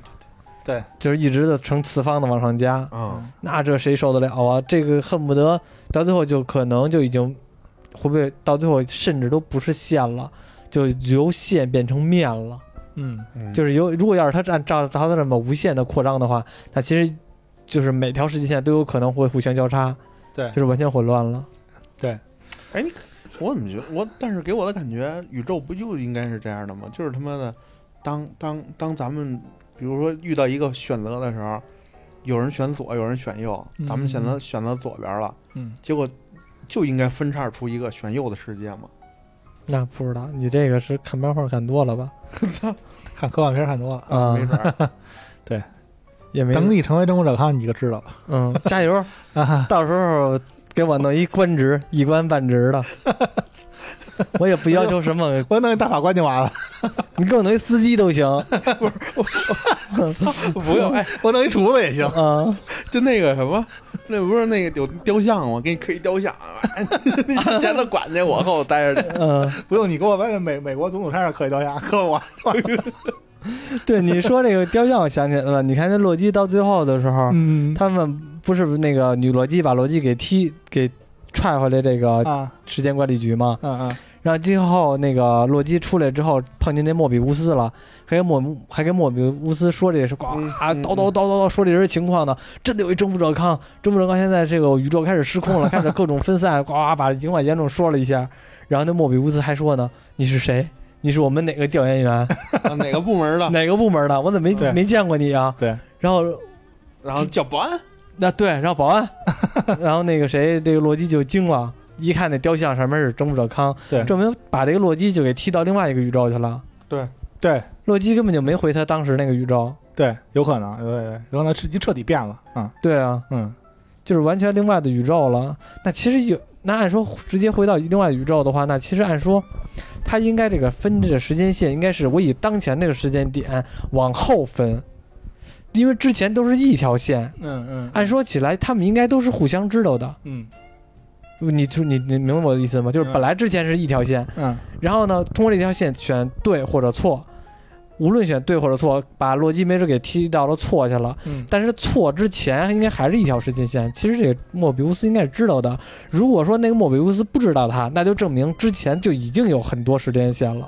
[SPEAKER 2] 对，
[SPEAKER 4] 就是一直的成次方的往上加。
[SPEAKER 3] 啊，
[SPEAKER 4] 那这谁受得了啊？这个恨不得到最后就可能就已经会不会到最后甚至都不是线了，就由线变成面了。
[SPEAKER 2] 嗯，
[SPEAKER 3] 嗯
[SPEAKER 4] 就是由如果要是它按照照它这么无限的扩张的话，那其实就是每条时间线都有可能会互相交叉，
[SPEAKER 2] 对
[SPEAKER 4] 就是完全混乱了。
[SPEAKER 3] 哎，你我怎么觉得我？但是给我的感觉，宇宙不就应该是这样的吗？就是他妈的，当当当咱们比如说遇到一个选择的时候，有人选左，有人选右，咱们选择、
[SPEAKER 4] 嗯
[SPEAKER 3] 选择左边了，
[SPEAKER 2] 嗯，
[SPEAKER 3] 结果就应该分叉出一个选右的世界嘛。
[SPEAKER 4] 那不知道你这个是看漫画看多了吧？
[SPEAKER 2] 看科幻片看多了，
[SPEAKER 4] 啊
[SPEAKER 3] 没，准儿， *laughs*
[SPEAKER 4] 也没
[SPEAKER 2] 等你成为征服者康，你就知道了。
[SPEAKER 4] 嗯， *laughs* 加油，
[SPEAKER 2] 啊哈，
[SPEAKER 4] 到时候给我弄一官职，一官半职的，我也不要求什么，
[SPEAKER 2] 我弄一大法官就完了，
[SPEAKER 4] 你给我弄一司机都行。
[SPEAKER 3] 不用哎，
[SPEAKER 2] *laughs* 我弄一厨子也行。
[SPEAKER 4] 啊，
[SPEAKER 3] 就那个什么，那不是那个有雕像吗？给你刻一雕像，哎 *laughs* 你前头管着我，后头待
[SPEAKER 4] *laughs*
[SPEAKER 3] 着。
[SPEAKER 4] 嗯，
[SPEAKER 2] 不用你给我外面美美国总统山上刻一雕像，刻我。
[SPEAKER 4] 对，你说这个雕像，我想起来了。你看那洛基到最后的时候，
[SPEAKER 2] *laughs* 嗯，
[SPEAKER 4] 他们不是那个女洛基把洛基给踢给踹回来这个
[SPEAKER 2] 啊，
[SPEAKER 4] 时间管理局吗？
[SPEAKER 2] 嗯嗯，
[SPEAKER 4] 然后最后那个洛基出来之后碰见那莫比乌斯了，还跟莫还跟莫比乌斯说这事，呱
[SPEAKER 3] 嗯嗯
[SPEAKER 4] 叨叨叨叨叨说这人情况呢，真的有一征服者康，征服者康现在这个宇宙开始失控了，开始各种分散， *laughs* 呱呱把情况严重说了一下，然后那莫比乌斯还说呢，你是谁？你是我们哪个调
[SPEAKER 3] *laughs*
[SPEAKER 4] 研员？
[SPEAKER 3] 啊哪个部门的？
[SPEAKER 4] 哪个部门的？我怎么
[SPEAKER 2] 对
[SPEAKER 4] 没没见过你啊？
[SPEAKER 2] 对，
[SPEAKER 4] 然后
[SPEAKER 3] 然后叫保安，
[SPEAKER 4] 那对，然后
[SPEAKER 3] *laughs*
[SPEAKER 4] 保安，然后那个谁，这个洛基就惊了，一看那雕像上面是征服者康，
[SPEAKER 2] 对
[SPEAKER 4] 证明把这个洛基就给踢到另外一个宇宙去了。
[SPEAKER 3] 对
[SPEAKER 2] 对
[SPEAKER 4] 洛基根本就没回他当时那个宇宙。
[SPEAKER 2] 对，有可能，对对对，有可能是已经彻底变了。嗯
[SPEAKER 4] 对啊，
[SPEAKER 2] 嗯，
[SPEAKER 4] 就是完全另外的宇宙了。那其实有，那按说直接回到另外宇宙的话，那其实按说，他应该这个分这个时间线，应该是我以当前这个时间点往后分，因为之前都是一条线。
[SPEAKER 2] 嗯嗯
[SPEAKER 4] 按说起来，他们应该都是互相知道的。
[SPEAKER 2] 嗯
[SPEAKER 4] 你就你你明白我的意思吗？就是本来之前是一条线，
[SPEAKER 2] 嗯
[SPEAKER 4] 然后呢，通过这条线选对或者错，无论选对或者错，把洛基没准给踢到了错去了。
[SPEAKER 2] 嗯，
[SPEAKER 4] 但是错之前应该还是一条时间线。其实这个莫比乌斯应该是知道的。如果说那个莫比乌斯不知道他，那就证明之前就已经有很多时间线了。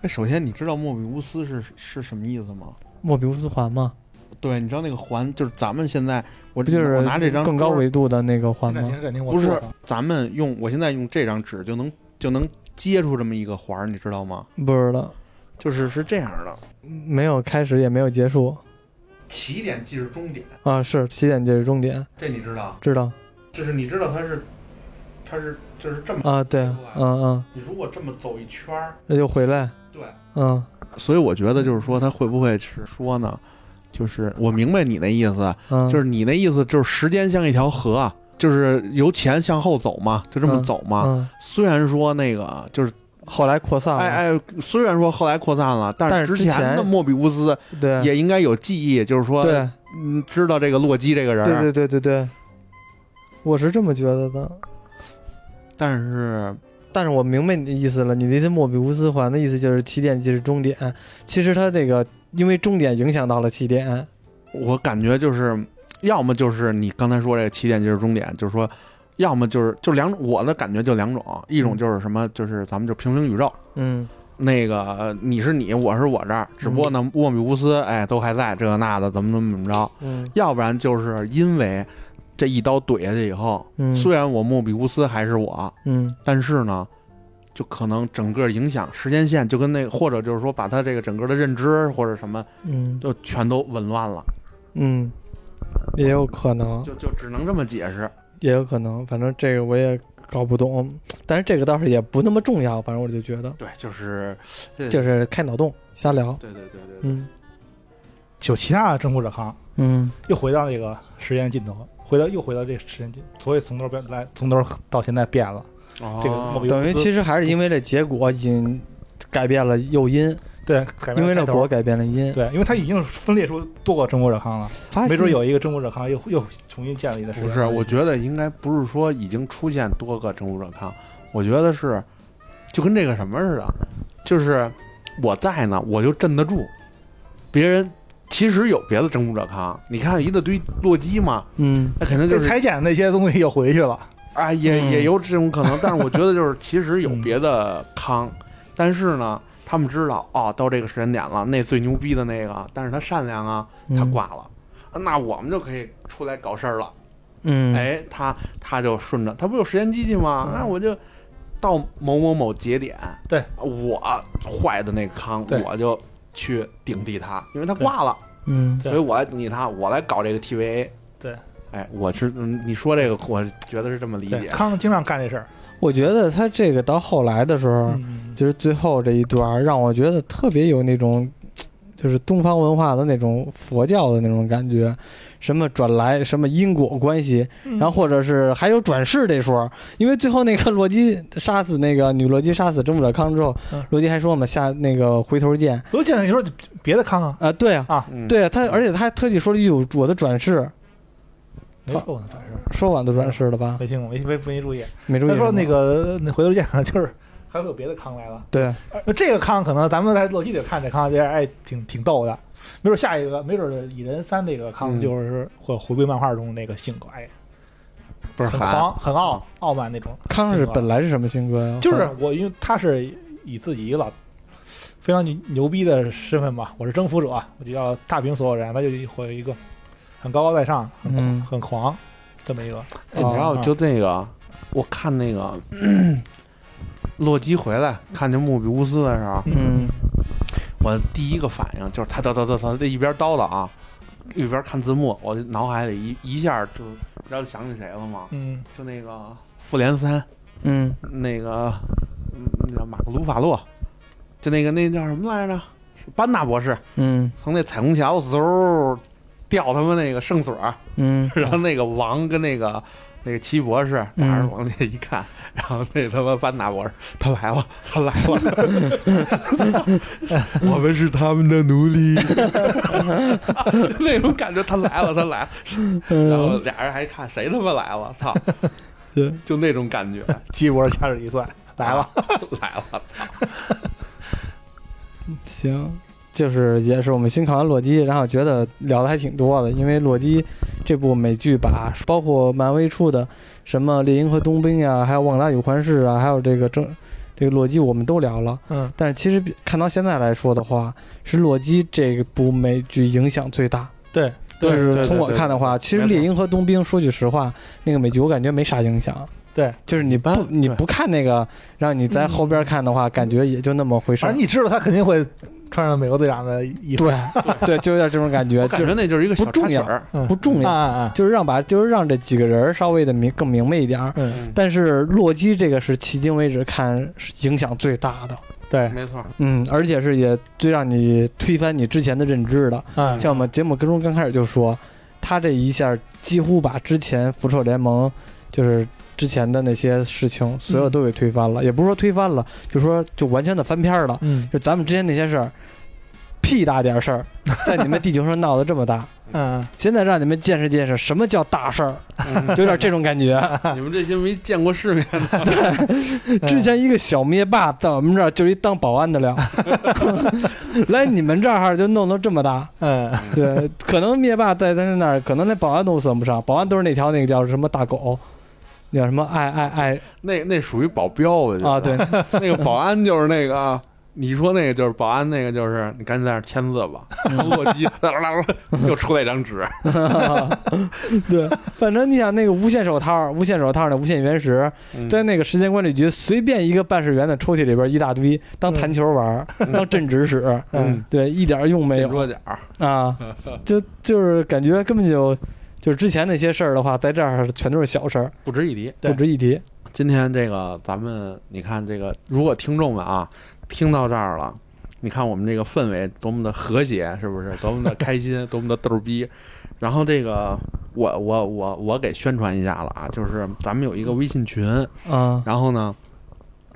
[SPEAKER 3] 哎，首先你知道莫比乌斯是是什么意思吗？
[SPEAKER 4] 莫比乌斯环嘛，
[SPEAKER 3] 对，你知道那个环就是咱们现在我
[SPEAKER 4] 不就是
[SPEAKER 3] 我拿这张
[SPEAKER 4] 更高
[SPEAKER 3] 桌
[SPEAKER 4] 维度的那个环
[SPEAKER 2] 暂
[SPEAKER 4] 吗？
[SPEAKER 2] 停暂停，我
[SPEAKER 3] 不是
[SPEAKER 2] 坐会儿
[SPEAKER 3] 咱们用我现在用这张纸就能就能接出这么一个环儿，你知道吗？
[SPEAKER 4] 不知道，
[SPEAKER 3] 就是是这样的，
[SPEAKER 4] 没有开始也没有结束
[SPEAKER 3] 起点即是终点，
[SPEAKER 4] 啊，是起点就是终点，
[SPEAKER 3] 这你知道？
[SPEAKER 4] 知道
[SPEAKER 3] 就是你知道它是它是就是这么
[SPEAKER 4] 啊？对，
[SPEAKER 3] 接
[SPEAKER 4] 嗯
[SPEAKER 3] 出来
[SPEAKER 4] 嗯，
[SPEAKER 3] 你如果这么走一圈儿，
[SPEAKER 4] 那就回来，
[SPEAKER 3] 对。
[SPEAKER 4] 嗯。
[SPEAKER 3] 所以我觉得就是说他会不会是说呢？就是我明白你那意思，
[SPEAKER 4] 嗯，
[SPEAKER 3] 就是你那意思就是时间像一条河啊，就是由前向后走嘛，就这么
[SPEAKER 4] 嗯
[SPEAKER 3] 走嘛。
[SPEAKER 4] 嗯，
[SPEAKER 3] 虽然说那个就是
[SPEAKER 4] 后来扩散了，
[SPEAKER 3] 哎哎，虽然说后来扩散了，但
[SPEAKER 4] 啊但
[SPEAKER 3] 是
[SPEAKER 4] 是
[SPEAKER 3] 之
[SPEAKER 4] 之前
[SPEAKER 3] 前的莫比乌斯
[SPEAKER 4] 对，
[SPEAKER 3] 也应该有记忆，就是说，
[SPEAKER 4] 对，
[SPEAKER 3] 嗯，知道这个洛基这个人。
[SPEAKER 2] 啊
[SPEAKER 4] 对对对对对，我是这么觉得的。
[SPEAKER 3] 但是，
[SPEAKER 4] 但是我明白你的意思了，你的意思莫比乌斯环的意思就是起点即是终点，其实它这个因为终点影响到了起点，
[SPEAKER 3] 我感觉就是，要么就是你刚才说这个起点就是终点，就是说，要么就是就两，我的感觉就两种，一种就是什么，就是咱们就平行宇宙。
[SPEAKER 4] 嗯
[SPEAKER 3] 那个呃你是你，我是我这儿，只不过呢，莫比乌斯哎都还在，这个那的怎么怎么怎么着，
[SPEAKER 4] 嗯
[SPEAKER 3] 要不然就是因为这一刀怼下去以后，
[SPEAKER 4] 嗯，
[SPEAKER 3] 虽然我莫比乌斯还是我，
[SPEAKER 4] 嗯
[SPEAKER 3] 但是呢，就可能整个影响时间线就跟那或者就是说把他这个整个的认知或者什么
[SPEAKER 4] 嗯
[SPEAKER 3] 就全都紊乱了，
[SPEAKER 4] 嗯，也有可能，
[SPEAKER 2] 哦
[SPEAKER 3] 就就只能这么解释。
[SPEAKER 4] 也有可能，反正这个我也搞不懂，但是这个倒是也不那么重要，反正我就觉得
[SPEAKER 3] 对，就是
[SPEAKER 4] 就是开脑洞瞎聊，
[SPEAKER 3] 对对对对对，
[SPEAKER 4] 嗯
[SPEAKER 2] 就其他的征服者康
[SPEAKER 4] 嗯
[SPEAKER 2] 又回到那个时间尽头，回到又回到这个时间尽，所以从头变来，从头到现在变了。
[SPEAKER 3] 哦
[SPEAKER 2] 这个莫比乌斯
[SPEAKER 4] 等于其实还是因为这结果引改变了诱因，
[SPEAKER 2] 对，改变了
[SPEAKER 4] 因为这
[SPEAKER 2] 开头
[SPEAKER 4] 果改变了因，
[SPEAKER 2] 对，因为他已经分裂出多个征服者康了，
[SPEAKER 4] 发
[SPEAKER 2] 没准
[SPEAKER 4] 现
[SPEAKER 2] 有一个征服者康又又重新建立的时间
[SPEAKER 3] 不是，我觉得应该不是说已经出现多个征服者康，我觉得是就跟这个什么似的，就是我在呢，我就镇得住，别人其实有别的征服者康，你看一大堆洛基嘛，
[SPEAKER 4] 嗯
[SPEAKER 3] 那肯定就
[SPEAKER 2] 被
[SPEAKER 3] 是
[SPEAKER 2] 裁剪的那些东西又回去了。
[SPEAKER 3] 啊，也
[SPEAKER 4] 嗯
[SPEAKER 3] 也有这种可能，但是我觉得就是其实有
[SPEAKER 2] 嗯
[SPEAKER 3] 别的康，但是呢，他们知道哦，到这个时间点了，那最牛逼的那个，但是他善良啊，他
[SPEAKER 4] 嗯
[SPEAKER 3] 挂了。那我们就可以出来搞事儿了。
[SPEAKER 4] 嗯，
[SPEAKER 3] 哎，他他就顺着，他不有时间机器吗？那我就到某某某节点，
[SPEAKER 1] 对
[SPEAKER 3] 我坏的那坑
[SPEAKER 1] 对，
[SPEAKER 3] 我就去顶替他，因为他挂了，
[SPEAKER 4] 嗯，
[SPEAKER 1] 对
[SPEAKER 3] 所以我来顶替他，我来搞这个 TVA。
[SPEAKER 1] 对，
[SPEAKER 3] 哎，我是嗯你说这个，我觉得是这么理
[SPEAKER 2] *laughs* 对，
[SPEAKER 3] 解。
[SPEAKER 2] 康经常干这事儿。
[SPEAKER 4] 我觉得他这个到后来的时候，
[SPEAKER 2] 嗯，
[SPEAKER 4] 就是最后这一段儿让我觉得特别有那种，就是东方文化的那种佛教的那种感觉，什么转来什么因果关系，
[SPEAKER 2] 然
[SPEAKER 4] 然后或者是还有转世这说，因为最后那个洛基杀死那个女洛基杀死征服者康之后
[SPEAKER 2] 嗯，
[SPEAKER 4] 洛基还说嘛下那个回头见
[SPEAKER 2] 我就见到你说别的康啊，
[SPEAKER 4] 啊，对啊，
[SPEAKER 3] 嗯，
[SPEAKER 4] 对啊，他而且他还特地说了一句我的转世，
[SPEAKER 2] 没说过呢，反正
[SPEAKER 4] 说晚都转世了吧？
[SPEAKER 2] 没听过，没没没注意。
[SPEAKER 4] 没注意
[SPEAKER 2] 他
[SPEAKER 4] 是吗。
[SPEAKER 2] 说那个那回头见，就是还会有别的康来了。
[SPEAKER 4] 对，
[SPEAKER 2] 呃这个康可能咱们在洛基里看这康，觉得哎挺挺逗的。没准下一个，没准蚁人三那个
[SPEAKER 3] 嗯
[SPEAKER 2] 康就是会回归漫画中那个性格，哎，
[SPEAKER 3] 倍儿
[SPEAKER 2] 很
[SPEAKER 3] 寒。
[SPEAKER 2] 狂、很傲、傲慢那种。
[SPEAKER 4] 康是
[SPEAKER 2] 性格
[SPEAKER 4] 本来是什么性格呀？
[SPEAKER 2] 啊就是我，因为他是以自己一个老非常牛牛逼的身份嘛，我是征服者，我就要踏平所有人，他就会有一个很高高在上、很狂、
[SPEAKER 4] 嗯
[SPEAKER 2] 很狂这么一个。
[SPEAKER 3] 这你知道，
[SPEAKER 2] 啊
[SPEAKER 3] 就那个，我看那个洛基回来，看见穆比乌斯的时候，
[SPEAKER 4] 嗯
[SPEAKER 3] 我第一个反应就是他叨叨叨叨，这一边叨叨啊，一边看字幕，我脑海里一一下就你知道想起谁了吗？
[SPEAKER 2] 嗯，
[SPEAKER 3] 就那个复联三
[SPEAKER 4] 嗯，
[SPEAKER 3] 那个嗯那叫马克鲁法洛，就那个那叫什么来着？是班纳博士
[SPEAKER 4] 嗯
[SPEAKER 3] 从那彩虹桥嗖掉他们那个圣所，
[SPEAKER 4] 嗯
[SPEAKER 3] 然后那个王跟那个。那个奇异博士俩人往那一看，然后那他妈班纳博士他来了，他
[SPEAKER 4] *laughs*
[SPEAKER 3] 来了，我们是他们的奴
[SPEAKER 4] *laughs*
[SPEAKER 3] 隶，那种感觉他来了，他来了，
[SPEAKER 4] 嗯，
[SPEAKER 3] 然后俩人还看谁他妈来了，
[SPEAKER 4] *laughs*
[SPEAKER 3] 操
[SPEAKER 4] 是，
[SPEAKER 3] 就那种感觉
[SPEAKER 2] 基博掐指一算来了，
[SPEAKER 3] 来了，
[SPEAKER 4] 行，就是也是我们新看完《洛基》，然后觉得聊的还挺多的，因为《洛基》这部美剧吧，包括漫威出的什么《猎鹰和冬兵》呀，还有《旺达与幻视》啊，还有这个正这个《洛基》，我们都聊了。
[SPEAKER 2] 嗯，
[SPEAKER 4] 但是其实比看到现在来说的话，是《洛基》这部美剧影响最大。
[SPEAKER 2] 对，
[SPEAKER 4] 就
[SPEAKER 3] 对
[SPEAKER 4] 是
[SPEAKER 3] 对
[SPEAKER 4] 从
[SPEAKER 3] 对
[SPEAKER 4] 我
[SPEAKER 3] 对
[SPEAKER 4] 看的话，
[SPEAKER 3] 没
[SPEAKER 4] 其实《
[SPEAKER 3] 错
[SPEAKER 4] 猎鹰和冬兵》说句实话，那个美剧我感觉没啥影响。
[SPEAKER 2] 对，
[SPEAKER 4] 就是你不
[SPEAKER 3] 一般
[SPEAKER 4] 你
[SPEAKER 3] 对
[SPEAKER 4] 不看那个，让你在后边看的话，感觉也就那么回事
[SPEAKER 2] 反
[SPEAKER 4] 儿
[SPEAKER 2] 正。你知道他肯定会穿上美国队长的衣服，
[SPEAKER 4] 对 *laughs* 对，就有点这种感觉，
[SPEAKER 3] 我感
[SPEAKER 4] 就是
[SPEAKER 3] 觉那就是一个小插
[SPEAKER 4] 不重
[SPEAKER 3] 曲
[SPEAKER 4] 要
[SPEAKER 3] 儿，
[SPEAKER 2] 嗯
[SPEAKER 4] 不重
[SPEAKER 2] 啊
[SPEAKER 4] 要，
[SPEAKER 2] 啊啊，
[SPEAKER 4] 就是让把就是让这几个人稍微的明更明白一点儿。
[SPEAKER 2] 嗯，
[SPEAKER 4] 但是洛基这个是迄今为止看是影响最大的，
[SPEAKER 2] 对，
[SPEAKER 3] 没错，
[SPEAKER 4] 嗯，而且是也最让你推翻你之前的认知的。
[SPEAKER 2] 嗯，
[SPEAKER 4] 像我们节目跟中刚开始就说，他这一下几乎把之前复仇者联盟就是之前的那些事情，所有都给推翻了，也不是说推翻了，嗯就说就完全的翻篇儿了。
[SPEAKER 2] 嗯
[SPEAKER 4] 就咱们之前那些事儿，屁大点儿事 *laughs* 儿，在你们地球上闹得这么大，
[SPEAKER 2] 嗯，
[SPEAKER 4] 现在让你们见识见识什么叫大事儿，就有点这种感 *laughs* 觉。
[SPEAKER 3] 嗯你们这些没见过世面，
[SPEAKER 4] 之前一个小灭霸到我们这儿就一当保安的 *laughs* 料，来你们这儿就弄得这么大。
[SPEAKER 2] 嗯
[SPEAKER 4] *laughs* 对，可能灭霸在在那儿，可能连保安都算不上，保安都是那条那个叫什么大狗。那叫什么爱爱爱
[SPEAKER 3] 那那属于保镖，我觉得
[SPEAKER 4] 啊？对，
[SPEAKER 3] *laughs* 那个保安就是那个啊。你说那个就是保安，那个就是你赶紧在那儿签字吧。*laughs*
[SPEAKER 4] 嗯
[SPEAKER 3] 然后洛基又出来一张纸，
[SPEAKER 4] 对， *laughs* 反正你想那个无限手套，无限手套那无限原石，在那个时间管理局随便一个办事员的抽屉里边一大堆，当弹球玩儿， *laughs* 当镇纸使，
[SPEAKER 3] 嗯
[SPEAKER 4] 对，一点用没
[SPEAKER 3] 没
[SPEAKER 4] 有。
[SPEAKER 3] 桌角儿，
[SPEAKER 4] 啊，就就是感觉根本就就是之前那些事儿的话，在这儿全都是小事儿，
[SPEAKER 3] 不值一提。
[SPEAKER 2] 对
[SPEAKER 4] 不值一提。
[SPEAKER 3] 今天这个咱们，你看这个，如果听众们啊听到这儿了，你看我们这个氛围多么的和谐，是不是？多么的开心，多么的逗逼。然后这个，我我我我给宣传一下了啊，就是咱们有一个微信群，
[SPEAKER 4] 啊，
[SPEAKER 3] 然后呢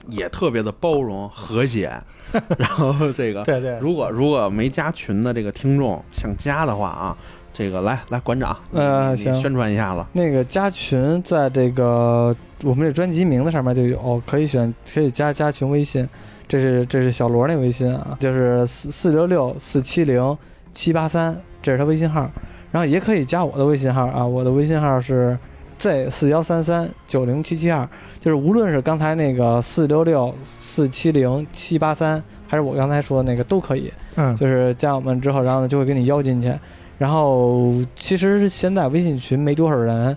[SPEAKER 3] 也特别的包容和谐。 *laughs* 然后这个，
[SPEAKER 2] 对对，
[SPEAKER 3] 如果如果没加群的这个听众想加的话啊，这个来来馆长，
[SPEAKER 4] 呃
[SPEAKER 3] 你
[SPEAKER 4] 行
[SPEAKER 3] 你宣传一下了。
[SPEAKER 4] 那个加群在这个我们这专辑名字上面就有，哦可以选可以加加群微信，这是这是小罗那微信啊，就是四四六六四七零七八三，这是他微信号，然后也可以加我的微信号啊，我的微信号是 Z 四幺三三九零七七二，就是无论是刚才那个四六六四七零七八三，还是我刚才说的那个都可以，
[SPEAKER 2] 嗯
[SPEAKER 4] 就是加我们之后，然后呢就会给你邀进去。然后其实现在微信群没多少人，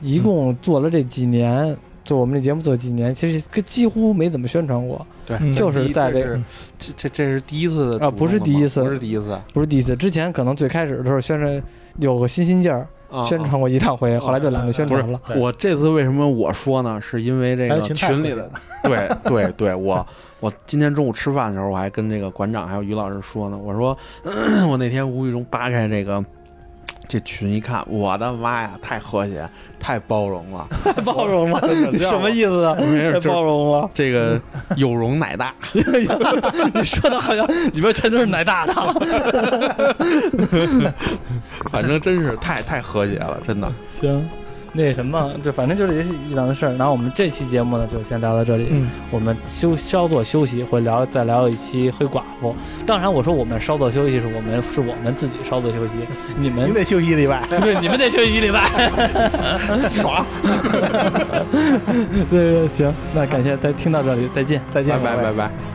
[SPEAKER 4] 一
[SPEAKER 1] 嗯
[SPEAKER 4] 共做了这几年，做我们这节目做几年，其实几乎没怎么宣传过，
[SPEAKER 3] 对，
[SPEAKER 2] 嗯
[SPEAKER 4] 就是
[SPEAKER 3] 第一
[SPEAKER 4] 在
[SPEAKER 3] 这
[SPEAKER 4] 这个
[SPEAKER 3] 这这这是第一次的
[SPEAKER 4] 啊
[SPEAKER 3] 主
[SPEAKER 4] 不是
[SPEAKER 3] 动了吗
[SPEAKER 4] 第一次
[SPEAKER 3] 不是第一次，啊
[SPEAKER 4] 不是第一次。之前可能最开始的时候宣传有个新心劲儿，
[SPEAKER 3] 啊
[SPEAKER 1] 哦
[SPEAKER 4] 宣传过一趟回，
[SPEAKER 3] 啊
[SPEAKER 4] 后来就懒得宣传了。
[SPEAKER 2] 对
[SPEAKER 3] 我这次为什么我说呢？是因为这
[SPEAKER 2] 还
[SPEAKER 3] 个
[SPEAKER 2] 是芹菜
[SPEAKER 3] 群
[SPEAKER 2] 不
[SPEAKER 3] 里
[SPEAKER 2] 行
[SPEAKER 3] 的， *laughs* 对对对，我我今天中午吃饭的时候，我还跟这个馆长还有于老师说呢，我说 *clears throat* 我那天无意中扒开这个。这群一看，我的妈呀，太和谐，太包容 *laughs* 了，
[SPEAKER 4] 太 *laughs* 包容了，
[SPEAKER 3] 真的
[SPEAKER 4] 什么意思啊？
[SPEAKER 3] 没
[SPEAKER 4] 太
[SPEAKER 3] 事，就是
[SPEAKER 4] 包容了，
[SPEAKER 3] 这个有容乃大，
[SPEAKER 4] 你说的好像里边全都是奶大的。
[SPEAKER 3] 反正真是太太和谐了，真的。
[SPEAKER 1] 行， *laughs* 那什么，就反正就这些一档子事儿。然后我们这期节目呢，就先聊到这里。
[SPEAKER 2] 嗯，
[SPEAKER 1] 我们休稍作休息，会聊再聊一期黑寡妇。当然，我说我们稍作休息是我们是我们自己稍作休息，你
[SPEAKER 2] 你
[SPEAKER 1] 们，
[SPEAKER 2] 得休息一礼拜
[SPEAKER 1] 对你们得休息一
[SPEAKER 4] *laughs*
[SPEAKER 1] 礼拜。
[SPEAKER 2] 爽，
[SPEAKER 1] 对，行，那感谢，再听到这里，再见。
[SPEAKER 2] 再见，
[SPEAKER 3] 拜
[SPEAKER 2] 各位
[SPEAKER 3] 拜拜拜。